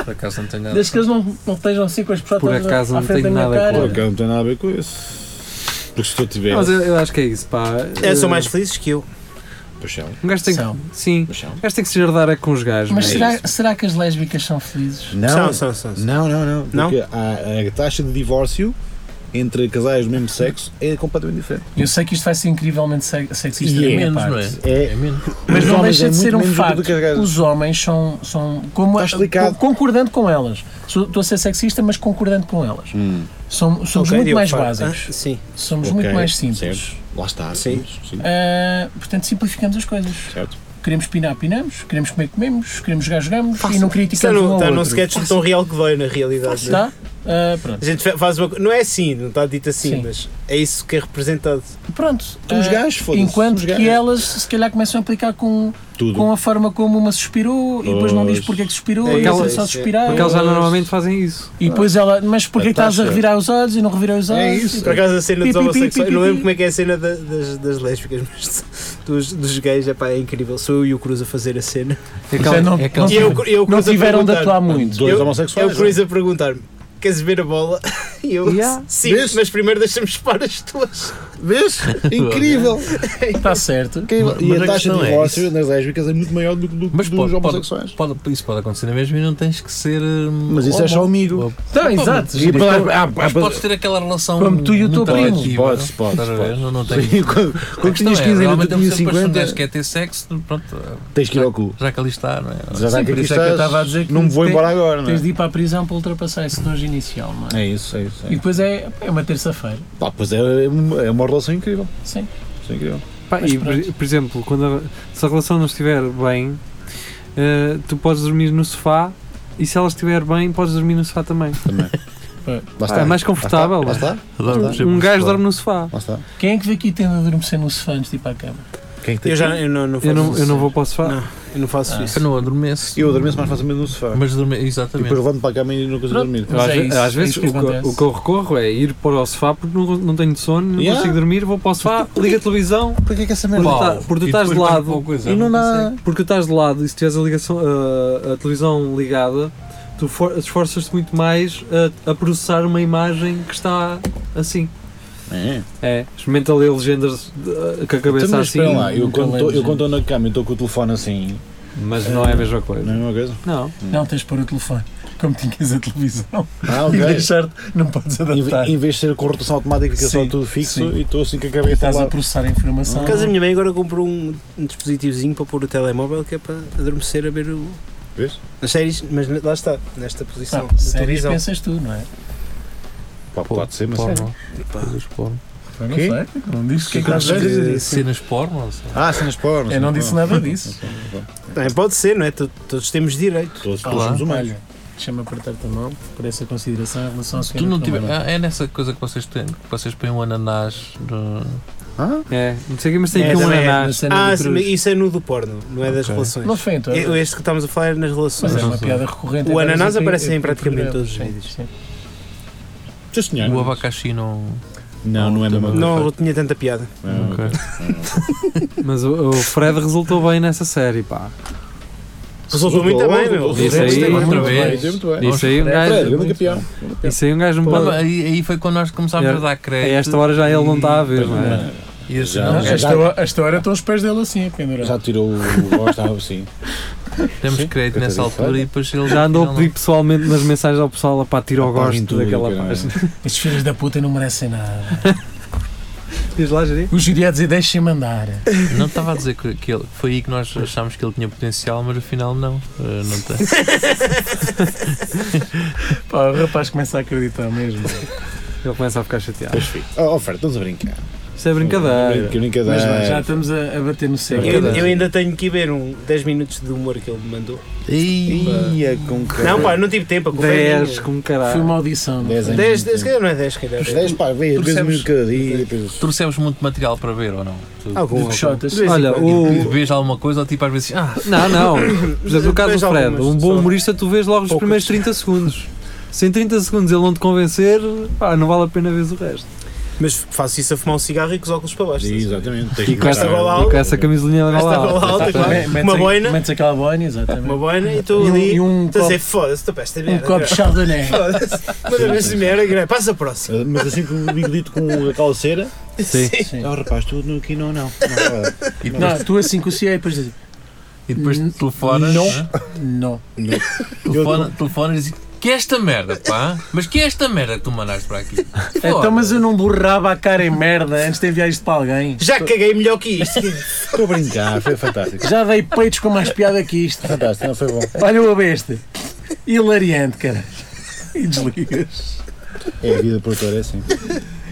Speaker 6: Por acaso não tenho nada.
Speaker 5: Desde que eles não, não estejam assim com as pessoas
Speaker 2: Por
Speaker 5: todas
Speaker 2: acaso
Speaker 5: à
Speaker 2: não
Speaker 5: frente
Speaker 2: tenho
Speaker 5: da minha
Speaker 2: nada
Speaker 5: cara.
Speaker 3: Pô, cara, não tem nada a ver com isso. Porque se tu tiver.
Speaker 2: Mas eu, eu acho que é isso, pá.
Speaker 4: É, são
Speaker 2: Eh,
Speaker 4: mais felizes que eu.
Speaker 3: Paixão.
Speaker 2: Um gajo tem que.
Speaker 5: São.
Speaker 2: Sim. Um
Speaker 3: Paixão.
Speaker 2: gajo tem que se herdar é com os gajos.
Speaker 5: Mas
Speaker 2: meu.
Speaker 5: será, será que as lésbicas são felizes?
Speaker 3: Não,
Speaker 4: São, são, são. são.
Speaker 3: não, não. não.
Speaker 4: Não?
Speaker 3: Porque a, a taxa de divórcio entre casais do mesmo sexo é completamente diferente.
Speaker 5: Eu sei que isto vai ser incrivelmente se-
Speaker 3: E
Speaker 5: sexista
Speaker 3: é
Speaker 5: na minha
Speaker 6: menos,
Speaker 5: parte.
Speaker 6: não é?
Speaker 3: É.
Speaker 6: É menos.
Speaker 5: Mas
Speaker 3: Os
Speaker 5: não
Speaker 3: homens
Speaker 5: deixa
Speaker 3: é
Speaker 5: de ser
Speaker 3: muito
Speaker 5: um
Speaker 3: menos do que
Speaker 5: facto.
Speaker 3: as gajas.
Speaker 5: Os homens são, são como
Speaker 3: Está explicado.
Speaker 5: con- concordando com elas. Sou- Estou a ser sexista, mas concordando com elas. Som- somos
Speaker 4: Ok,
Speaker 5: muito
Speaker 4: Diogo,
Speaker 5: mais
Speaker 4: fala.
Speaker 5: básicos.
Speaker 4: Ah, sim.
Speaker 5: Somos
Speaker 3: Ok,
Speaker 5: muito mais simples.
Speaker 3: certo. Lá está.
Speaker 4: Sim.
Speaker 3: simples, sim,
Speaker 5: Ah, portanto, simplificamos as coisas.
Speaker 3: Certo.
Speaker 5: Queremos pinar, pinamos. Queremos comer, comemos. Queremos jogar, jogamos. E não
Speaker 4: Está
Speaker 5: criticamos um
Speaker 4: num,
Speaker 5: ao
Speaker 4: está num
Speaker 5: outro.
Speaker 4: tá sketch tão real que veio, na realidade. né?
Speaker 5: Está? Ah, pronto.
Speaker 4: A gente fa- faz uma co- Não é assim, não está dito assim,
Speaker 5: Sim.
Speaker 4: mas é isso que é representado.
Speaker 5: Pronto.
Speaker 3: Os
Speaker 5: ah,
Speaker 3: gajos, foda-se.
Speaker 5: Enquanto
Speaker 3: os
Speaker 5: que
Speaker 3: gajos.
Speaker 5: elas, se calhar, começam a aplicar com,
Speaker 3: Tudo.
Speaker 5: com a forma como uma suspirou e depois não diz porque é que suspirou
Speaker 4: É
Speaker 5: e
Speaker 2: isso,
Speaker 5: ela
Speaker 2: é
Speaker 5: só
Speaker 4: isso, é.
Speaker 5: suspirar.
Speaker 2: Porque eles já normalmente fazem isso.
Speaker 5: E depois ela, mas porque
Speaker 3: A
Speaker 5: é que estás a
Speaker 3: taxa.
Speaker 5: revirar os olhos e não revirar os olhos?
Speaker 3: É isso.
Speaker 4: Por acaso a cena
Speaker 5: Pi, pi,
Speaker 4: dos
Speaker 5: pi,
Speaker 4: homossexuais,
Speaker 5: pi,
Speaker 4: não
Speaker 5: pi,
Speaker 4: lembro
Speaker 5: pi.
Speaker 4: como é que é a cena da- das, das lésbicas, mas dos, dos gays, epá, é incrível. Sou eu e o Cruz a fazer a cena.
Speaker 2: É aquela-
Speaker 5: Portanto, não-
Speaker 2: é aquela-
Speaker 5: não-
Speaker 4: E eu, eu
Speaker 5: Não
Speaker 4: Cruz a
Speaker 5: tiveram de
Speaker 4: perguntar-
Speaker 5: atuar muito.
Speaker 3: Dois
Speaker 4: Eu- É
Speaker 3: homossexuais. né?
Speaker 4: o Cruz a perguntar-me: queres ver a bola? E eu,
Speaker 2: Yeah.
Speaker 4: sim,
Speaker 3: Vês?
Speaker 4: mas primeiro deixa-me chupar as tuas.
Speaker 3: Vês? Incrível.
Speaker 5: Está Tá certo.
Speaker 3: Incrível.
Speaker 6: Mas
Speaker 3: E
Speaker 6: a
Speaker 3: a taxa
Speaker 6: questão
Speaker 3: de
Speaker 6: é
Speaker 3: divórcio nas lésbicas é muito maior do que do-
Speaker 6: Mas
Speaker 3: dos
Speaker 6: pode,
Speaker 3: homossexuais.
Speaker 6: pode, pode, isso pode acontecer na mesma e não tens que ser. hum,
Speaker 3: Mas isso é
Speaker 6: homo.
Speaker 3: só amigo.
Speaker 5: Então, exato.
Speaker 3: E para- ah,
Speaker 6: Mas
Speaker 3: ah,
Speaker 6: podes ter aquela relação.
Speaker 5: Como tu e o teu
Speaker 6: muito
Speaker 5: primo.
Speaker 6: afetiva,
Speaker 3: Podes, podes,
Speaker 6: estás a ver?
Speaker 3: podes.
Speaker 6: Não, é, não tens.
Speaker 3: Sim, quando quando tinhas 15 anos, tu tinhas 50,
Speaker 6: quer é ter sexo, pronto,
Speaker 3: tens que ir ao cu.
Speaker 6: já que ali está, não é?
Speaker 3: Já
Speaker 5: Sim,
Speaker 3: está aqui
Speaker 5: por
Speaker 3: que
Speaker 5: isso é que eu
Speaker 3: estás,
Speaker 5: estava a dizer que
Speaker 3: não me vou
Speaker 5: tem-
Speaker 3: embora agora, não
Speaker 5: Tens de
Speaker 3: é?
Speaker 5: ir para a prisão para ultrapassar esse nojo inicial, mano.
Speaker 3: É isso, é isso.
Speaker 5: E
Speaker 3: É.
Speaker 5: depois é, é uma terça-feira.
Speaker 3: Pá, pois é, é uma é uma relação incrível.
Speaker 5: Sim.
Speaker 3: Isso é incrível.
Speaker 2: Pá,
Speaker 5: Mas
Speaker 2: e, por,
Speaker 5: pronto.
Speaker 2: por exemplo, quando a- se a relação não estiver bem, eh, tu podes dormir no sofá e se ela estiver bem, podes dormir no sofá também.
Speaker 3: Lá
Speaker 2: é mais confortável.
Speaker 3: Lá está,
Speaker 2: Um gajo dorme no sofá.
Speaker 3: lá está.
Speaker 5: Quem é que vê aqui tendo a adormecer no sofá antes de ir para a cama?
Speaker 3: Quem é que tem
Speaker 4: Eu já eu não, não faço
Speaker 2: Eu não,
Speaker 4: isso.
Speaker 2: eu não vou para o sofá.
Speaker 4: Não. Eu não
Speaker 5: Ah,
Speaker 4: faço isso.
Speaker 6: Eu não adormeço.
Speaker 3: Eu adormeço Tipo, mais facilmente no sofá.
Speaker 6: Mas dorme,
Speaker 3: E
Speaker 6: exatamente.
Speaker 3: depois levanto para a cama e não consigo
Speaker 5: Pronto.
Speaker 3: dormir.
Speaker 2: Eu
Speaker 5: Mas
Speaker 2: às,
Speaker 5: é
Speaker 2: ve-
Speaker 5: isso,
Speaker 2: às
Speaker 5: é
Speaker 2: vezes
Speaker 5: isso que
Speaker 2: o, que,
Speaker 5: acontece.
Speaker 2: o que eu recorro é ir para o sofá porque não, não tenho sono, não
Speaker 3: Yeah. Então, é?
Speaker 2: consigo dormir, vou para o sofá, ligo a televisão,
Speaker 3: Porquê que essa
Speaker 2: porque,
Speaker 3: merda?
Speaker 2: tu
Speaker 6: Pau.
Speaker 2: tá- porque tu
Speaker 6: E
Speaker 2: estás de
Speaker 6: depois
Speaker 2: lado,
Speaker 6: põe coisa,
Speaker 3: E não dá.
Speaker 6: consegue.
Speaker 2: porque tu estás de lado e se tiveres a, ligação, a, a televisão ligada, tu for- esforças-te muito mais a, a processar uma imagem que está assim.
Speaker 3: É.
Speaker 2: É, experimenta ler legendas de- com a
Speaker 3: Então,
Speaker 2: cabeça
Speaker 3: mas
Speaker 2: assim,
Speaker 3: espera lá, eu
Speaker 5: nunca
Speaker 3: quando
Speaker 5: lembro,
Speaker 3: estou- eu
Speaker 5: gente.
Speaker 3: quando estou na cama e estou com o telefone assim,
Speaker 2: mas não é a mesma
Speaker 3: não é
Speaker 2: coisa.
Speaker 3: a mesma coisa?
Speaker 2: Não,
Speaker 5: Não, tens de pôr o telefone. Como tinhas a televisão.
Speaker 3: Ah,
Speaker 5: E
Speaker 3: ok.
Speaker 5: deixar-te, não podes
Speaker 3: Em
Speaker 5: adaptar.
Speaker 3: ve- Em vez de ser com rotação automática, que é só
Speaker 5: Sim,
Speaker 3: tudo fixo
Speaker 5: sim.
Speaker 3: e estou assim com a cabeça
Speaker 5: Estás
Speaker 3: lá.
Speaker 5: a processar a informação.
Speaker 4: Por acaso a minha mãe agora comprou um, um dispositivozinho para pôr o telemóvel que é para adormecer a ver o,
Speaker 3: Vês?
Speaker 4: Nas séries, mas lá está, nesta posição.
Speaker 5: Ah,
Speaker 4: da
Speaker 5: séries
Speaker 4: televisão.
Speaker 5: pensas tu, não é?
Speaker 3: Pá, pode ser, mas é.
Speaker 6: Porno. Coisas porno.
Speaker 5: Eu não
Speaker 3: Quê?
Speaker 5: sei, não disse o que é que
Speaker 3: Estás a
Speaker 5: vais dizer.
Speaker 3: dizer isso?
Speaker 6: Cenas porno? ou seja,
Speaker 3: Ah, cenas porno.
Speaker 5: Eu não disse nada disso.
Speaker 4: Não, pode ser, não é? To- Todos temos direito.
Speaker 3: Todos, todos
Speaker 6: Claro.
Speaker 3: somos humanos.
Speaker 5: Olha, deixa-me apertar-te a mão por essa consideração em relação ao
Speaker 6: Tu não tiver, Ah, é nessa coisa que vocês têm, que vocês põem um ananás no,
Speaker 2: É, não sei o que, mas tem
Speaker 4: É,
Speaker 2: aqui um
Speaker 4: também é,
Speaker 2: ananás.
Speaker 4: Ah, sim, isso é nu do porno, não é das
Speaker 6: Ok.
Speaker 4: relações.
Speaker 5: Ah, Não foi em todas.
Speaker 4: É, Este que estamos a falar é nas
Speaker 5: Mas
Speaker 4: relações.
Speaker 5: é uma piada recorrente.
Speaker 4: O
Speaker 5: em vários
Speaker 4: ananás
Speaker 5: outros-
Speaker 4: aparece em
Speaker 5: outros
Speaker 4: praticamente
Speaker 5: programas.
Speaker 4: todos os
Speaker 5: Sim,
Speaker 4: vídeos.
Speaker 5: sim.
Speaker 3: Sim, senhor.
Speaker 6: o abacaxi não.
Speaker 3: Não, não é a mesma coisa.
Speaker 4: Não tinha tanta piada.
Speaker 3: Não.
Speaker 6: Ok.
Speaker 2: Mas o, o Fred resultou bem nessa série, pá.
Speaker 4: Resultou muito bem, meu.
Speaker 2: Isso aí,
Speaker 6: outra
Speaker 3: bem,
Speaker 6: vez.
Speaker 3: deu muito bem.
Speaker 2: Isso aí, um
Speaker 3: Fred, é
Speaker 2: gajo,
Speaker 3: grande campeão.
Speaker 2: isso aí um gajo me
Speaker 6: Não, mas
Speaker 2: pode.
Speaker 6: aí, aí foi quando nós começámos
Speaker 2: Era-
Speaker 6: a dar
Speaker 2: A
Speaker 6: crédito.
Speaker 2: esta hora já ele não está a ver, não é?
Speaker 6: E assim,
Speaker 3: Já,
Speaker 6: não,
Speaker 5: Não,
Speaker 3: já,
Speaker 5: Ah, a
Speaker 3: já.
Speaker 5: história- A história estão os pés dele assim a pendurar.
Speaker 9: Já tirou o gosto, ah, sim.
Speaker 6: Temos
Speaker 9: Sim,
Speaker 6: crédito
Speaker 9: eu
Speaker 6: nessa
Speaker 9: te disse,
Speaker 6: altura
Speaker 9: olha.
Speaker 6: e depois ele
Speaker 2: Já andou a
Speaker 6: afinal,
Speaker 2: pedir pessoalmente nas mensagens ao pessoal, pá, tira o
Speaker 9: Apaguem
Speaker 2: gosto
Speaker 9: tudo,
Speaker 2: daquela assim.
Speaker 9: caralho.
Speaker 2: página.
Speaker 5: Estes filhos da puta não merecem nada.
Speaker 2: Diz lá, Jari.
Speaker 5: Os judiados e deixem-me andar.
Speaker 6: Não estava a dizer que, que ele, foi aí que nós achámos que ele tinha potencial, mas afinal não. Eh, não tem.
Speaker 5: Pá, o rapaz começa a acreditar mesmo.
Speaker 2: Ele começa a ficar chateado.
Speaker 3: Oh, oh, Fred, estamos a brincar.
Speaker 2: Isto é brincadeira.
Speaker 3: Que
Speaker 5: Mas bem, já
Speaker 3: brincadeira.
Speaker 5: estamos a, a bater no céu.
Speaker 4: Eu, eu ainda tenho que ir ver um 10 minutos de humor que ele me mandou.
Speaker 3: Ia com um.
Speaker 4: Não, pá, não tive tempo. a culpa é
Speaker 2: 10, como
Speaker 5: Foi
Speaker 2: caralho.
Speaker 5: uma audição. não
Speaker 3: Dez
Speaker 5: foi?
Speaker 3: em-
Speaker 4: 10, se calhar não é 10, se calhar.
Speaker 3: Os 10, pá, vês, vês um
Speaker 6: Percebes?
Speaker 3: minuto cada dia e depois.
Speaker 6: Trouxemos muito material para ver ou não? Tu,
Speaker 4: Algum, algum.
Speaker 5: Xotas.
Speaker 4: De vez em
Speaker 2: Olha,
Speaker 4: quando.
Speaker 2: o.
Speaker 6: Vês alguma coisa ou tipo às vezes. Ah,
Speaker 2: Não, não. Por exemplo, no caso
Speaker 4: Vejo
Speaker 2: do Fred,
Speaker 4: algumas,
Speaker 2: um bom
Speaker 4: só.
Speaker 2: humorista tu vês logo nos
Speaker 4: Poucas.
Speaker 2: primeiros 30 segundos. Se em 30 segundos ele não te convencer, pá, não vale a pena ver o resto.
Speaker 4: Mas faço isso a fumar um cigarro e com os óculos para baixo.
Speaker 3: Sim, Exatamente. tens
Speaker 2: E
Speaker 3: que
Speaker 2: com esta,
Speaker 3: gostar.
Speaker 4: gola
Speaker 2: e com essa camisolinha
Speaker 4: Esta
Speaker 2: lá.
Speaker 4: gola alta, claro.
Speaker 5: Metes
Speaker 4: Uma
Speaker 5: a-
Speaker 4: boina.
Speaker 5: Metes aquela boina, exatamente.
Speaker 4: Uma boina e
Speaker 5: E
Speaker 4: estou
Speaker 5: um-
Speaker 4: ali.
Speaker 5: e um
Speaker 4: Estás a dizer,
Speaker 5: copo,
Speaker 4: foda-se, estou para esta
Speaker 5: um
Speaker 4: merda.
Speaker 5: copo de chardonnay.
Speaker 4: Foda-se. Manda ver se merda, caralho. passa a próxima.
Speaker 3: Ah, Mas assim com o bigodito com a calceira.
Speaker 2: Sim.
Speaker 5: Sim.
Speaker 9: Ah, rapaz, tu no aqui não, não.
Speaker 3: é
Speaker 9: não.
Speaker 6: e depois,
Speaker 5: Não, tu assim cocia e depois dizes,
Speaker 6: e depois
Speaker 5: Não.
Speaker 6: telefonas.
Speaker 5: Não.
Speaker 6: né?
Speaker 5: não.
Speaker 6: Telefona, telefona e diz. Que é esta merda, pá? Mas que é esta merda que tu mandaste para aqui?
Speaker 5: Então, mas eu não borrava a cara em merda antes de enviar isto para alguém.
Speaker 4: Já caguei melhor que isto.
Speaker 3: Estou a brincar, foi fantástico.
Speaker 5: Já dei peitos com mais piada que isto.
Speaker 3: Fantástico, não foi bom.
Speaker 5: Olha o besta. Hilariante, caralho. E desligas.
Speaker 3: É a vida por é assim.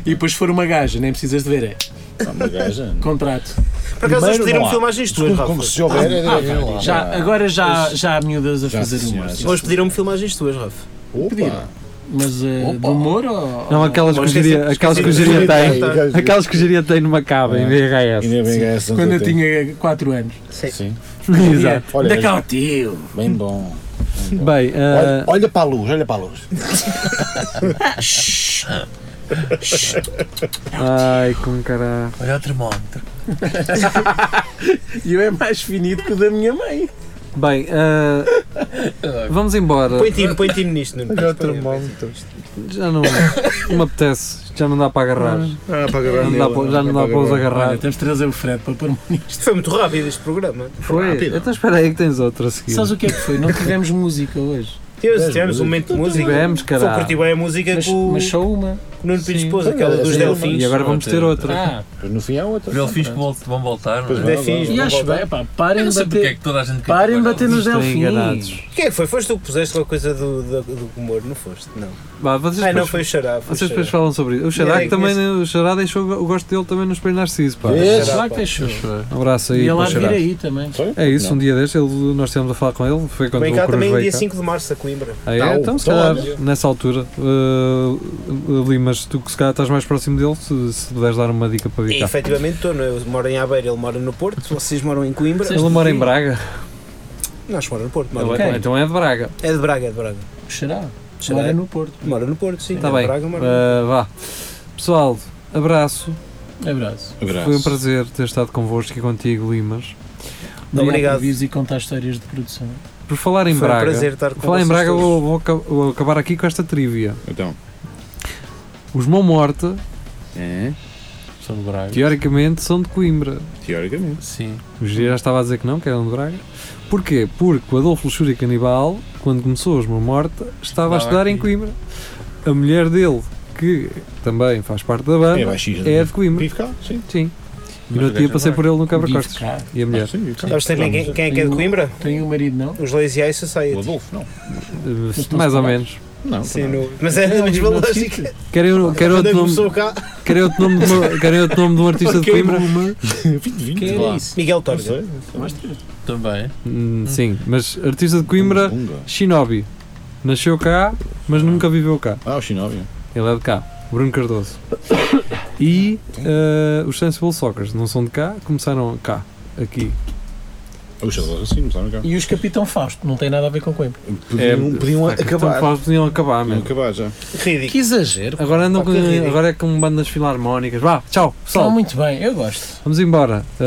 Speaker 5: E depois se for uma gaja, nem precisas de ver, é.
Speaker 3: Pá, Uma gaja.
Speaker 5: Contrato.
Speaker 4: Por acaso
Speaker 3: Primeiro,
Speaker 4: eles
Speaker 3: não
Speaker 4: pediram
Speaker 3: há.
Speaker 4: filmagens tuas,
Speaker 3: Como, como
Speaker 4: Rafa.
Speaker 3: se houver, é direto.
Speaker 5: Já, agora já, já há miúdas a
Speaker 3: Já,
Speaker 5: fazer
Speaker 3: sim,
Speaker 5: humor.
Speaker 3: senhora.
Speaker 5: sim.
Speaker 4: Hoje pediram-me filmagens tuas, Rafa.
Speaker 3: Opa.
Speaker 5: pediram. Mas eh, de humor ou.
Speaker 2: Não aquelas que o
Speaker 4: Mas esqueci-
Speaker 2: Jiria- aquelas que o
Speaker 4: esqueci de
Speaker 2: Jiria tem.
Speaker 4: perguntar.
Speaker 2: Aquelas que o Jiria tem numa caba em VHS.
Speaker 3: Ainda bem que é essa
Speaker 5: Quando eu
Speaker 3: tem.
Speaker 5: tinha 4 anos.
Speaker 3: Sim,
Speaker 2: Exato.
Speaker 3: Olha,
Speaker 5: Olha, cá o tio.
Speaker 3: bem bom.
Speaker 2: Bem,
Speaker 3: Olha,
Speaker 2: ah,
Speaker 3: olha para a luz, olha para a luz.
Speaker 2: ai, como caralho.
Speaker 6: Olha o termómetro.
Speaker 5: E eu é mais finito que o da minha mãe.
Speaker 2: Bem, ah, vamos embora.
Speaker 4: Põe-te põe nisto, Nuno.
Speaker 3: Olha o termómetro.
Speaker 2: Já não, não me apetece, já não dá para agarrar.
Speaker 3: Ah, para agarrar
Speaker 2: Já não dá para, já não dá para os agarrar.
Speaker 5: Olha, temos de trazer o Fred para pôr nisto.
Speaker 4: Foi muito rápido este programa.
Speaker 2: Foi, então espera aí que tens outra a seguir.
Speaker 5: Sabes o que é que foi? Não tivemos música hoje.
Speaker 4: Tivemos, tivemos um momento de música.
Speaker 2: Tivemos,
Speaker 4: Só
Speaker 2: caralho.
Speaker 4: curti bem a música
Speaker 5: Mas,
Speaker 4: que o
Speaker 5: mas só uma.
Speaker 4: Nuno Pires
Speaker 2: Sim.
Speaker 4: pôs, aquela dos
Speaker 3: Sim.
Speaker 4: Delfins.
Speaker 2: E agora vamos ter outra.
Speaker 5: Ah,
Speaker 3: No fim há outra.
Speaker 6: Os delfins que vol- vão voltar, não é?
Speaker 4: Delfins,
Speaker 5: e
Speaker 4: vão
Speaker 5: acho
Speaker 4: voltar.
Speaker 5: bem, pá,
Speaker 6: Eu
Speaker 5: parem
Speaker 6: não
Speaker 5: de
Speaker 6: sei porque é
Speaker 5: bater.
Speaker 6: que toda a gente
Speaker 5: Parem de bater nos
Speaker 2: Estão enganados.
Speaker 5: delfins.
Speaker 4: O que é que foi? Foste tu que puseste uma coisa do, do, do humor, não foste? Não.
Speaker 2: Vá, vocês
Speaker 4: Ah, não,
Speaker 2: depois,
Speaker 4: foi o Xará. Foi o
Speaker 2: vocês depois
Speaker 4: Xará.
Speaker 2: falam sobre isso. O Xará,
Speaker 4: É,
Speaker 2: que também,
Speaker 4: conheço.
Speaker 2: o Xará deixou o gosto dele também no Espelho Narciso. Pá.
Speaker 3: Vês?
Speaker 5: Claro que deixou.
Speaker 2: Um abraço aí
Speaker 5: E
Speaker 2: para
Speaker 5: ela
Speaker 2: o
Speaker 5: vir
Speaker 2: Xará.
Speaker 5: aí também.
Speaker 2: É isso, um dia deste ele- nós estivemos a falar com ele, foi quando
Speaker 4: Vem
Speaker 2: o
Speaker 4: cá
Speaker 2: Cruz
Speaker 4: também um
Speaker 2: veio
Speaker 4: dia assim,
Speaker 2: cá.
Speaker 4: 5 de março a Coimbra.
Speaker 2: Ah, é?
Speaker 3: Tá,
Speaker 2: então, se
Speaker 3: então,
Speaker 2: calhar,
Speaker 3: olha.
Speaker 2: nessa altura, eh, ali, mas tu que se calhar estás mais próximo dele, se, se puderes dar uma dica para vir
Speaker 4: E
Speaker 2: cá.
Speaker 4: efetivamente estou, não é? Eu moro em Aveiro, ele mora no Porto, vocês moram em Coimbra.
Speaker 2: Ele mora em Braga.
Speaker 4: Nós moramos no Porto, mora
Speaker 2: Ele é-
Speaker 5: quem?
Speaker 2: Então é de Braga.
Speaker 4: É de Braga, é de Braga.
Speaker 5: Xará.
Speaker 4: Xará.
Speaker 5: Agora é no Porto.
Speaker 4: Mora no Porto, sim.
Speaker 2: Está
Speaker 4: é de
Speaker 2: bem.
Speaker 4: Braga, mora.
Speaker 2: Ah, vá. Pessoal, abraço.
Speaker 5: Abraço.
Speaker 2: Foi um prazer ter estado convosco e contigo, Limas.
Speaker 4: Obrigado.
Speaker 5: por vires e contar histórias de produção.
Speaker 2: Por falar em
Speaker 4: Foi um
Speaker 2: Braga.
Speaker 4: prazer estar com
Speaker 2: por falar em
Speaker 4: vocês
Speaker 2: Braga,
Speaker 4: todos.
Speaker 2: vou, vou aca- vou acabar aqui com esta trivia.
Speaker 3: Então.
Speaker 2: Os Mão Morta,
Speaker 3: É,
Speaker 6: São de Braga.
Speaker 2: teoricamente, são de Coimbra.
Speaker 3: teoricamente.
Speaker 6: Sim.
Speaker 2: O Giro já estava a dizer que não, que eram de Braga. Porquê? Porque o Adolfo Luxúria Canibal, quando começou os Mão Morta, estava a
Speaker 6: Estava
Speaker 2: estudar em
Speaker 6: aqui.
Speaker 2: Coimbra. A mulher dele, que também faz parte da
Speaker 3: É
Speaker 2: banda,
Speaker 3: baixista.
Speaker 2: é de Coimbra.
Speaker 3: Pivo cá, sim.
Speaker 2: Sim. E no outro
Speaker 6: é
Speaker 2: dia passei por ele no quebra-costas. E a mulher.
Speaker 3: Sim, claro.
Speaker 4: Sabes também quem, quem é que é de Coimbra?
Speaker 5: Tem um marido, não?
Speaker 4: Os Lazy Eye
Speaker 2: é
Speaker 3: O
Speaker 4: Society.
Speaker 3: Adolfo, não.
Speaker 2: eh, Mais ou menos.
Speaker 3: Não,
Speaker 4: Sim, no- mas é da mesma lógica.
Speaker 2: Querem, querem,
Speaker 4: Quando
Speaker 2: outro nome,
Speaker 4: começou cá,
Speaker 2: querem, outro nome de uma- querem outro nome de um artista de Coimbra?
Speaker 5: Quem
Speaker 3: é
Speaker 5: era isso?
Speaker 4: Miguel Torga.
Speaker 6: Também.
Speaker 2: Hum, Sim, mas artista de Coimbra,
Speaker 3: Bunga.
Speaker 2: Shinobi. Nasceu cá, mas nunca viveu cá.
Speaker 3: Ah, o Shinobi.
Speaker 2: Ele é de cá. Bruno Cardoso. E eh, os Sensible Soccer não são de cá, começaram cá, aqui.
Speaker 3: Os Shadows assim, começaram cá.
Speaker 5: E os Capitão Fausto, não tem nada a ver com Coimbra.
Speaker 3: Podiam, podiam
Speaker 2: Ah, Capitão
Speaker 3: acabar.
Speaker 2: Fausto podiam acabar,
Speaker 3: Podiam
Speaker 2: mesmo.
Speaker 3: acabar já.
Speaker 4: Ridículo.
Speaker 5: Que exagero.
Speaker 2: Agora andam com,
Speaker 4: Pá, que ridículo.
Speaker 2: agora é com bandas filarmónicas. Vá, tchau,
Speaker 5: Só
Speaker 2: pessoal.
Speaker 5: muito bem, eu gosto.
Speaker 2: Vamos embora. Uh,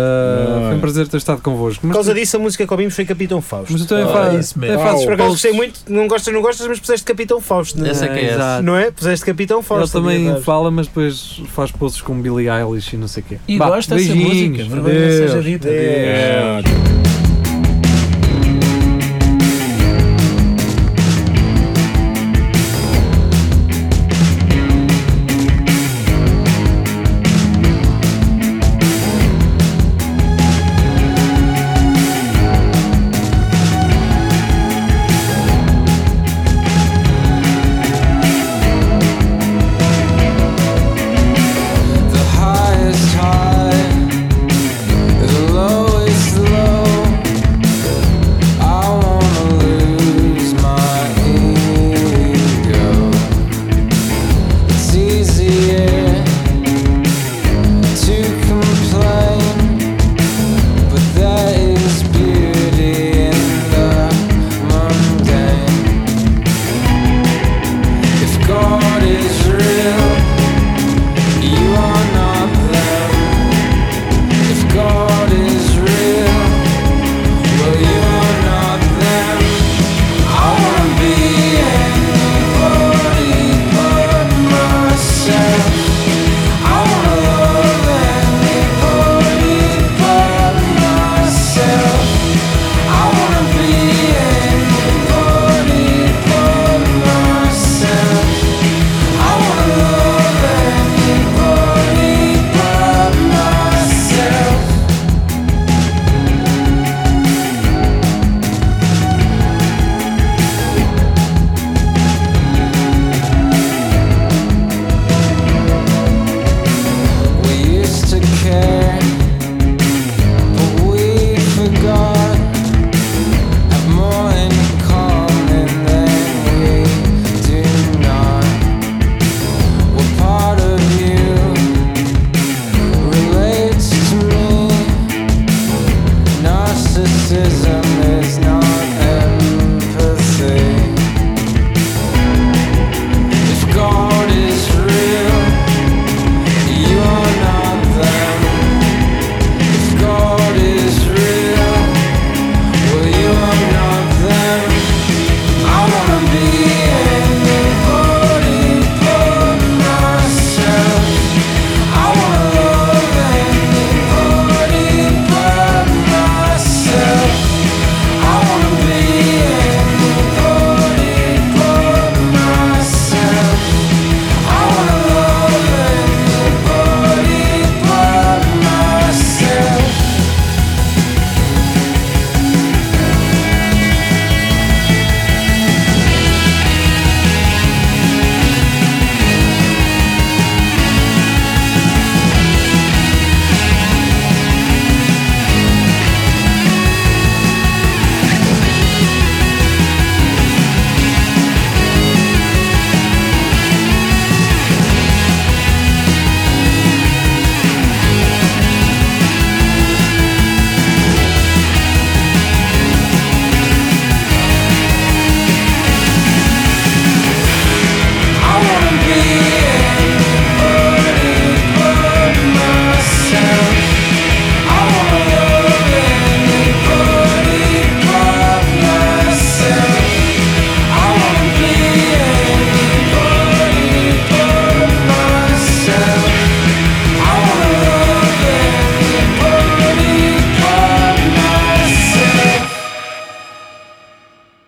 Speaker 3: Não.
Speaker 2: foi
Speaker 6: é.
Speaker 2: um prazer ter estado convosco.
Speaker 4: Por
Speaker 2: Mas,
Speaker 4: causa disso, a música que ouvimos foi Capitão Fausto.
Speaker 2: mas tu também
Speaker 6: Ah,
Speaker 2: fazes.
Speaker 6: isso mesmo.
Speaker 2: também fazes
Speaker 4: Por acaso
Speaker 2: posts.
Speaker 4: gostei muito, não gostas, não gostas, mas puseste Capitão Fausto, não é?
Speaker 6: Essa é que é essa.
Speaker 2: Exato.
Speaker 4: Não é? Puseste Capitão Fausto.
Speaker 2: Ele também
Speaker 4: na verdade.
Speaker 2: fala, mas depois faz posts com Billie Eilish e não sei o quê.
Speaker 5: E
Speaker 2: Vá,
Speaker 5: gosto dessa
Speaker 2: beijinhos.
Speaker 5: música, vergonha
Speaker 2: Adeus.
Speaker 5: seja dita.
Speaker 3: É.